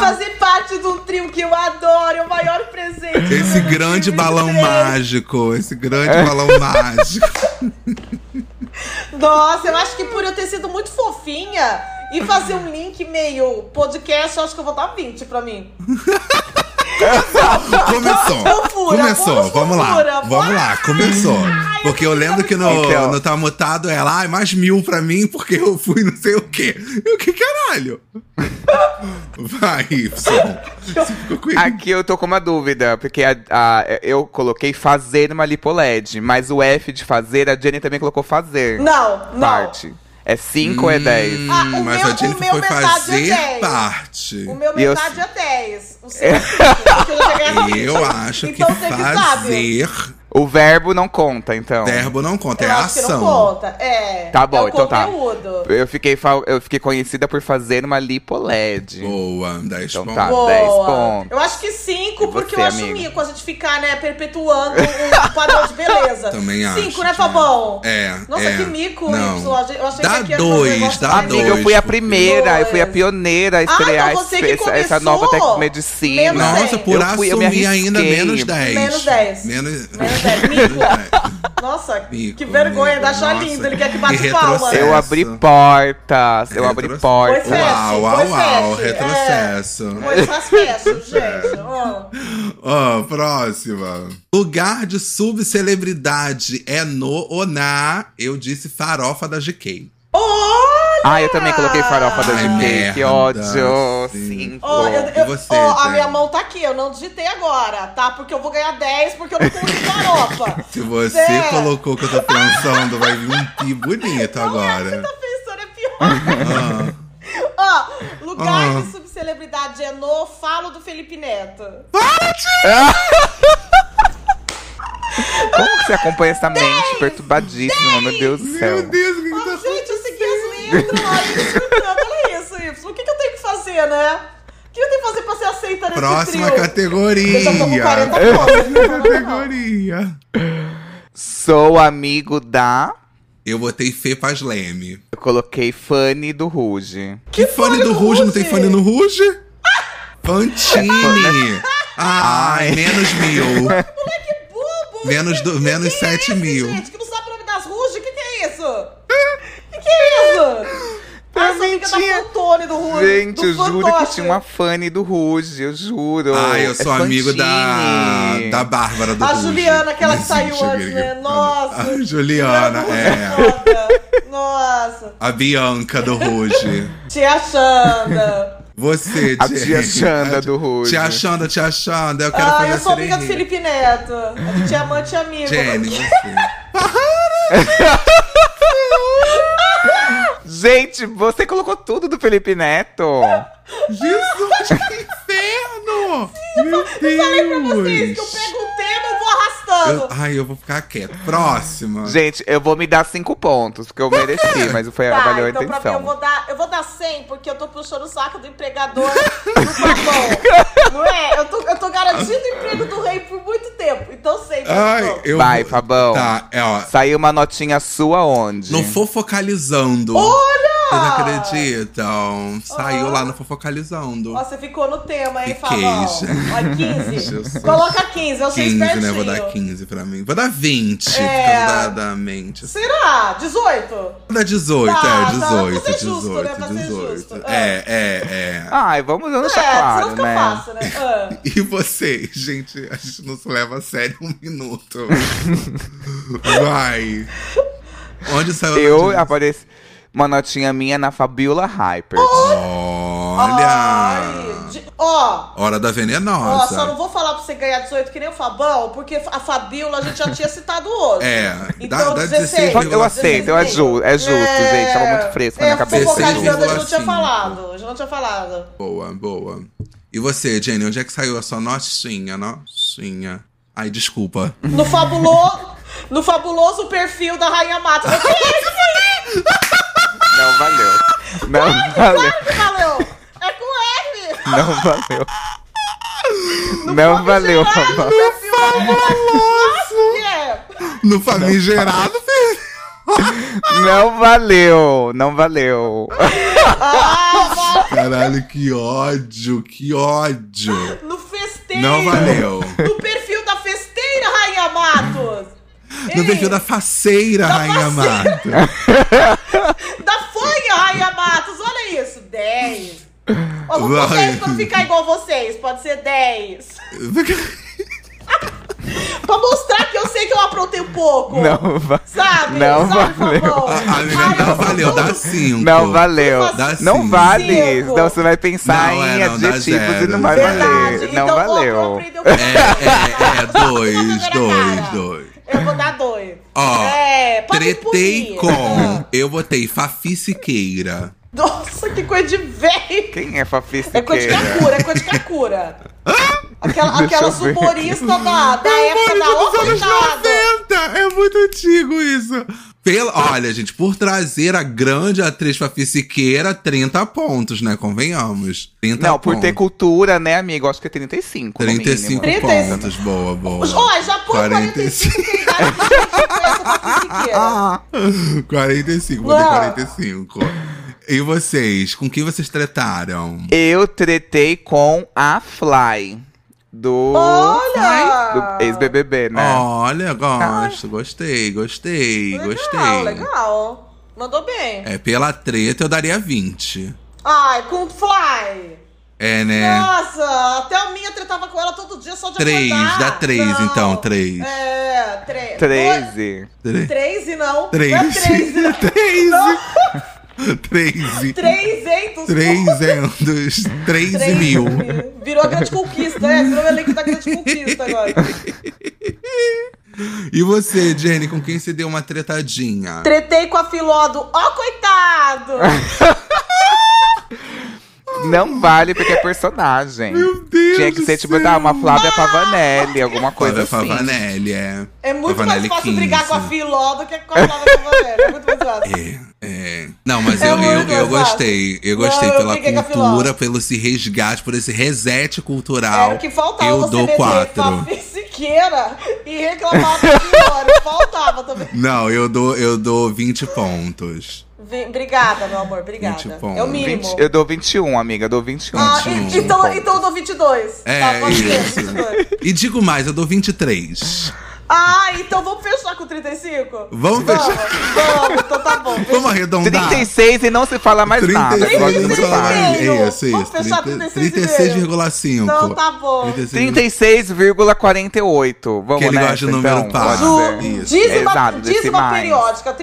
Speaker 4: Fazer parte de um trio que eu adoro, é o maior presente.
Speaker 3: Esse grande balão
Speaker 4: mágico.
Speaker 3: mágico, esse
Speaker 2: É.
Speaker 3: grande balão mágico.
Speaker 4: Nossa, eu acho que por eu ter sido muito fofinha e fazer um link meio podcast, eu acho que eu vou dar 20 pra mim.
Speaker 3: Começou.
Speaker 4: Fofura,
Speaker 3: Começou,
Speaker 4: vamos
Speaker 3: vamos
Speaker 4: fofura.
Speaker 3: lá. Vamos lá, começou. Porque eu lembro que no,
Speaker 2: Então.
Speaker 3: no Tá Mutado ela, ai, mais mil pra mim porque eu fui não sei o quê. E o que caralho? Vai, Y. Você ficou com ele.
Speaker 2: Aqui eu tô com uma dúvida, porque a- a- eu coloquei fazer uma lipoled, mas o F de fazer, a Jenny também colocou fazer.
Speaker 4: Não, não.
Speaker 2: Parte. É 5 ou
Speaker 3: Hum.
Speaker 2: é 10?
Speaker 4: Ah, o
Speaker 3: Mas
Speaker 4: meu-
Speaker 3: a Jennifer
Speaker 4: o meu
Speaker 3: foi
Speaker 4: metade
Speaker 3: fazer
Speaker 4: é dez.
Speaker 3: parte.
Speaker 4: O meu
Speaker 2: E eu-
Speaker 4: metade é 10. O seu é 5, porque eu já ganhei 20.
Speaker 3: Eu acho que
Speaker 4: Então você que sabe.
Speaker 3: fazer
Speaker 2: O verbo não conta, então.
Speaker 3: Verbo não conta,
Speaker 4: Eu
Speaker 3: é
Speaker 4: acho que não
Speaker 3: ação.
Speaker 4: conta. É.
Speaker 2: Tá bom,
Speaker 4: é o
Speaker 2: então tá.
Speaker 4: conteúdo.
Speaker 2: Eu fiquei, fa- eu fiquei conhecida por fazer uma lipoled.
Speaker 3: Boa, 10
Speaker 2: Então
Speaker 3: pontos.
Speaker 2: tá.
Speaker 4: Boa.
Speaker 2: 10 pontos.
Speaker 4: Eu acho que cinco,
Speaker 2: E
Speaker 4: porque
Speaker 2: você,
Speaker 4: eu acho
Speaker 2: amiga?
Speaker 4: mico a gente ficar, né, perpetuando o padrão de beleza.
Speaker 3: Também acho,
Speaker 4: Cinco, né,
Speaker 3: né?
Speaker 4: Fabão?
Speaker 3: É,
Speaker 4: Nossa,
Speaker 3: é.
Speaker 4: que mico
Speaker 3: Não.
Speaker 4: isso. Eu achei
Speaker 3: Dá
Speaker 4: que aqui
Speaker 3: dois,
Speaker 4: era um negócio
Speaker 3: dá
Speaker 4: mais-
Speaker 2: Amiga, eu
Speaker 3: dois,
Speaker 2: fui a
Speaker 3: porque-
Speaker 2: primeira, eu fui a
Speaker 4: Dois.
Speaker 2: pioneira a estrear
Speaker 4: então você
Speaker 2: esse-
Speaker 4: que
Speaker 2: essa, essa
Speaker 4: começou?
Speaker 2: nova
Speaker 4: Menos
Speaker 2: tecnomedicina.
Speaker 3: Nossa,
Speaker 4: dez.
Speaker 3: por
Speaker 2: Eu fui- eu me
Speaker 3: assumir ainda
Speaker 2: arrisquei.
Speaker 3: menos 10.
Speaker 4: Menos dez.
Speaker 3: Menos
Speaker 4: Menos
Speaker 3: Menos
Speaker 4: dez. Nossa,
Speaker 3: Mico,
Speaker 4: que vergonha,
Speaker 3: mico,
Speaker 4: ele achar
Speaker 3: nossa.
Speaker 4: lindo. Ele quer que
Speaker 3: E
Speaker 4: bate palma, né?
Speaker 2: Eu
Speaker 3: retrocesso.
Speaker 2: abri portas, eu abri
Speaker 3: Retrocesso.
Speaker 2: portas.
Speaker 4: Pois é.
Speaker 3: Uau, uau,
Speaker 4: pois
Speaker 3: uau,
Speaker 4: fecha, é.
Speaker 3: retrocesso.
Speaker 4: Pois faz festa,
Speaker 3: É.
Speaker 4: gente. ó.
Speaker 3: Ó, próxima. Lugar de subcelebridade é no ou na. Eu disse farofa da GK.
Speaker 4: Olha!
Speaker 2: Ah, eu também coloquei farofa da
Speaker 3: Ai,
Speaker 2: GK, que
Speaker 3: merda,
Speaker 2: ódio.
Speaker 3: sim.
Speaker 2: Cinco.
Speaker 4: Ó, eu-
Speaker 3: E
Speaker 4: eu-
Speaker 3: você,
Speaker 4: ó, a
Speaker 3: Thay?
Speaker 4: minha mão tá aqui, eu não digitei agora, tá? Porque eu vou ganhar 10 porque eu não comi faropa.
Speaker 3: Se você
Speaker 4: É.
Speaker 3: colocou o que eu tô pensando, vai vir um pi bonito agora.
Speaker 4: Tá pensando é pior.
Speaker 3: Ah.
Speaker 4: Ó, lugar
Speaker 3: Ah.
Speaker 4: de subcelebridade é no falo do Felipe Neto.
Speaker 2: Como que você acompanha essa mente perturbadíssima, meu Deus do céu?
Speaker 3: Meu Deus, o que
Speaker 4: Ó,
Speaker 3: que tá
Speaker 4: gente, eu segui as letras, olha, é eu escutando, olha isso, Y. O que, que eu tenho que fazer, né? O que eu tenho que fazer pra ser aceita nesse
Speaker 3: Próxima
Speaker 4: trio?
Speaker 3: categoria.
Speaker 4: Eu já tô com 40 pontos. não vou falar, não.
Speaker 3: categoria.
Speaker 2: Sou amigo da.
Speaker 3: Eu botei Fê Paz Leme.
Speaker 2: Eu coloquei Fanny do Ruge.
Speaker 3: Que, fone do Ruge? Não tem fone no Ruge?
Speaker 4: Ah! É
Speaker 3: Fantini.
Speaker 4: né?
Speaker 3: Ai, menos mil.
Speaker 4: Bobo,
Speaker 3: Menos, do, menos
Speaker 4: que é
Speaker 3: 7
Speaker 4: esse,
Speaker 3: mil.
Speaker 4: Gente, que não sabe o nome das rujas, o que, que é isso? O que, que é isso? Essa amiga da Fantone do Rujo.
Speaker 2: Gente,
Speaker 4: do
Speaker 2: eu juro que
Speaker 4: fantoche.
Speaker 2: tinha uma Fanny do Ruge, eu juro.
Speaker 3: Ai, eu
Speaker 2: É
Speaker 3: sou amigo da,
Speaker 2: Fantine.
Speaker 3: da Bárbara do
Speaker 4: A
Speaker 3: Ruge.
Speaker 4: Juliana, aquela que
Speaker 3: Não
Speaker 4: saiu
Speaker 3: existe,
Speaker 4: antes,
Speaker 3: amiga.
Speaker 4: né? Nossa.
Speaker 3: A Ah, Juliana, é.
Speaker 4: Foda. Nossa.
Speaker 3: A Bianca do Ruge.
Speaker 4: Tia Xanda.
Speaker 3: Você,
Speaker 2: A
Speaker 3: Jay.
Speaker 2: tia Xanda do Ruge.
Speaker 3: Tia Xanda, tia Xanda, eu quero
Speaker 4: Ah,
Speaker 3: fazer
Speaker 4: eu
Speaker 3: a
Speaker 4: sou amiga do
Speaker 3: serenita.
Speaker 4: Felipe Neto. A gente é amante e amigo.
Speaker 3: Jenny, você.
Speaker 2: Gente, você colocou tudo do Felipe Neto.
Speaker 3: Jesus, que inferno! Meu Deus!
Speaker 4: Falei pra vocês que eu pego o tema e vou arrastando.
Speaker 3: Eu- ai, eu vou ficar quieto. Próxima.
Speaker 2: Gente, eu vou me dar cinco pontos, porque eu mereci, mas
Speaker 3: Ah,
Speaker 2: foi
Speaker 4: Tá,
Speaker 2: valeu a
Speaker 4: então pra mim eu
Speaker 2: intenção.
Speaker 4: vou dar, eu vou dar 100 porque eu tô puxando o saco do empregador do Fabão. Não é? Eu tô, eu tô garantindo o emprego do rei por muito tempo. Então 100,
Speaker 3: Ai,
Speaker 4: Fabão.
Speaker 3: eu
Speaker 2: Vai,
Speaker 3: vou-
Speaker 2: Fabão.
Speaker 3: Tá, é, ó.
Speaker 2: Saiu uma notinha sua onde?
Speaker 3: Não fofocalizando. Vocês
Speaker 4: Olha!
Speaker 3: acreditam? Saiu lá no fofocalizando.
Speaker 4: Ah. Nossa, você ficou no tema, hein,
Speaker 3: Fiquei,
Speaker 4: Fabão? Ó,
Speaker 3: gente.
Speaker 4: 15.
Speaker 3: Jesus.
Speaker 4: Coloca 15, eu sou
Speaker 3: 15,
Speaker 4: espertinho.
Speaker 3: né? Vou dar 15 pra mim. Vou dar 20 por
Speaker 4: É.
Speaker 3: causa da, da mente.
Speaker 4: Será? 18?
Speaker 3: Vou dar 18,
Speaker 4: Tá, tá,
Speaker 3: é, 18,
Speaker 4: pra ser justo,
Speaker 3: 18,
Speaker 4: né? Pra ser
Speaker 3: 18.
Speaker 4: justo. Ah.
Speaker 3: É, é, é.
Speaker 2: Ai, vamos dando
Speaker 4: é, senão
Speaker 2: claro,
Speaker 4: fica
Speaker 2: né?
Speaker 4: fácil, né? Ah.
Speaker 3: E vocês, gente, a gente não se leva a sério um minuto. Vai. Onde saiu a
Speaker 2: Eu
Speaker 3: notícia?
Speaker 2: apareci uma notinha minha na Fabiola Hyper.
Speaker 3: Olha!
Speaker 4: Ai, de- Ó,
Speaker 3: Hora da
Speaker 4: Ó,
Speaker 3: venenosa.
Speaker 4: só não vou falar pra você ganhar 18 que nem o Fabão, porque a Fabiola a gente já tinha citado hoje.
Speaker 3: É,
Speaker 4: então
Speaker 3: dá- dá
Speaker 4: 16.
Speaker 3: 16,5.
Speaker 2: Eu aceito, eu ajusto, é justo, gente, tava muito fresco na minha cabeça.
Speaker 4: é, Eu tô focalizando, a gente não tinha
Speaker 3: 16,5.
Speaker 4: falado. A gente não tinha falado.
Speaker 3: Boa, boa. E você, Jenny, onde é que saiu a sua notinha? Notinha. Ai, desculpa.
Speaker 4: No fabuloso, no fabuloso perfil da Rainha Mata. É Eu falei,
Speaker 2: Não valeu. Não valeu.
Speaker 4: "Claro que tá valeu! É com R!
Speaker 2: Não valeu. Não valeu, Fabão.
Speaker 4: Fabuloso! É.
Speaker 3: No famigerado,
Speaker 2: Não valeu. Não valeu.
Speaker 4: Ah,
Speaker 3: Caralho, que ódio, que ódio.
Speaker 4: vai no festeiro!
Speaker 3: Não valeu.
Speaker 4: No perfil da festeira, Rainha Matos!
Speaker 3: No perfil da faceira, Rainha Mato.
Speaker 4: Da fanha, Rainha Matos, olha isso. 10. Ó, vou pôr
Speaker 3: Vai.
Speaker 4: 10 pra ficar igual vocês, pode ser 10. Pra mostrar que eu sei que eu aprontei um pouco.
Speaker 2: Não valeu.
Speaker 4: Sabe?
Speaker 2: Não
Speaker 4: Sabe,
Speaker 2: valeu.
Speaker 4: Fabão?
Speaker 3: A- Amiga,
Speaker 4: Ai,
Speaker 3: não
Speaker 4: eu sou
Speaker 3: valeu, dá
Speaker 4: tudo.
Speaker 3: cinco.
Speaker 2: Não valeu.
Speaker 3: Dá
Speaker 2: Não
Speaker 3: cinco.
Speaker 2: vale.
Speaker 4: Cinco.
Speaker 2: Então você vai pensar
Speaker 3: Não, é,
Speaker 2: em
Speaker 3: não, dá
Speaker 2: adjetivos e
Speaker 3: zero,
Speaker 2: não vai
Speaker 3: zero.
Speaker 2: valer.
Speaker 4: Verdade,
Speaker 2: Não
Speaker 4: então vou
Speaker 2: valeu.
Speaker 4: aprender o que eu
Speaker 3: É,
Speaker 4: sei.
Speaker 3: é, é, dois, dois, dois.
Speaker 4: Eu vou dar dois.
Speaker 3: Ó,
Speaker 4: é, pra me
Speaker 3: Tretei
Speaker 4: punir.
Speaker 3: com.
Speaker 4: Ah.
Speaker 3: Eu botei Fafi Siqueira.
Speaker 4: Nossa, que coisa de velho!
Speaker 2: Quem é Fafi Siqueira?
Speaker 4: É coisa de Kakura, é coisa de Kakura. Aquela,
Speaker 2: Deixa
Speaker 4: aquelas
Speaker 2: eu ver.
Speaker 4: humoristas da, da época da
Speaker 3: Dos anos
Speaker 4: Ô,
Speaker 3: 90! É muito antigo isso. Pela, olha, gente, por trazer a grande atriz Fafi Siqueira, 30 pontos, né? Convenhamos. 30
Speaker 2: Não, por ter
Speaker 3: pontos.
Speaker 2: cultura, né, amigo? Acho que é 35. no
Speaker 3: 35
Speaker 2: mínimo.
Speaker 4: Trinta e-
Speaker 3: pontos. Boa, boa.
Speaker 4: Ó, já põe 45 que tem idade pra gente conhece essa
Speaker 2: Ah,
Speaker 3: 45, vou ter
Speaker 4: Uau.
Speaker 3: 45. E vocês? Com quem vocês tretaram?
Speaker 2: Eu tretei com a Fly. Do.
Speaker 4: Olha!
Speaker 2: Do ex-BBB, né?
Speaker 3: Olha, gosto, gostei, gostei, gostei.
Speaker 4: Legal, legal. Mandou bem.
Speaker 3: É, pela treta eu daria 20.
Speaker 4: Ai, com Fly.
Speaker 3: É, né?
Speaker 4: Nossa, até a minha tretava com ela todo dia só de
Speaker 3: Três,
Speaker 4: acordar.
Speaker 3: dá três,
Speaker 4: Não.
Speaker 3: então, três.
Speaker 4: É, três.
Speaker 2: 13.
Speaker 3: Tre-
Speaker 4: Dois- Três e não.
Speaker 3: Três.
Speaker 4: Não é três, não.
Speaker 3: Três.
Speaker 4: Trezentos.
Speaker 3: Três é dos três e
Speaker 4: Três
Speaker 3: mil.
Speaker 4: Virou a grande conquista, né? Virou o elenco da grande conquista agora.
Speaker 3: E você, Jenny, com quem você deu uma tretadinha?
Speaker 4: Tretei com a Filó do Ó, coitado!
Speaker 2: Não vale porque é personagem.
Speaker 3: Meu Deus
Speaker 2: Tinha que
Speaker 3: do
Speaker 2: ser tipo
Speaker 3: céu.
Speaker 2: tá, uma Flávia Pavanelli, alguma coisa
Speaker 3: Flávia
Speaker 2: assim.
Speaker 3: Pavanelli, é.
Speaker 4: É muito
Speaker 3: Pavanelli
Speaker 4: mais fácil brigar com a
Speaker 3: 15.
Speaker 4: Filó do que com a Flávia Cavalera. É muito mais fácil.
Speaker 3: É, é. Não, mas
Speaker 4: É
Speaker 3: eu, eu,
Speaker 4: muito
Speaker 3: eu
Speaker 4: engraçado.
Speaker 3: gostei. Eu
Speaker 4: Não,
Speaker 3: gostei
Speaker 4: eu
Speaker 3: pela
Speaker 4: fiquei com a
Speaker 3: cultura,
Speaker 4: Filó.
Speaker 3: pelo esse resgate, por esse reset cultural.
Speaker 4: Era o que faltava
Speaker 3: eu
Speaker 4: você
Speaker 3: dou
Speaker 4: meter
Speaker 3: quatro.
Speaker 4: Fafi Siqueira e reclamar da Filó. Faltava também.
Speaker 3: Não, eu dou, eu dou 20 pontos.
Speaker 4: Vi- Obrigada, meu amor. Obrigada.
Speaker 3: Vinte pontos.
Speaker 4: É o mínimo.
Speaker 2: 20 eu dou 21, amiga. Eu dou 21.
Speaker 4: Ah, e-
Speaker 3: 21
Speaker 4: então,
Speaker 2: pontos.
Speaker 4: então eu dou 22.
Speaker 3: É,
Speaker 4: tá, pode ser,
Speaker 3: isso.
Speaker 4: 22.
Speaker 3: E digo mais, eu dou 23.
Speaker 4: Ah, então vamos fechar com 35?
Speaker 3: Vamos
Speaker 4: Vamos,
Speaker 3: fechar.
Speaker 4: vamos. Então tá bom.
Speaker 3: Vamos arredondar.
Speaker 2: 36 e não se fala mais nada. Eu gosto do número
Speaker 3: 36,
Speaker 2: par.
Speaker 4: meio.
Speaker 3: isso,
Speaker 4: Vamos
Speaker 3: isso.
Speaker 4: fechar
Speaker 3: 30
Speaker 4: 36,5.
Speaker 3: 36,5.
Speaker 4: Então tá bom.
Speaker 2: 36,48. Vamos
Speaker 3: Que ele
Speaker 2: nessa,
Speaker 3: gosta de número
Speaker 2: então,
Speaker 3: par.
Speaker 2: pode
Speaker 4: Ju,
Speaker 2: ser.
Speaker 3: Isso.
Speaker 4: diz uma,
Speaker 2: Exato,
Speaker 4: diz uma
Speaker 2: decimais.
Speaker 4: periódica, um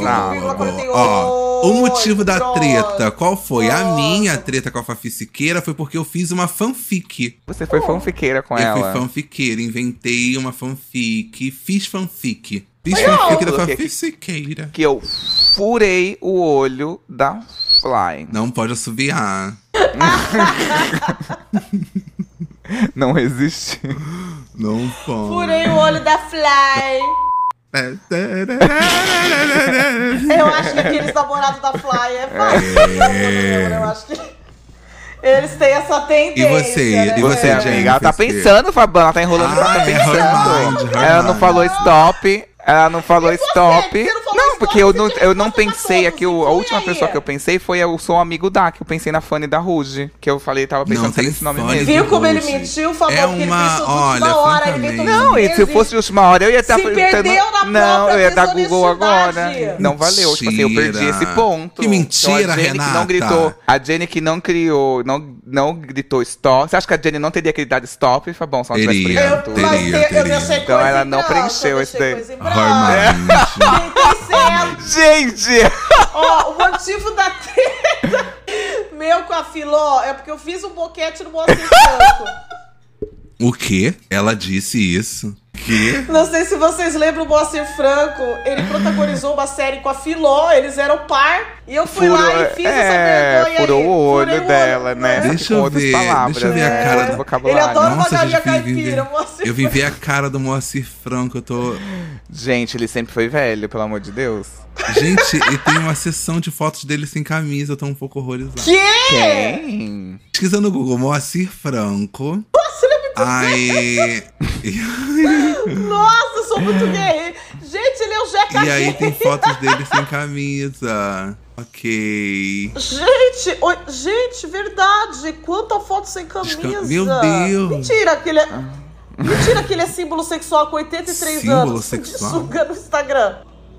Speaker 2: Exato.
Speaker 3: Boa, boa.
Speaker 4: 35,48.
Speaker 3: Ó, o motivo da
Speaker 4: Pronto.
Speaker 3: treta, qual foi? A
Speaker 4: Pronto.
Speaker 3: minha treta com a Fafi Siqueira foi porque eu fiz uma fanfic.
Speaker 2: Você foi fanfiqueira com
Speaker 3: eu fui
Speaker 2: ela.
Speaker 3: fanfiqueira, inventei uma fanfic, fiz fanfic. Fiz
Speaker 2: Legal.
Speaker 3: fanfic da
Speaker 2: Coloquei
Speaker 3: Fafi
Speaker 2: aqui.
Speaker 3: Siqueira.
Speaker 2: Que eu furei o olho da Fly.
Speaker 3: Não pode assobiar.
Speaker 2: Não resisti.
Speaker 3: Não pode. É,
Speaker 4: Furei o olho da Fly. Eu acho que aqueles namorados da Fly é fácil. Eu acho que eles têm essa tendência.
Speaker 3: É. você?
Speaker 4: né?
Speaker 3: E você,
Speaker 2: Você,
Speaker 3: Jennifer,
Speaker 2: amiga, ela tá
Speaker 3: fez o quê?
Speaker 2: pensando, Fabão. Ela tá enrolando, ela
Speaker 3: Ah,
Speaker 2: tá
Speaker 3: é,
Speaker 2: pensando.
Speaker 3: her mind, her
Speaker 2: ela não
Speaker 3: mind.
Speaker 2: falou stop. Ela não falou
Speaker 4: Ah. você?
Speaker 2: stop.
Speaker 4: Você não falou stop,
Speaker 2: porque eu
Speaker 4: você
Speaker 2: não,
Speaker 4: tinha que
Speaker 2: eu não
Speaker 4: fazer pra
Speaker 2: pensei aqui. o- A
Speaker 4: todos,
Speaker 2: última
Speaker 4: então, e aí?
Speaker 2: pessoa que eu pensei foi o Sou Amigo da, que eu pensei na Fanny da Ruge. Que eu falei, tava pensando
Speaker 3: Não,
Speaker 2: se era
Speaker 3: tem
Speaker 2: esse nome
Speaker 3: Fanny.
Speaker 2: mesmo.
Speaker 4: Viu como ele
Speaker 3: Gente,
Speaker 4: mentiu? Falou
Speaker 3: é
Speaker 4: que ele
Speaker 3: uma-
Speaker 4: pensou tudo
Speaker 3: olha,
Speaker 4: na hora, ele inventou
Speaker 3: francamente.
Speaker 2: Não, e se
Speaker 4: meses.
Speaker 2: fosse de última hora, eu ia estar
Speaker 4: Se perdeu na
Speaker 2: Não,
Speaker 4: própria
Speaker 2: eu ia dar Google agora.
Speaker 4: desonestidade.
Speaker 2: Não valeu. Tipo assim, eu perdi
Speaker 3: Mentira.
Speaker 2: esse ponto.
Speaker 3: Que mentira,
Speaker 2: então, a Jenny que
Speaker 3: Renata.
Speaker 2: não gritou. A Jenny que não criou, não, não gritou stop. Você acha que a Jenny não teria que dar stop? Foi bom, se ela tivesse
Speaker 3: Teria.
Speaker 2: brigado.
Speaker 4: Eu,
Speaker 3: Teria,
Speaker 4: mas eu- eu
Speaker 3: teria.
Speaker 4: deixei
Speaker 2: Então
Speaker 4: coisa
Speaker 2: ela
Speaker 4: em
Speaker 2: não
Speaker 4: branco,
Speaker 2: preencheu
Speaker 4: eu
Speaker 2: esse
Speaker 4: deixei
Speaker 2: daí.
Speaker 4: coisa em branco.
Speaker 3: Her mind.
Speaker 4: Tem certo.
Speaker 2: Gente!
Speaker 4: Ó, o motivo da treta meu com a Filó é porque eu fiz um boquete no Moacir Franco.
Speaker 3: O quê? Ela disse isso? Que?
Speaker 4: Não sei se vocês lembram o Moacir Franco. Ele protagonizou uma série com a Filó, eles eram par. E eu fui lá e fiz
Speaker 2: é,
Speaker 4: essa vergonha
Speaker 2: furou
Speaker 4: aí.
Speaker 2: o olho
Speaker 4: Furei
Speaker 2: dela, né?
Speaker 3: Deixa
Speaker 2: Só que com
Speaker 3: eu
Speaker 2: outras
Speaker 3: ver,
Speaker 2: palavras,
Speaker 3: deixa eu ver a
Speaker 2: né?
Speaker 3: cara
Speaker 2: Outro
Speaker 3: da-
Speaker 2: vocabulário.
Speaker 4: Ele adora- Toma galinha
Speaker 3: gente, eu vim ver-
Speaker 4: caipira, Moacir
Speaker 3: né?" eu vim ver a cara do Moacir Franco, eu tô...
Speaker 2: Gente, ele sempre foi velho, pelo amor de Deus.
Speaker 3: Gente, e tem uma sessão de fotos dele sem camisa, eu tô um pouco horrorizado.
Speaker 4: Quê?
Speaker 2: Quem?
Speaker 3: Pesquisando no Google, Moacir Franco.
Speaker 4: é
Speaker 3: Aí...
Speaker 4: Nossa, eu sou muito gay. Gente, ele é o Jeca
Speaker 3: E aí
Speaker 4: Gay.
Speaker 3: tem fotos dele sem camisa. Ok.
Speaker 4: Gente, oi- gente, verdade. Quanta foto sem camisa.
Speaker 3: Desca- Meu Deus. Ah.
Speaker 4: Mentira que ele é... Mentira que ele é símbolo sexual com 83
Speaker 3: Símbolo
Speaker 4: anos.
Speaker 3: sexual?
Speaker 4: De sunga no Instagram.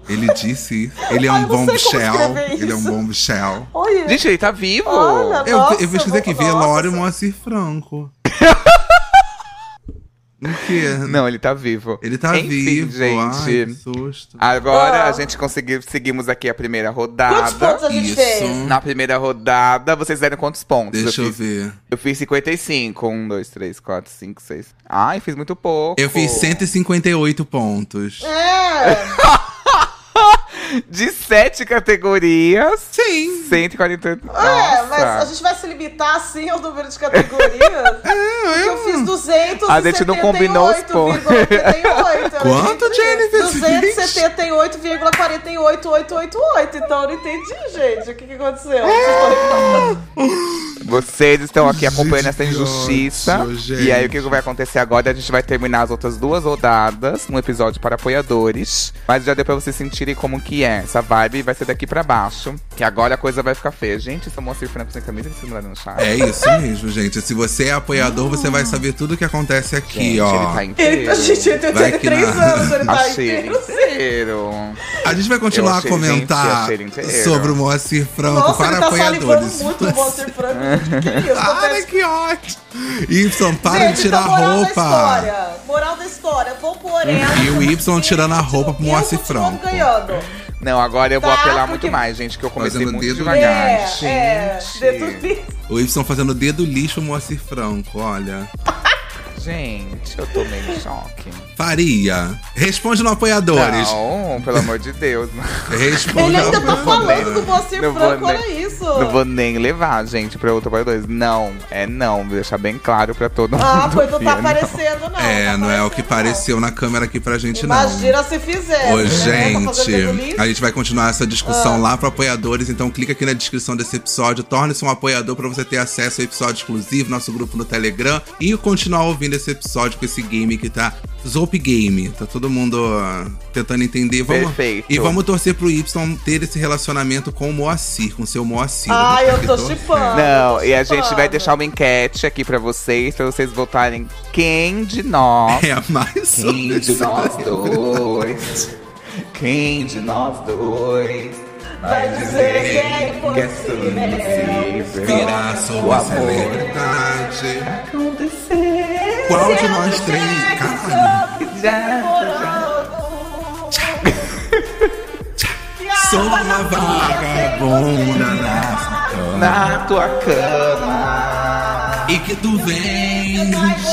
Speaker 3: Ele disse isso. Ele é
Speaker 4: Ai,
Speaker 3: um
Speaker 4: eu não sei como
Speaker 3: bombshell.
Speaker 4: escrever isso.
Speaker 3: Ele é um bombshell.
Speaker 4: Olha.
Speaker 2: Gente, ele tá vivo!
Speaker 4: Olha.
Speaker 3: Eu,
Speaker 4: Nossa,
Speaker 3: eu pesquisei aqui,
Speaker 4: vou-
Speaker 3: velório
Speaker 4: nossa.
Speaker 3: Moacir Franco. o quê?
Speaker 2: Não, ele tá vivo.
Speaker 3: Ele tá
Speaker 2: Enfim,
Speaker 3: vivo. Ai, que
Speaker 2: gente.
Speaker 3: susto.
Speaker 2: Agora
Speaker 4: Ah.
Speaker 2: a gente conseguiu, seguimos aqui a primeira
Speaker 4: Quantos pontos
Speaker 2: rodada.
Speaker 4: a gente
Speaker 3: Isso.
Speaker 4: fez?
Speaker 2: Na primeira rodada, vocês deram quantos pontos?
Speaker 3: Deixa eu
Speaker 2: fiz, um
Speaker 3: ver.
Speaker 2: eu fiz 55. 1, 2, 3, 4, 5, 6. Ai, fiz muito pouco.
Speaker 3: Eu fiz 158 pontos.
Speaker 4: É.
Speaker 2: de sete categorias.
Speaker 3: Sim.
Speaker 2: 140.
Speaker 4: É, mas a
Speaker 2: Nossa.
Speaker 4: gente vai se limitar assim ao número de
Speaker 3: É,
Speaker 4: categorias? Porque eu fiz 200
Speaker 2: A gente não combinou os pontos.
Speaker 3: Quanto, Jennifer?
Speaker 4: 278,48888. Então eu não entendi, gente. O que, que aconteceu?
Speaker 3: É.
Speaker 4: Vocês
Speaker 2: Vocês estão aqui acompanhando essa
Speaker 3: que
Speaker 2: injustiça.
Speaker 3: ódio, gente.
Speaker 2: e aí, o que vai acontecer agora? A gente vai terminar as outras duas rodadas, um episódio para apoiadores. Mas já deu pra vocês sentirem como que é. Essa vibe vai ser daqui pra baixo. Que agora a coisa vai ficar feia. Gente, um essa moça e Franco sem camisa que vocês mandaram no chat.
Speaker 3: É isso mesmo, gente. Se você é apoiador, você
Speaker 4: Hum.
Speaker 3: vai saber tudo o que acontece aqui,
Speaker 2: Gente, ele
Speaker 3: ó.
Speaker 2: tá
Speaker 4: Ele,
Speaker 2: inteiro.
Speaker 4: a gente ele tem
Speaker 3: Vai que
Speaker 4: 83
Speaker 3: na-
Speaker 4: anos, ele tá
Speaker 2: Achei ele
Speaker 4: inteiro.
Speaker 2: inteiro.
Speaker 3: A gente vai
Speaker 2: Eu
Speaker 3: continuar a
Speaker 2: achei,
Speaker 3: comentar
Speaker 2: gente, eu achei ele inteiro.
Speaker 3: sobre o Moacir Franco
Speaker 4: Nossa,
Speaker 3: para
Speaker 4: ele tá salivando
Speaker 3: apoiadores.
Speaker 4: muito o Monster Franco. gente. Que isso?
Speaker 3: Para,
Speaker 4: Acontece
Speaker 3: que ótimo! Y, para
Speaker 4: Gente,
Speaker 3: de tirar
Speaker 4: então,
Speaker 3: a
Speaker 4: moral Da
Speaker 3: roupa!
Speaker 4: história, moral da história, vou por ela.
Speaker 3: E o Y tirando a roupa pro
Speaker 4: Eu
Speaker 3: Moacir
Speaker 4: continuo
Speaker 3: Franco.
Speaker 4: ganhando.
Speaker 2: Não, agora eu vou
Speaker 4: Tá,
Speaker 2: apelar
Speaker 4: porque-
Speaker 2: muito mais, gente, que eu comecei
Speaker 3: Fazendo
Speaker 2: muito
Speaker 3: dedo-
Speaker 2: devagar.
Speaker 4: É,
Speaker 2: gente.
Speaker 4: é. Dedo
Speaker 3: O Y fazendo dedo lixo o Moacir Franco, olha.
Speaker 2: Gente, eu tô meio em choque.
Speaker 3: Faria, responde no apoiadores.
Speaker 2: Não, pelo amor de Deus.
Speaker 3: Responde
Speaker 4: Ele ainda
Speaker 3: no
Speaker 4: tá
Speaker 3: apoiadores.
Speaker 4: falando do Moacir
Speaker 2: Não vou
Speaker 4: Franco,
Speaker 2: nem-
Speaker 4: olha isso.
Speaker 2: Não vou nem levar, gente, pra outro para dois. Não, é não. Vou deixar bem claro pra todo mundo.
Speaker 4: Ah, pois não
Speaker 2: que é
Speaker 4: tá
Speaker 2: não.
Speaker 4: aparecendo, não.
Speaker 3: É,
Speaker 4: tá
Speaker 3: não é o que
Speaker 4: aparecendo,
Speaker 3: pareceu na câmera aqui pra gente,
Speaker 4: não.
Speaker 3: não.
Speaker 4: Imagina se fizer.
Speaker 3: Ô,
Speaker 4: né? Tá fazendo Ah. dedo
Speaker 3: gente,
Speaker 4: liso.
Speaker 3: a gente vai continuar essa discussão lá para apoiadores, então clica aqui na descrição desse episódio, torne-se um apoiador para você ter acesso ao episódio exclusivo, nosso grupo no Telegram e continuar ouvindo esse episódio com esse game que tá Zop Game. Tá todo mundo ah, tentando entender. Vamos,
Speaker 2: Perfeito.
Speaker 3: E vamos torcer pro Y ter esse relacionamento com o Moacir, com o seu Moacir. Então,
Speaker 4: Ai, eu tô
Speaker 3: Torcer.
Speaker 4: chipando.
Speaker 2: Não,
Speaker 4: tô
Speaker 2: e a gente vai
Speaker 4: chipando.
Speaker 2: deixar uma enquete aqui pra vocês, pra vocês votarem quem de nós.
Speaker 3: É, mais
Speaker 2: Quem de
Speaker 3: um.
Speaker 2: nós dois? Quem de nós dois?
Speaker 4: Vai dizer que é
Speaker 2: Que é
Speaker 3: Virar
Speaker 2: sobre
Speaker 3: sua celebridade. Qual de nós três? Caralho. Sou uma vagabunda na
Speaker 2: Na tua cama,
Speaker 3: e que tu vem.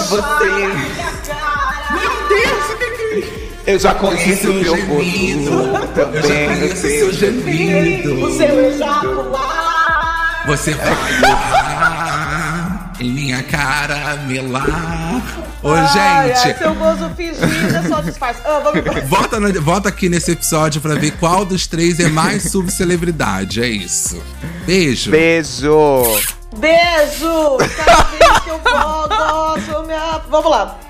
Speaker 2: você.
Speaker 3: Meu Deus, o que é que
Speaker 2: Eu já conheço o
Speaker 3: Seu
Speaker 2: meu
Speaker 3: gemido.
Speaker 2: futuro
Speaker 3: Eu já
Speaker 2: também.
Speaker 3: conheço seu
Speaker 4: O
Speaker 3: gemido.
Speaker 4: seu ejacular.
Speaker 3: Você vai lá em minha cara melar. Ô,
Speaker 4: Ai, ai,
Speaker 3: gente.
Speaker 4: seu gozo fingido é só disfarce. Ah, vamos embora.
Speaker 3: Vota, no- vota aqui nesse episódio pra ver qual dos três é mais subcelebridade. É isso. Beijo.
Speaker 2: Beijo.
Speaker 4: Beijo! Cada vez que eu vou, nossa, eu me... Vamos lá.